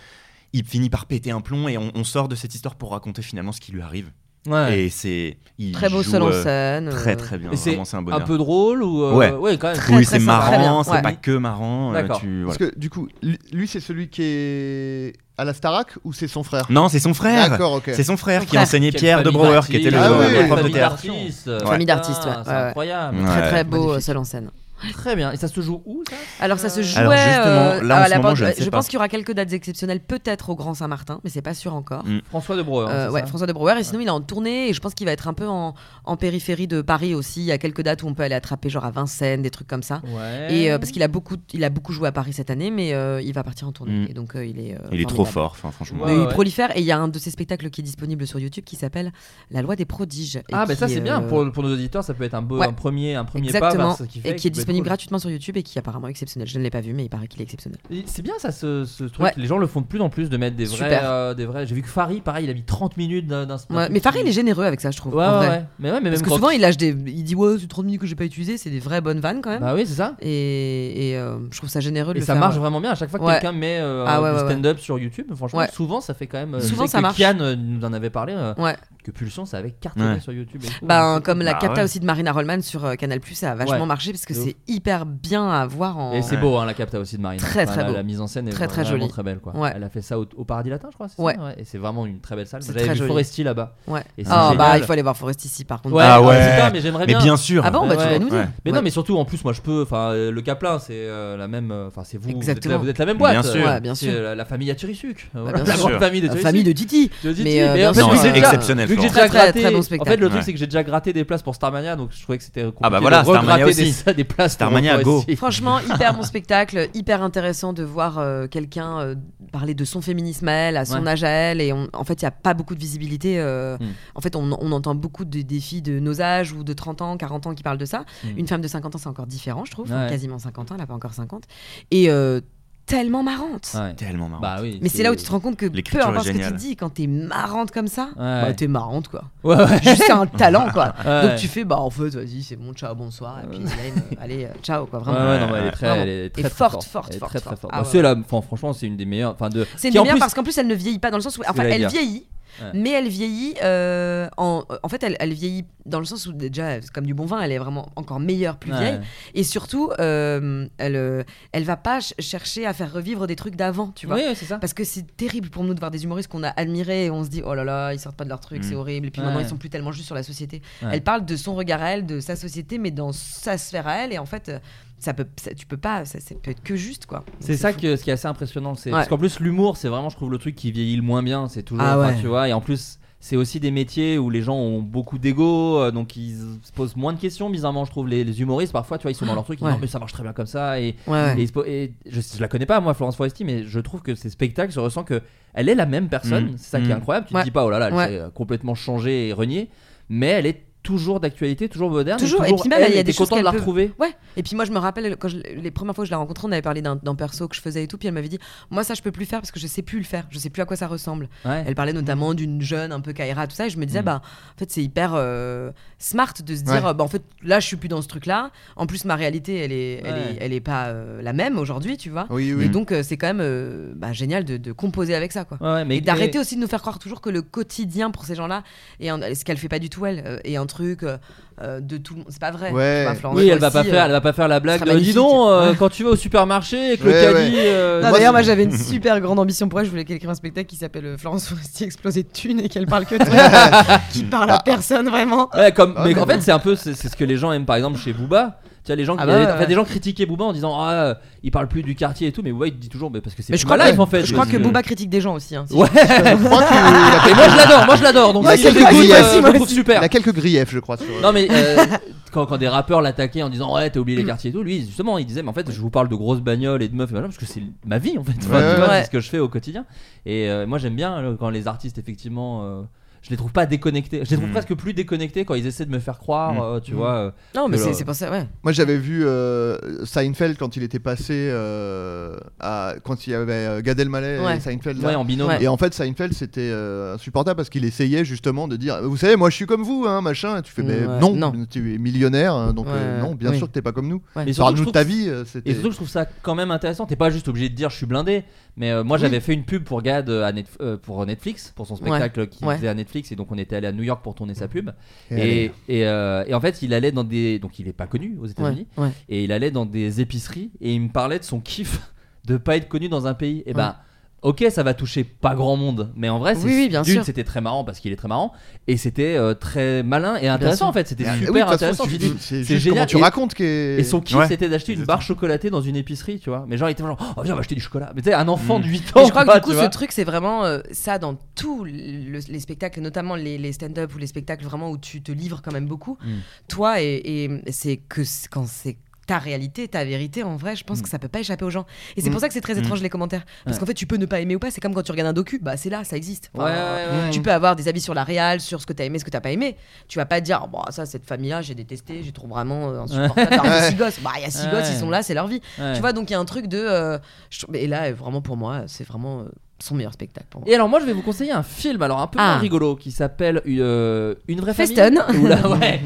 Speaker 2: il te, il finit par péter un plomb, et on, on sort de cette histoire pour raconter finalement ce qui lui arrive.
Speaker 7: Ouais.
Speaker 2: Et c'est, il
Speaker 8: Très beau
Speaker 2: joue,
Speaker 8: seul en
Speaker 2: euh,
Speaker 8: scène. euh,
Speaker 2: très très bien.
Speaker 7: Et c'est
Speaker 2: Vraiment, c'est un
Speaker 7: Un
Speaker 2: bonheur.
Speaker 7: peu drôle ou euh,
Speaker 2: Ouais.
Speaker 7: quand
Speaker 2: oui,
Speaker 7: même.
Speaker 8: très
Speaker 2: c'est
Speaker 8: sympa, très
Speaker 2: marrant,
Speaker 8: bien,
Speaker 2: c'est
Speaker 8: ouais.
Speaker 2: pas que marrant. euh,
Speaker 7: D'accord.
Speaker 2: tu- voilà.
Speaker 4: Parce que du coup, lui, lui, c'est celui qui est à la Starac ou c'est son frère
Speaker 2: Non, c'est son frère.
Speaker 4: D'accord, ok.
Speaker 2: C'est son frère
Speaker 8: Son
Speaker 2: qui
Speaker 8: frère.
Speaker 2: enseignait
Speaker 7: Quelle
Speaker 2: Pierre de
Speaker 7: famille
Speaker 2: Brouwer,
Speaker 7: d'artistes.
Speaker 2: qui était le euh,
Speaker 4: Ah oui,
Speaker 2: le
Speaker 4: quelle
Speaker 2: prof de
Speaker 7: famille
Speaker 2: théâtre.
Speaker 7: d'artistes.
Speaker 8: Famille
Speaker 7: Putain,
Speaker 8: d'artistes, ouais,
Speaker 7: C'est
Speaker 8: ouais, ouais.
Speaker 7: incroyable.
Speaker 2: Ouais.
Speaker 8: Très très beau
Speaker 4: Magnifique.
Speaker 8: euh, seul en scène.
Speaker 7: Très bien. Et ça se joue où ça
Speaker 8: Alors ça se jouait.
Speaker 2: Alors, justement,
Speaker 8: euh,
Speaker 2: là, en
Speaker 8: à
Speaker 2: ce
Speaker 8: la
Speaker 2: moment,
Speaker 8: porte-
Speaker 2: je ne sais pas.
Speaker 8: pense qu'il y aura quelques dates exceptionnelles, peut-être au Grand Saint-Martin, mais c'est pas sûr encore.
Speaker 2: Mm.
Speaker 7: François de Brouwer.
Speaker 8: Euh,
Speaker 7: c'est
Speaker 8: ouais,
Speaker 7: ça
Speaker 8: François de Brouwer. Et sinon, il est en tournée et je pense qu'il va être un peu en, en périphérie de Paris aussi. Il y a quelques dates où on peut aller attraper, genre à Vincennes, des trucs comme ça.
Speaker 7: Ouais.
Speaker 8: Et euh, parce qu'il a beaucoup, il a beaucoup joué à Paris cette année, mais euh, il va partir en tournée.
Speaker 2: Mm.
Speaker 8: Et donc euh, il est. euh,
Speaker 2: Il est trop
Speaker 8: formidable.
Speaker 2: fort, enfin, franchement.
Speaker 7: Ouais,
Speaker 8: Mais il
Speaker 7: ouais.
Speaker 8: prolifère et il y a un de ses spectacles qui est disponible sur YouTube qui s'appelle La loi des prodiges. et
Speaker 7: Ah, mais ça
Speaker 8: qui,
Speaker 7: c'est bien
Speaker 8: euh,
Speaker 7: pour, pour nos auditeurs, ça peut être un beau
Speaker 8: Ouais.
Speaker 7: un premier un premier pas
Speaker 8: Exactement,
Speaker 7: vers ce qu'il fait
Speaker 8: et qui est
Speaker 7: peut être
Speaker 8: disponible
Speaker 7: cool.
Speaker 8: gratuitement sur YouTube et qui est apparemment exceptionnel. Je ne l'ai pas vu, mais il paraît qu'il est exceptionnel.
Speaker 7: Et C'est bien ça ce, ce truc.
Speaker 8: Ouais.
Speaker 7: Les gens le font de plus en plus de mettre des vrais,
Speaker 8: Super.
Speaker 7: euh, des vrais. J'ai vu que Farid, pareil, il a mis 30 minutes d'un. d'un- d'un
Speaker 8: Ouais,
Speaker 7: truc
Speaker 8: mais Farid,
Speaker 7: qui-
Speaker 8: il est généreux avec ça, je trouve.
Speaker 7: Ah, Ouais,
Speaker 8: en
Speaker 7: ouais,
Speaker 8: vrai.
Speaker 7: ouais. Mais ouais, mais même
Speaker 8: Parce que
Speaker 7: quand-
Speaker 8: souvent, il lâche des. Il dit, ouais, c'est 30 minutes que j'ai pas utilisé, c'est des vraies bonnes vannes quand même.
Speaker 7: Bah oui, c'est ça.
Speaker 8: Et, et, euh, je trouve ça généreux de
Speaker 7: Et
Speaker 8: le
Speaker 7: ça
Speaker 8: faire,
Speaker 7: marche
Speaker 8: ouais.
Speaker 7: vraiment bien. À chaque fois que
Speaker 8: Ouais.
Speaker 7: quelqu'un met euh,
Speaker 8: Ah ouais,
Speaker 7: du
Speaker 8: ouais, ouais.
Speaker 7: stand-up sur YouTube, franchement,
Speaker 8: Ouais.
Speaker 7: souvent ça fait quand même. euh, je
Speaker 8: Souvent,
Speaker 7: sais
Speaker 8: ça
Speaker 7: que
Speaker 8: marche.
Speaker 7: Kian euh, nous en avait parlé. euh,
Speaker 8: Ouais.
Speaker 7: Que Pulsion, ça avait cartonné
Speaker 2: Ouais.
Speaker 7: sur YouTube. et tout.
Speaker 8: Ben, comme la
Speaker 2: Bah
Speaker 8: capta
Speaker 2: ouais.
Speaker 8: aussi de Marina Rollman sur euh, Canal Plus, ça a vachement
Speaker 7: Ouais.
Speaker 8: marché parce que
Speaker 7: De ouf.
Speaker 8: c'est hyper bien à voir en.
Speaker 7: Et c'est beau, hein, la capta aussi de Marine.
Speaker 8: Très, très
Speaker 7: la,
Speaker 8: beau.
Speaker 7: la mise en scène est
Speaker 8: Très, très
Speaker 7: vraiment
Speaker 8: jolie.
Speaker 7: très belle. Quoi.
Speaker 8: Ouais.
Speaker 7: Elle a fait ça au, au Paradis Latin, je crois. c'est ça
Speaker 8: Ouais.
Speaker 7: Et c'est vraiment une très belle salle.
Speaker 8: C'est
Speaker 7: J'avais
Speaker 8: très
Speaker 7: vu
Speaker 8: joli.
Speaker 7: Foresti là-bas.
Speaker 8: Ouais.
Speaker 7: Et c'est
Speaker 8: Ah,
Speaker 7: génial.
Speaker 8: bah, il faut aller voir Foresti ici par contre.
Speaker 7: Ouais,
Speaker 2: Ah
Speaker 7: ah
Speaker 2: ouais.
Speaker 7: ouais. mais j'aimerais
Speaker 2: Mais
Speaker 7: bien.
Speaker 2: bien sûr.
Speaker 8: Ah bon, bah, tu
Speaker 7: Ouais.
Speaker 8: vas nous dire.
Speaker 2: Ouais.
Speaker 7: Mais
Speaker 8: Ouais.
Speaker 7: non, mais surtout en plus, moi je peux. Enfin, euh, le Kaplan, c'est euh, la même. euh, Enfin, c'est vous. Vous êtes,
Speaker 8: Exactement.
Speaker 7: la, vous êtes la même boîte.
Speaker 2: Bien sûr.
Speaker 8: Ouais, bien
Speaker 7: C'est,
Speaker 8: sûr.
Speaker 7: euh, la, la famille Atirisuk. Euh,
Speaker 8: Bah,
Speaker 7: la
Speaker 8: bien
Speaker 7: grande
Speaker 2: sûr.
Speaker 7: famille des
Speaker 8: La famille de Titi. Mais, euh, bien
Speaker 7: Mais
Speaker 8: sûr,
Speaker 2: Non, c'est
Speaker 8: euh,
Speaker 2: exceptionnel.
Speaker 7: Vu que j'ai
Speaker 2: Florent.
Speaker 7: déjà
Speaker 8: Très, très,
Speaker 7: gratté,
Speaker 8: très bon
Speaker 7: en
Speaker 8: spectacle.
Speaker 7: fait le truc
Speaker 2: Ouais.
Speaker 7: c'est que j'ai déjà gratté des places pour Starmania donc je trouvais que c'était compliqué
Speaker 2: Ah bah voilà,
Speaker 7: de regratter
Speaker 2: Starmania
Speaker 7: des-
Speaker 2: aussi.
Speaker 7: des, places pour-
Speaker 2: Starmania,
Speaker 7: pour
Speaker 2: go.
Speaker 7: essayer.
Speaker 8: Franchement, hyper bon spectacle, hyper intéressant de voir euh, quelqu'un euh, parler de son féminisme à elle, à son
Speaker 7: Ouais.
Speaker 8: âge à elle. Et on- en fait, il n'y a pas beaucoup de visibilité. euh,
Speaker 7: Hmm.
Speaker 8: En fait, on, on entend beaucoup de, des filles de nos âges ou de 30 ans, 40 ans qui parlent de ça.
Speaker 7: Hmm.
Speaker 8: Une femme de 50 ans, c'est encore différent, je trouve.
Speaker 7: Ouais.
Speaker 8: Enfin, Quasiment 50 ans, elle n'a pas encore 50. Et euh, tellement marrante.
Speaker 7: Ouais.
Speaker 2: Tellement marrant.
Speaker 7: Bah oui.
Speaker 8: Mais c'est là où tu te rends compte que peu
Speaker 2: L'écriture est
Speaker 8: importe ce que tu
Speaker 2: géniale.
Speaker 8: dis, quand t'es marrante comme ça,
Speaker 7: Ouais.
Speaker 8: bah, t'es marrante quoi.
Speaker 7: Ouais, ouais.
Speaker 8: Juste c'est un talent quoi.
Speaker 7: Ouais.
Speaker 8: Donc tu fais bah en fait vas-y c'est bon ciao bonsoir et puis Hélène, euh, allez euh, ciao quoi
Speaker 7: Ouais,
Speaker 8: vraiment.
Speaker 7: ouais, non, mais elle est très,
Speaker 8: Vraiment.
Speaker 7: elle est très,
Speaker 8: Et
Speaker 7: très
Speaker 8: forte,
Speaker 7: forte,
Speaker 8: forte,
Speaker 7: Elle est
Speaker 8: forte,
Speaker 7: très, très
Speaker 8: forte.
Speaker 7: forte.
Speaker 8: Ah
Speaker 7: Bah,
Speaker 8: ouais.
Speaker 7: c'est la- enfin, franchement, c'est une des meilleures. Enfin, de.
Speaker 8: C'est une
Speaker 7: qui, en
Speaker 8: des meilleures
Speaker 7: plus-
Speaker 8: parce qu'en plus elle ne vieillit pas dans le sens où
Speaker 7: C'est
Speaker 8: enfin
Speaker 7: la
Speaker 8: elle
Speaker 7: guerre.
Speaker 8: vieillit
Speaker 7: Ouais.
Speaker 8: mais elle vieillit euh, en en fait elle, elle vieillit dans le sens où déjà c'est comme du bon vin elle est vraiment encore meilleure plus
Speaker 7: Ouais.
Speaker 8: vieille et surtout euh, elle euh, elle va pas ch- chercher à faire revivre des trucs d'avant tu vois.
Speaker 7: Oui, oui, c'est ça.
Speaker 8: Parce que c'est terrible pour nous de voir des humoristes qu'on a admirés et on se dit oh là là ils sortent pas de leur truc
Speaker 2: Mm.
Speaker 8: c'est horrible et puis
Speaker 7: Ouais.
Speaker 8: maintenant ils sont plus tellement juste sur la société.
Speaker 7: Ouais.
Speaker 8: Elle parle de son regard à elle, de sa société mais dans sa sphère à elle et en fait euh, ça peut ça- tu peux pas ça, ça peut être que juste quoi. Donc,
Speaker 7: C'est ça
Speaker 8: fou.
Speaker 7: que, ce qui est assez impressionnant. c'est
Speaker 8: Ouais.
Speaker 7: Parce qu'en plus, l'humour, c'est vraiment, je trouve, le truc qui vieillit le moins bien. C'est toujours.
Speaker 8: Ah
Speaker 7: enfin,
Speaker 8: ouais.
Speaker 7: Tu vois, et en plus, c'est aussi des métiers où les gens ont beaucoup d'ego, euh, donc ils se posent moins de questions. Bizarrement, je trouve les, les humoristes parfois, tu vois, ils sont dans leur truc, ils disent
Speaker 8: Ouais.
Speaker 7: non mais ça marche très bien comme ça. Et,
Speaker 8: Ouais, ouais.
Speaker 7: et ils se po- et je, je la connais pas moi, Florence Foresti, mais je trouve que ces spectacles, je ressens que elle est la même personne.
Speaker 2: Mhm.
Speaker 7: C'est ça qui est
Speaker 2: Mhm.
Speaker 7: incroyable. Tu
Speaker 8: Ouais.
Speaker 7: te dis pas oh là là, elle
Speaker 8: Ouais.
Speaker 7: s'est euh, complètement changée et reniée, mais elle est toujours d'actualité, toujours moderne.
Speaker 8: Toujours. Et puis même,
Speaker 7: elle,
Speaker 8: il y a
Speaker 7: et
Speaker 8: des
Speaker 7: t'es
Speaker 8: choses
Speaker 7: content de la
Speaker 8: qu'elle peut-
Speaker 7: retrouver.
Speaker 8: Ouais, et puis moi je me rappelle quand je- les premières fois que je la rencontrais, on avait parlé d'un d'un perso que je faisais et tout, puis elle m'avait dit Moi ça je peux plus faire parce que je sais plus le faire, je sais plus à quoi ça ressemble.
Speaker 7: Ouais.
Speaker 8: Elle parlait notamment
Speaker 7: Mhm.
Speaker 8: d'une jeune un peu Kaira, tout ça, et je me disais
Speaker 7: Mm.
Speaker 8: Bah en fait c'est hyper euh, smart de se dire
Speaker 4: Mhm. Ouais.
Speaker 8: Bah en fait là je suis plus dans ce truc là, en plus ma réalité elle est, elle
Speaker 7: Ouais.
Speaker 8: est, elle est pas euh, la même aujourd'hui, tu vois.
Speaker 4: Oui,
Speaker 8: Et
Speaker 4: oui.
Speaker 8: donc euh, c'est quand même euh, bah, génial de, de composer avec ça quoi.
Speaker 7: Ouais, ouais, mais
Speaker 8: et d'arrêter aussi de nous faire croire toujours que le quotidien pour ces gens-là est un- ce qu'elle fait pas du tout elle euh, est un truc euh, euh, de tout le monde c'est pas vrai
Speaker 4: Ouais.
Speaker 8: tu vois, Florence
Speaker 7: Oui, elle va pas
Speaker 8: Foresti,
Speaker 7: faire,
Speaker 8: euh,
Speaker 7: elle va pas faire la blague.
Speaker 8: sera
Speaker 7: de, dis
Speaker 8: magnifique.
Speaker 7: donc, euh,
Speaker 8: Ouais.
Speaker 7: quand tu vas au supermarché et que
Speaker 4: Ouais,
Speaker 7: le caddie. euh,
Speaker 8: Non,
Speaker 7: moi,
Speaker 8: D'ailleurs, moi
Speaker 7: c'est-
Speaker 8: j'avais une super grande ambition pour elle. Je voulais qu'elle écrive un spectacle qui s'appelle euh, Florence Foresti explosée de thunes et qu'elle parle que de ça. qui parle à personne vraiment.
Speaker 7: Ouais, comme,
Speaker 4: Ah,
Speaker 7: mais
Speaker 4: mais
Speaker 7: en
Speaker 4: bon.
Speaker 7: fait, c'est un peu c'est c'est ce que les gens aiment par exemple chez Booba. Tu vois, les gens, il
Speaker 8: Ah
Speaker 7: y
Speaker 8: bah
Speaker 7: avait-
Speaker 8: ouais,
Speaker 7: enfin,
Speaker 8: ouais.
Speaker 7: des gens critiquaient Booba en disant Ah, euh, il parle plus du quartier et tout, mais Booba il dit toujours mais Parce que c'est
Speaker 8: Mais je
Speaker 7: pas
Speaker 8: crois,
Speaker 7: ma life
Speaker 8: que,
Speaker 7: en fait.
Speaker 8: je crois que
Speaker 7: Euh,
Speaker 8: Booba critique des gens aussi. hein, si
Speaker 7: Ouais,
Speaker 4: Je crois qu'il a
Speaker 7: et moi je l'adore, moi je l'adore, donc
Speaker 4: Il a
Speaker 7: si je
Speaker 4: quelques
Speaker 7: l'écoute,
Speaker 4: griefs.
Speaker 7: euh, je le trouve super.
Speaker 4: Il a quelques griefs, je crois. sur-
Speaker 7: Non mais euh, quand, quand des rappeurs l'attaquaient en disant ouais t'as oublié les
Speaker 8: Mm.
Speaker 7: quartiers et tout, lui justement il disait mais en fait je vous parle de grosses bagnoles et de meufs et voilà, parce que c'est ma vie en fait, Enfin,
Speaker 4: Ouais,
Speaker 7: tu vois,
Speaker 8: ouais.
Speaker 7: c'est ce que je fais au quotidien. Et euh, moi j'aime bien euh, quand les artistes effectivement, euh, je les trouve pas déconnectés, je les trouve
Speaker 2: Mm.
Speaker 7: presque plus déconnectés quand ils essaient de me faire croire,
Speaker 2: Mm.
Speaker 7: euh, tu
Speaker 8: Mm.
Speaker 7: vois. euh,
Speaker 8: je- Non, mais
Speaker 7: Alors-
Speaker 8: c'est c'est pour ça, ouais.
Speaker 4: Moi, j'avais vu euh, Seinfeld quand il était passé euh, à quand il y avait euh, Gad Elmaleh
Speaker 8: Ouais.
Speaker 4: et Seinfeld. là.
Speaker 7: Ouais, en binôme.
Speaker 8: Mm. Ouais.
Speaker 4: Et en fait, Seinfeld, c'était euh, insupportable parce qu'il essayait justement de dire Vous savez, moi je suis comme vous, hein, machin. Et tu fais Mais
Speaker 8: Ouais.
Speaker 4: non,
Speaker 8: Non.
Speaker 4: tu es millionnaire, hein, donc
Speaker 8: Ouais,
Speaker 4: euh, non, bien
Speaker 8: oui.
Speaker 4: sûr que t'es pas comme nous.
Speaker 7: Mais surtout, je
Speaker 4: Parle-nous de
Speaker 7: trouve-
Speaker 4: ta vie. euh, c'était-
Speaker 7: Et surtout, je trouve ça quand même intéressant. T'es pas juste obligé de dire je suis blindé. Mais euh, moi,
Speaker 4: Oui.
Speaker 7: j'avais fait une pub pour Gad euh, à Netf- euh, pour Netflix, pour son spectacle qui
Speaker 8: ouais. Mm.
Speaker 7: faisait à Netflix. Et donc, on était allé à New York pour tourner sa pub.
Speaker 4: Et
Speaker 7: Et, et, euh, et en fait, il allait dans des. Donc, il est pas connu aux États-Unis.
Speaker 8: Ouais, ouais.
Speaker 7: Et il allait dans des épiceries. Et il me parlait de son kiff de pas être connu dans un pays. Et ben. Ok, ça va toucher pas grand monde, mais en vrai, c'est
Speaker 8: Oui, oui, bien
Speaker 7: d'une,
Speaker 8: sûr.
Speaker 7: c'était très marrant parce qu'il est très marrant, et c'était euh, très malin et intéressant
Speaker 8: sûr.
Speaker 7: en fait, c'était
Speaker 4: Ah, oui, de
Speaker 7: super
Speaker 4: toute
Speaker 7: intéressant.
Speaker 4: façon, tu-
Speaker 7: Je me suis dit,
Speaker 4: C'est
Speaker 7: c'est
Speaker 4: juste
Speaker 7: génial.
Speaker 4: comment tu
Speaker 7: Et-
Speaker 4: racontes qu'est-
Speaker 7: et son kiff
Speaker 2: Ouais.
Speaker 7: c'était d'acheter une barre chocolatée dans une épicerie, tu vois. Mais genre, il était genre, oh, viens, on va acheter du chocolat. Mais tu sais, un enfant
Speaker 2: Mm.
Speaker 7: de 8 ans.
Speaker 8: Mais je crois que
Speaker 7: quoi,
Speaker 8: du coup,
Speaker 7: tu
Speaker 8: ce
Speaker 7: vois.
Speaker 8: truc, c'est vraiment euh, ça dans tous le- les spectacles, notamment les, les stand-up ou les spectacles vraiment où tu te livres quand même beaucoup.
Speaker 7: Mm.
Speaker 8: Toi, et, et c'est que c- quand c'est ta réalité, ta vérité, en vrai, je pense que ça peut pas échapper aux gens. Et c'est pour ça que c'est très étrange les commentaires. Parce
Speaker 7: Hmm. Ouais.
Speaker 8: qu'en fait, tu peux ne pas aimer ou pas. C'est comme quand tu regardes un docu, bah c'est là, ça existe. Enfin,
Speaker 7: Ouais, ouais, ouais.
Speaker 8: Tu peux avoir des avis sur la réal, sur ce que t'as aimé, ce que t'as pas aimé. Tu vas pas dire, Oh, bah ça, cette famille-là, j'ai détesté, j'ai trouvé vraiment euh, insupportable. Alors,
Speaker 4: Ouais.
Speaker 8: six gosses, bah il y a six
Speaker 7: Ouais.
Speaker 8: gosses, ils sont là, c'est leur vie.
Speaker 7: Ouais.
Speaker 8: Tu vois, donc il y a un truc de. euh, je trouve- et là, euh, vraiment pour moi, c'est vraiment euh, son meilleur spectacle pour moi.
Speaker 7: Et alors, moi, je vais vous conseiller un film, alors un peu
Speaker 8: Ah.
Speaker 7: moins rigolo, qui s'appelle euh, Une vraie
Speaker 8: Feston.
Speaker 7: famille. Ou la... ouais.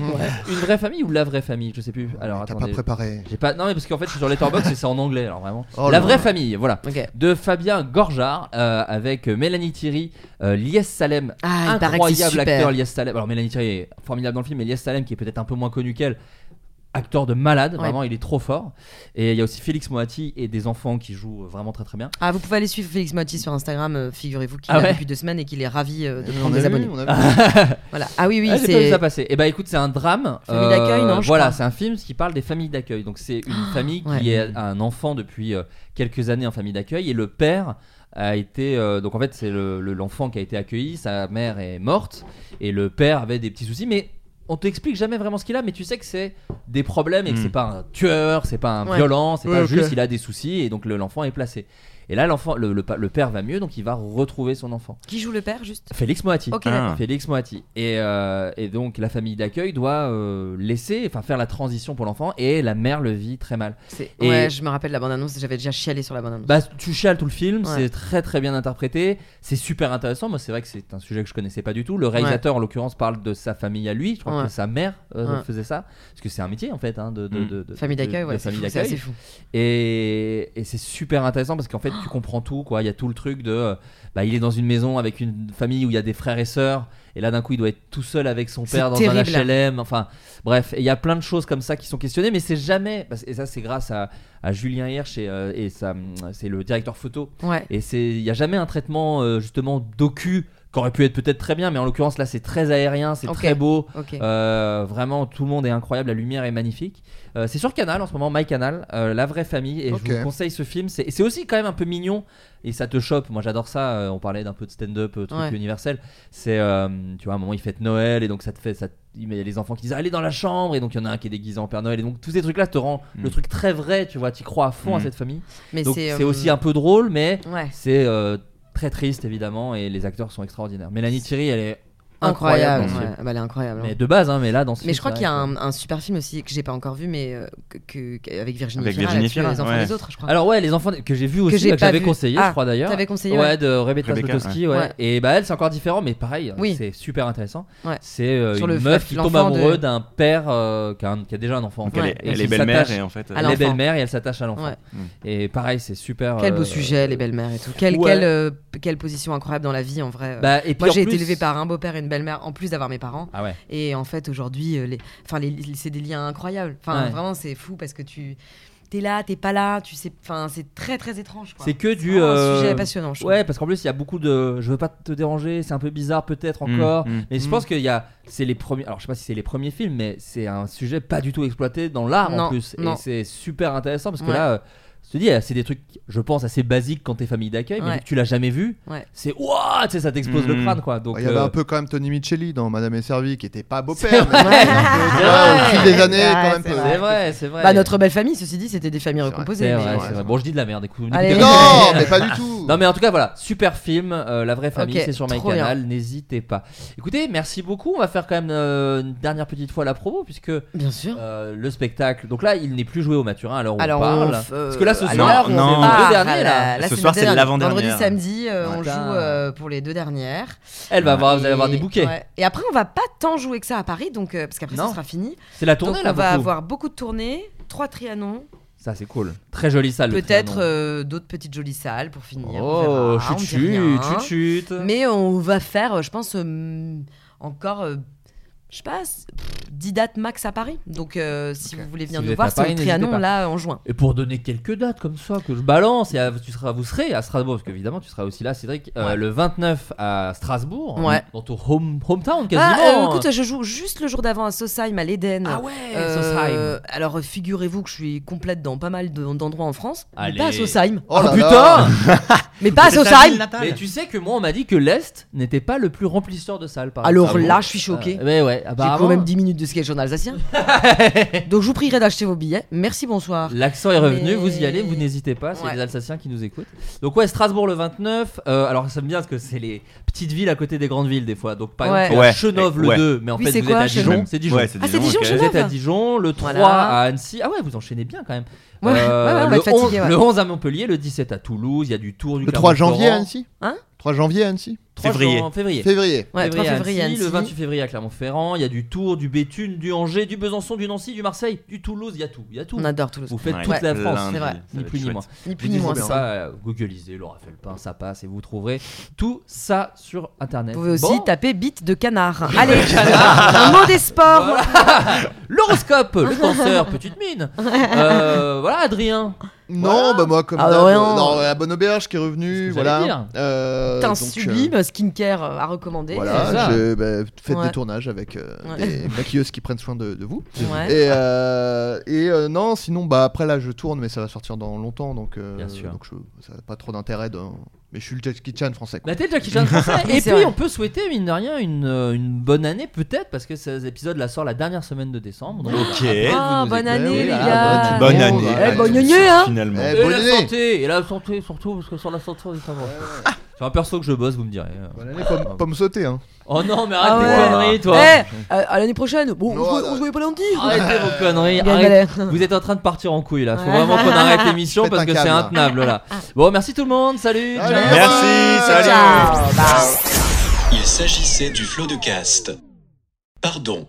Speaker 7: Une vraie famille ou la vraie famille, je sais plus. Alors,
Speaker 4: T'as pas
Speaker 7: attendez.
Speaker 4: préparé.
Speaker 7: J'ai pas... Non, mais parce qu'en fait, je suis sur Letterboxd et c'est en anglais, alors vraiment.
Speaker 4: Oh
Speaker 7: la
Speaker 4: là
Speaker 7: vraie
Speaker 4: là.
Speaker 7: famille, voilà.
Speaker 8: Ok.
Speaker 7: De Fabien Gorjard euh, avec Mélanie Thierry, euh, Lies Salem,
Speaker 8: Ah, il paraît que c'est
Speaker 7: incroyable
Speaker 8: super.
Speaker 7: acteur Lies Salem. Alors Mélanie Thierry est formidable dans le film, mais Lies Salem qui est peut-être un peu moins connu qu'elle, acteur de malade, vraiment il est trop fort. Et il y a aussi Félix Moati et des enfants qui jouent euh, vraiment très très bien.
Speaker 8: Ah, vous pouvez aller suivre Félix Motti sur Instagram, euh, figurez-vous qu'il
Speaker 7: Ah
Speaker 8: est là
Speaker 7: ouais
Speaker 8: depuis deux semaines et qu'il est ravi euh, de
Speaker 4: On
Speaker 8: prendre
Speaker 4: a
Speaker 8: des
Speaker 4: vu,
Speaker 8: abonnés.
Speaker 4: on a vu.
Speaker 8: Voilà. Ah oui, oui,
Speaker 7: Ah, j'ai pas vu
Speaker 8: c'est.
Speaker 7: ça passer. Et bah écoute, c'est un drame. euh,
Speaker 8: Famille d'accueil, non, je
Speaker 7: Voilà,
Speaker 8: crois. Ah,
Speaker 7: c'est un film qui parle des familles d'accueil. Donc c'est une famille qui
Speaker 8: ouais.
Speaker 7: est a un enfant depuis euh, quelques années en famille d'accueil et le père a été euh, donc en fait c'est le- le- l'enfant qui a été accueilli, sa mère est morte et le père avait des petits soucis mais on t'explique jamais vraiment ce qu'il a mais tu sais que c'est des problèmes et que
Speaker 2: Mm.
Speaker 7: c'est pas un tueur, c'est pas un
Speaker 8: Ouais.
Speaker 7: violent, c'est
Speaker 4: Ouais,
Speaker 7: pas
Speaker 4: ok.
Speaker 7: juste il a des soucis et donc le- l'enfant est placé. Et là l'enfant le- le pa- le père va mieux donc il va retrouver son enfant.
Speaker 8: Qui joue le père, juste
Speaker 7: Félix Moati.
Speaker 8: Ok,
Speaker 2: Ah.
Speaker 8: d'accord.
Speaker 7: Félix Moati. Et, euh, et donc la famille d'accueil doit euh, laisser, enfin faire la transition pour l'enfant et la mère le vit très mal.
Speaker 8: C'est-
Speaker 7: Et-
Speaker 8: Ouais, je me rappelle la bande-annonce, j'avais déjà chialé sur la bande-annonce.
Speaker 7: Bah tu chiales tout le film,
Speaker 8: Ouais.
Speaker 7: c'est très très bien interprété, c'est super intéressant. Moi c'est vrai que c'est un sujet que je connaissais pas du tout. Le réalisateur en l'occurrence parle de sa famille à lui, je crois
Speaker 8: Ouais.
Speaker 7: que sa mère euh,
Speaker 8: Ouais.
Speaker 7: faisait ça, parce que c'est un métier en fait hein, de, de-
Speaker 2: Mm.
Speaker 7: de- de-
Speaker 8: famille
Speaker 7: de-
Speaker 8: d'accueil,
Speaker 7: de
Speaker 8: ouais, c'est
Speaker 7: euh, famille
Speaker 8: fou, c'est
Speaker 7: d'accueil.
Speaker 8: assez fou.
Speaker 7: Et, et c'est super intéressant parce qu'en fait, tu comprends tout. quoi. Il y a tout le truc de. euh, Bah, il est dans une maison avec une famille où il y a des frères et sœurs. Et là, d'un coup, il doit être tout seul avec son
Speaker 8: C'est
Speaker 7: père dans un
Speaker 8: terrible.
Speaker 7: HLM. Enfin, bref, et il y a plein de choses comme ça qui sont questionnées. Mais c'est jamais. parce- Et ça, c'est grâce à, à Julien Hirsch et, euh, et ça, c'est le directeur photo.
Speaker 8: Ouais.
Speaker 7: Et c'est- il n'y a jamais un traitement, euh, justement, docu qu'aurait pu être peut-être très bien, mais en l'occurrence là c'est très aérien, c'est
Speaker 8: Ok.
Speaker 7: très beau.
Speaker 8: Ok.
Speaker 7: Euh, vraiment, tout le monde est incroyable, la lumière est magnifique. Euh, c'est sur Canal en ce moment, My Canal, euh, La Vraie Famille, et je
Speaker 4: Ok.
Speaker 7: vous conseille ce film. C'est, c'est aussi quand même un peu mignon et ça te chope. Moi j'adore ça. euh, on parlait d'un peu de stand-up, euh, truc
Speaker 8: Ouais.
Speaker 7: universel. C'est, euh, tu vois, à un moment il fête Noël et donc ça te fait. Ça, te- il y a les enfants qui disent allez dans la chambre et donc il y en a un qui est déguisé en Père Noël et donc tous ces trucs là te rend le truc très vrai, tu vois, tu crois à fond à
Speaker 2: Mm.
Speaker 7: cette famille.
Speaker 8: Mais
Speaker 7: donc
Speaker 8: c'est,
Speaker 7: c'est,
Speaker 8: euh,
Speaker 7: aussi un peu drôle, mais
Speaker 8: Ouais.
Speaker 7: c'est euh, très triste évidemment et les acteurs sont extraordinaires. Mélanie Thierry, elle est incroyable.
Speaker 8: Incroyable.
Speaker 7: dans ce film.
Speaker 8: ouais. Bah, elle est incroyable. hein.
Speaker 7: Mais de base, hein, mais là dans ce
Speaker 8: Mais
Speaker 7: film,
Speaker 8: je crois
Speaker 7: c'est
Speaker 8: qu'il y a
Speaker 7: vrai que-
Speaker 8: un, un super film aussi que j'ai pas encore vu, mais euh, que, que- avec Virginie
Speaker 2: Avec
Speaker 8: Fira,
Speaker 2: Virginie
Speaker 8: là-dessus,
Speaker 2: Fira,
Speaker 8: les enfants
Speaker 2: ouais.
Speaker 8: des autres, je crois.
Speaker 7: Alors ouais, les enfants que j'ai vu aussi,
Speaker 8: j'ai
Speaker 7: là, que
Speaker 8: pas
Speaker 7: j'avais
Speaker 8: vu.
Speaker 7: conseillé,
Speaker 8: Ah,
Speaker 7: je crois d'ailleurs.
Speaker 8: t'avais conseillé,
Speaker 7: ouais, euh,
Speaker 8: ouais.
Speaker 7: de Rebecca
Speaker 2: Rebecca,
Speaker 7: Zlotowski, ouais.
Speaker 8: ouais.
Speaker 7: Et bah elle, c'est encore différent, mais pareil, euh,
Speaker 8: Oui.
Speaker 7: c'est super intéressant.
Speaker 8: Ouais.
Speaker 7: C'est euh,
Speaker 8: Sur
Speaker 7: une
Speaker 8: le fait
Speaker 7: meuf
Speaker 8: que
Speaker 7: qui tombe
Speaker 8: l'enfant de-
Speaker 7: amoureuse d'un père euh, qui, a un- qui a déjà un enfant.
Speaker 2: Donc
Speaker 7: enfin,
Speaker 2: elle
Speaker 8: Ouais.
Speaker 2: est,
Speaker 7: et
Speaker 2: elle
Speaker 7: qui
Speaker 2: est belle-mère
Speaker 7: s'attache-
Speaker 2: et en fait. Mm. euh,
Speaker 8: à
Speaker 7: Elle
Speaker 8: l'enfant.
Speaker 7: est belle-mère et elle s'attache à l'enfant.
Speaker 8: Ouais.
Speaker 7: Et pareil, c'est super.
Speaker 8: Quel
Speaker 7: euh,
Speaker 8: beau sujet, les belles-mères et tout. Quelle,
Speaker 7: ouais.
Speaker 8: quelle, euh, quelle position incroyable dans la vie, en vrai. euh.
Speaker 7: Bah, et puis
Speaker 8: Moi,
Speaker 7: en
Speaker 8: j'ai été
Speaker 7: plus-
Speaker 8: élevée par un beau-père et une belle-mère, en plus d'avoir mes parents.
Speaker 7: Ah ouais.
Speaker 8: Et en fait, aujourd'hui, euh, les... enfin, les... les- c'est des liens incroyables. Enfin,
Speaker 7: Ouais.
Speaker 8: vraiment, c'est fou parce que tu t'es là, t'es pas là, tu sais. Enfin, c'est très très étrange. quoi.
Speaker 7: C'est que du.
Speaker 8: vraiment
Speaker 7: euh,
Speaker 8: un sujet passionnant. Je trouve.
Speaker 7: Ouais, parce qu'en plus, il y a beaucoup de. Je veux pas te déranger, c'est un peu bizarre peut-être
Speaker 2: mm,
Speaker 7: encore.
Speaker 2: mm.
Speaker 7: Mais je
Speaker 8: Hmm.
Speaker 7: pense qu'il y a, c'est les premiers. Alors je sais pas si c'est les premiers films, mais c'est un sujet pas du tout exploité dans l'art en
Speaker 8: Non,
Speaker 7: plus, et
Speaker 8: non.
Speaker 7: c'est super intéressant parce que
Speaker 8: Ouais.
Speaker 7: là, euh, je te dis, c'est des trucs, je pense assez basiques quand t'es famille d'accueil, mais
Speaker 8: Ouais.
Speaker 7: vu que tu l'as jamais vu,
Speaker 8: Ouais.
Speaker 7: c'est ouah, tu sais, ça t'explose le
Speaker 2: Mhm.
Speaker 7: crâne quoi. Donc
Speaker 4: Hmm. Il y avait
Speaker 7: euh,
Speaker 4: un peu quand même Tony Micheli dans Madame et Servie qui était pas
Speaker 7: C'est
Speaker 4: beau-père.
Speaker 7: vrai.
Speaker 4: mais- Voilà, Au fil des années, quand même.
Speaker 8: c'est
Speaker 4: peu.
Speaker 7: C'est vrai, c'est vrai.
Speaker 8: Bah, notre belle famille, ceci dit, c'était des familles
Speaker 4: C'est vrai.
Speaker 8: recomposées.
Speaker 7: C'est
Speaker 8: mais- euh,
Speaker 7: vrai,
Speaker 4: Ouais,
Speaker 7: c'est
Speaker 4: c'est
Speaker 7: vrai.
Speaker 4: vrai.
Speaker 7: Bon, je dis de la merde. écoute-
Speaker 8: Allez.
Speaker 7: écoutez-
Speaker 4: Non, mais pas du tout.
Speaker 7: Non mais en tout cas voilà, super film, euh, la vraie famille,
Speaker 8: Ok,
Speaker 7: c'est sur
Speaker 8: trop
Speaker 7: MyCanal, n'hésitez pas. Écoutez, merci beaucoup, on va faire quand même euh, une dernière petite fois la promo puisque
Speaker 8: Bien sûr.
Speaker 7: Euh, le spectacle. Donc là, il n'est plus joué au Maturin alors on
Speaker 8: Hein Alors,
Speaker 7: parle.
Speaker 8: on f- euh,
Speaker 7: Parce que là, ce
Speaker 8: alors
Speaker 7: soir,
Speaker 2: on
Speaker 7: c'est
Speaker 2: non.
Speaker 7: les deux
Speaker 8: part à
Speaker 7: derniers, là.
Speaker 8: la- la
Speaker 2: Ce
Speaker 8: semaine
Speaker 2: soir, c'est
Speaker 8: dernière.
Speaker 2: l'avant-dernière.
Speaker 8: Vendredi, samedi, euh, on joue
Speaker 7: Putain.
Speaker 8: euh, pour les deux dernières.
Speaker 7: Elle va avoir, vous allez
Speaker 8: Et-
Speaker 7: avoir des bouquets.
Speaker 8: ouais. Et après, on va pas tant jouer que ça à Paris, donc euh, parce qu'après, ça
Speaker 7: Non.
Speaker 8: sera fini.
Speaker 7: C'est la tournée
Speaker 8: donc,
Speaker 7: là.
Speaker 8: on va
Speaker 7: beaucoup.
Speaker 8: avoir beaucoup de tournées, trois trianons,
Speaker 7: Ça, c'est cool. Très jolie salle. Ah, le
Speaker 8: peut-être
Speaker 7: Trianon.
Speaker 8: euh, d'autres petites jolies salles pour finir. on
Speaker 7: Oh,
Speaker 8: verra,
Speaker 7: chut,
Speaker 8: on dit
Speaker 7: chut,
Speaker 8: rien. hein.
Speaker 7: chut, chut.
Speaker 8: Mais on va faire, euh, je pense, euh, encore, euh, je sais pas, s- pff, 10 dates max à Paris. Donc euh, si vous voulez venir
Speaker 7: Si vous êtes
Speaker 8: nous
Speaker 7: à
Speaker 8: voir, c'est
Speaker 7: Paris,
Speaker 8: au
Speaker 7: n'hésitez
Speaker 8: Trianon
Speaker 7: pas.
Speaker 8: là en juin.
Speaker 7: Et pour donner quelques dates comme ça que je balance, et à- tu seras, vous serez à Strasbourg, parce qu'évidemment tu seras aussi là, Cédric, euh, le 29 à Strasbourg,
Speaker 8: Ouais.
Speaker 7: dans ton home, hometown
Speaker 8: Ah,
Speaker 7: quasiment. hein.
Speaker 8: euh, écoute, je joue juste le jour d'avant à Sosheim, à l'Éden.
Speaker 7: Ah ouais,
Speaker 8: Euh,
Speaker 7: Sosheim.
Speaker 8: alors euh, figurez-vous que je suis complète dans pas mal de- d'endroits en France,
Speaker 7: Allez.
Speaker 8: mais pas à Sosheim,
Speaker 4: Oh là là.
Speaker 7: Putain
Speaker 8: mais pas à Sosheim.
Speaker 2: natale.
Speaker 7: Mais tu sais que moi on m'a dit que l'Est n'était pas le plus remplisseur de salles par
Speaker 8: Alors
Speaker 7: exemple.
Speaker 8: Ah, là, je suis choquée.
Speaker 7: Ah, mais ouais,
Speaker 8: J'ai
Speaker 7: apparemment.
Speaker 8: quand bah, même 10 minutes de sketch en alsacien. Donc je vous prierai d'acheter vos billets. Merci, bonsoir.
Speaker 7: L'accent est revenu,
Speaker 8: Mais-
Speaker 7: vous y allez, vous n'hésitez pas, c'est
Speaker 8: Ouais.
Speaker 7: les Alsaciens qui nous écoutent. Donc ouais, Strasbourg le 29, euh, alors ça me vient parce que c'est les petites villes à côté des grandes villes des fois. Donc par
Speaker 8: Ouais.
Speaker 7: exemple, tu as
Speaker 2: Ouais.
Speaker 7: Chenov le
Speaker 2: Ouais.
Speaker 7: 2, mais en
Speaker 8: Oui,
Speaker 7: fait
Speaker 8: c'est
Speaker 7: vous
Speaker 8: quoi,
Speaker 7: êtes à
Speaker 8: Chenov
Speaker 7: Dijon, c'est Dijon.
Speaker 2: Ouais, c'est
Speaker 8: Ah, c'est Dijon,
Speaker 2: ok.
Speaker 7: Vous
Speaker 8: Chenov
Speaker 7: êtes à Dijon, le 3
Speaker 8: Voilà.
Speaker 7: à Annecy. Ah ouais, vous enchaînez bien quand même. Euh,
Speaker 8: Ouais, ouais, ouais, on va
Speaker 7: le,
Speaker 8: être fatigué,
Speaker 7: 11,
Speaker 8: ouais.
Speaker 7: le 11 à Montpellier, le 17 à Toulouse, il y a du Tour du
Speaker 4: Le 3
Speaker 7: Clermont-Ferrand.
Speaker 4: janvier à Annecy
Speaker 8: Hein
Speaker 4: 3 janvier à Annecy
Speaker 7: 3
Speaker 2: Février.
Speaker 7: janvier- février.
Speaker 4: Février.
Speaker 8: Ouais, 3
Speaker 7: à
Speaker 8: février,
Speaker 7: Annecy,
Speaker 8: Annecy.
Speaker 7: le 28 février à Clermont-Ferrand, il y a du Tour, du Béthune, du Angers, du Besançon, du Nancy, du Marseille, du Toulouse, il y a tout, il y a tout.
Speaker 8: On adore Toulouse.
Speaker 7: Vous faites
Speaker 2: Ouais.
Speaker 7: toute la
Speaker 2: Plein
Speaker 7: France,
Speaker 2: de
Speaker 8: c'est vrai.
Speaker 2: villes, ça
Speaker 7: ni
Speaker 2: va
Speaker 7: plus
Speaker 2: être
Speaker 7: ni
Speaker 2: chouette.
Speaker 7: moins.
Speaker 8: Ni plus
Speaker 7: Vous
Speaker 8: ni
Speaker 7: disons
Speaker 8: moins.
Speaker 7: ça,
Speaker 8: c'est ça.
Speaker 7: euh, googlisez Laura Felpin, ça passe et vous trouverez tout ça sur internet.
Speaker 8: Vous pouvez aussi
Speaker 7: Bon,
Speaker 8: taper bite de canard. Allez, un mot des sports.
Speaker 7: voilà. L'horoscope, le cancer, petite mine. Euh, voilà, Adrien.
Speaker 4: Non, bah moi comme
Speaker 8: Ah,
Speaker 4: d'hab,
Speaker 8: ouais,
Speaker 4: euh,
Speaker 8: non.
Speaker 4: non, la bonne auberge qui est
Speaker 7: C'est ce
Speaker 4: revenue,
Speaker 7: que j'allais dire.
Speaker 4: voilà. Euh,
Speaker 8: Teint
Speaker 4: donc,
Speaker 8: sublime, skincare euh, à recommander.
Speaker 4: euh,
Speaker 7: C'est ça.
Speaker 4: Voilà, je, bah, faites
Speaker 8: Ouais.
Speaker 4: des tournages avec euh,
Speaker 8: Ouais.
Speaker 4: des maquilleuses qui prennent soin de, de vous.
Speaker 8: Ouais.
Speaker 4: Et, euh, et euh, non, sinon bah après là je tourne, mais ça va sortir dans longtemps, donc, euh,
Speaker 7: Bien sûr.
Speaker 4: donc je- ça n'a pas trop d'intérêt. dans- Mais je suis le Jackie Chan français. quoi.
Speaker 7: Bah, t'es le Jackie Chan français.
Speaker 8: Oui,
Speaker 7: Et puis,
Speaker 8: c'est vrai.
Speaker 7: on peut souhaiter, mine de rien, une, euh, une bonne année, peut-être, parce que cet épisode la sort la dernière semaine de décembre. Donc,
Speaker 2: Ok.
Speaker 7: après,
Speaker 8: Ah,
Speaker 7: vous nous
Speaker 8: bonne
Speaker 7: écoutez.
Speaker 8: année,
Speaker 4: oui,
Speaker 8: les
Speaker 4: ah,
Speaker 8: gars.
Speaker 4: bonne-
Speaker 2: Bonne
Speaker 4: bon,
Speaker 2: année.
Speaker 4: bah,
Speaker 8: eh, bonne année, hein.
Speaker 2: Finalement.
Speaker 4: Eh,
Speaker 7: Et
Speaker 4: bonne
Speaker 7: la
Speaker 4: année.
Speaker 7: santé, et la santé surtout, parce que sans la santé, on est pas bon. Sur un perso que je bosse, vous me direz.
Speaker 4: Bonne année, pomme, pomme sautée. Hein.
Speaker 7: Oh non, mais
Speaker 8: Ah
Speaker 7: arrête tes
Speaker 8: ouais.
Speaker 7: conneries, toi.
Speaker 8: Eh, à à l'année prochaine. Bon,
Speaker 4: Non,
Speaker 8: on se-
Speaker 4: non.
Speaker 8: on se voyait pas lundi.
Speaker 7: Arrêtez vos conneries.
Speaker 8: Gagne
Speaker 7: Ah, arrête-
Speaker 8: la-
Speaker 7: Vous êtes en train de partir en couille là. Faut
Speaker 8: Ouais.
Speaker 7: vraiment qu'on arrête l'émission
Speaker 4: Faites
Speaker 7: parce
Speaker 4: un
Speaker 7: que
Speaker 4: Ah,
Speaker 7: c'est
Speaker 4: câble, là.
Speaker 7: intenable là. Bon, merci tout le monde. Salut.
Speaker 4: Allez,
Speaker 7: ciao.
Speaker 2: Merci, salut.
Speaker 8: Ciao. Bye.
Speaker 1: Il s'agissait du flot de cast. Pardon.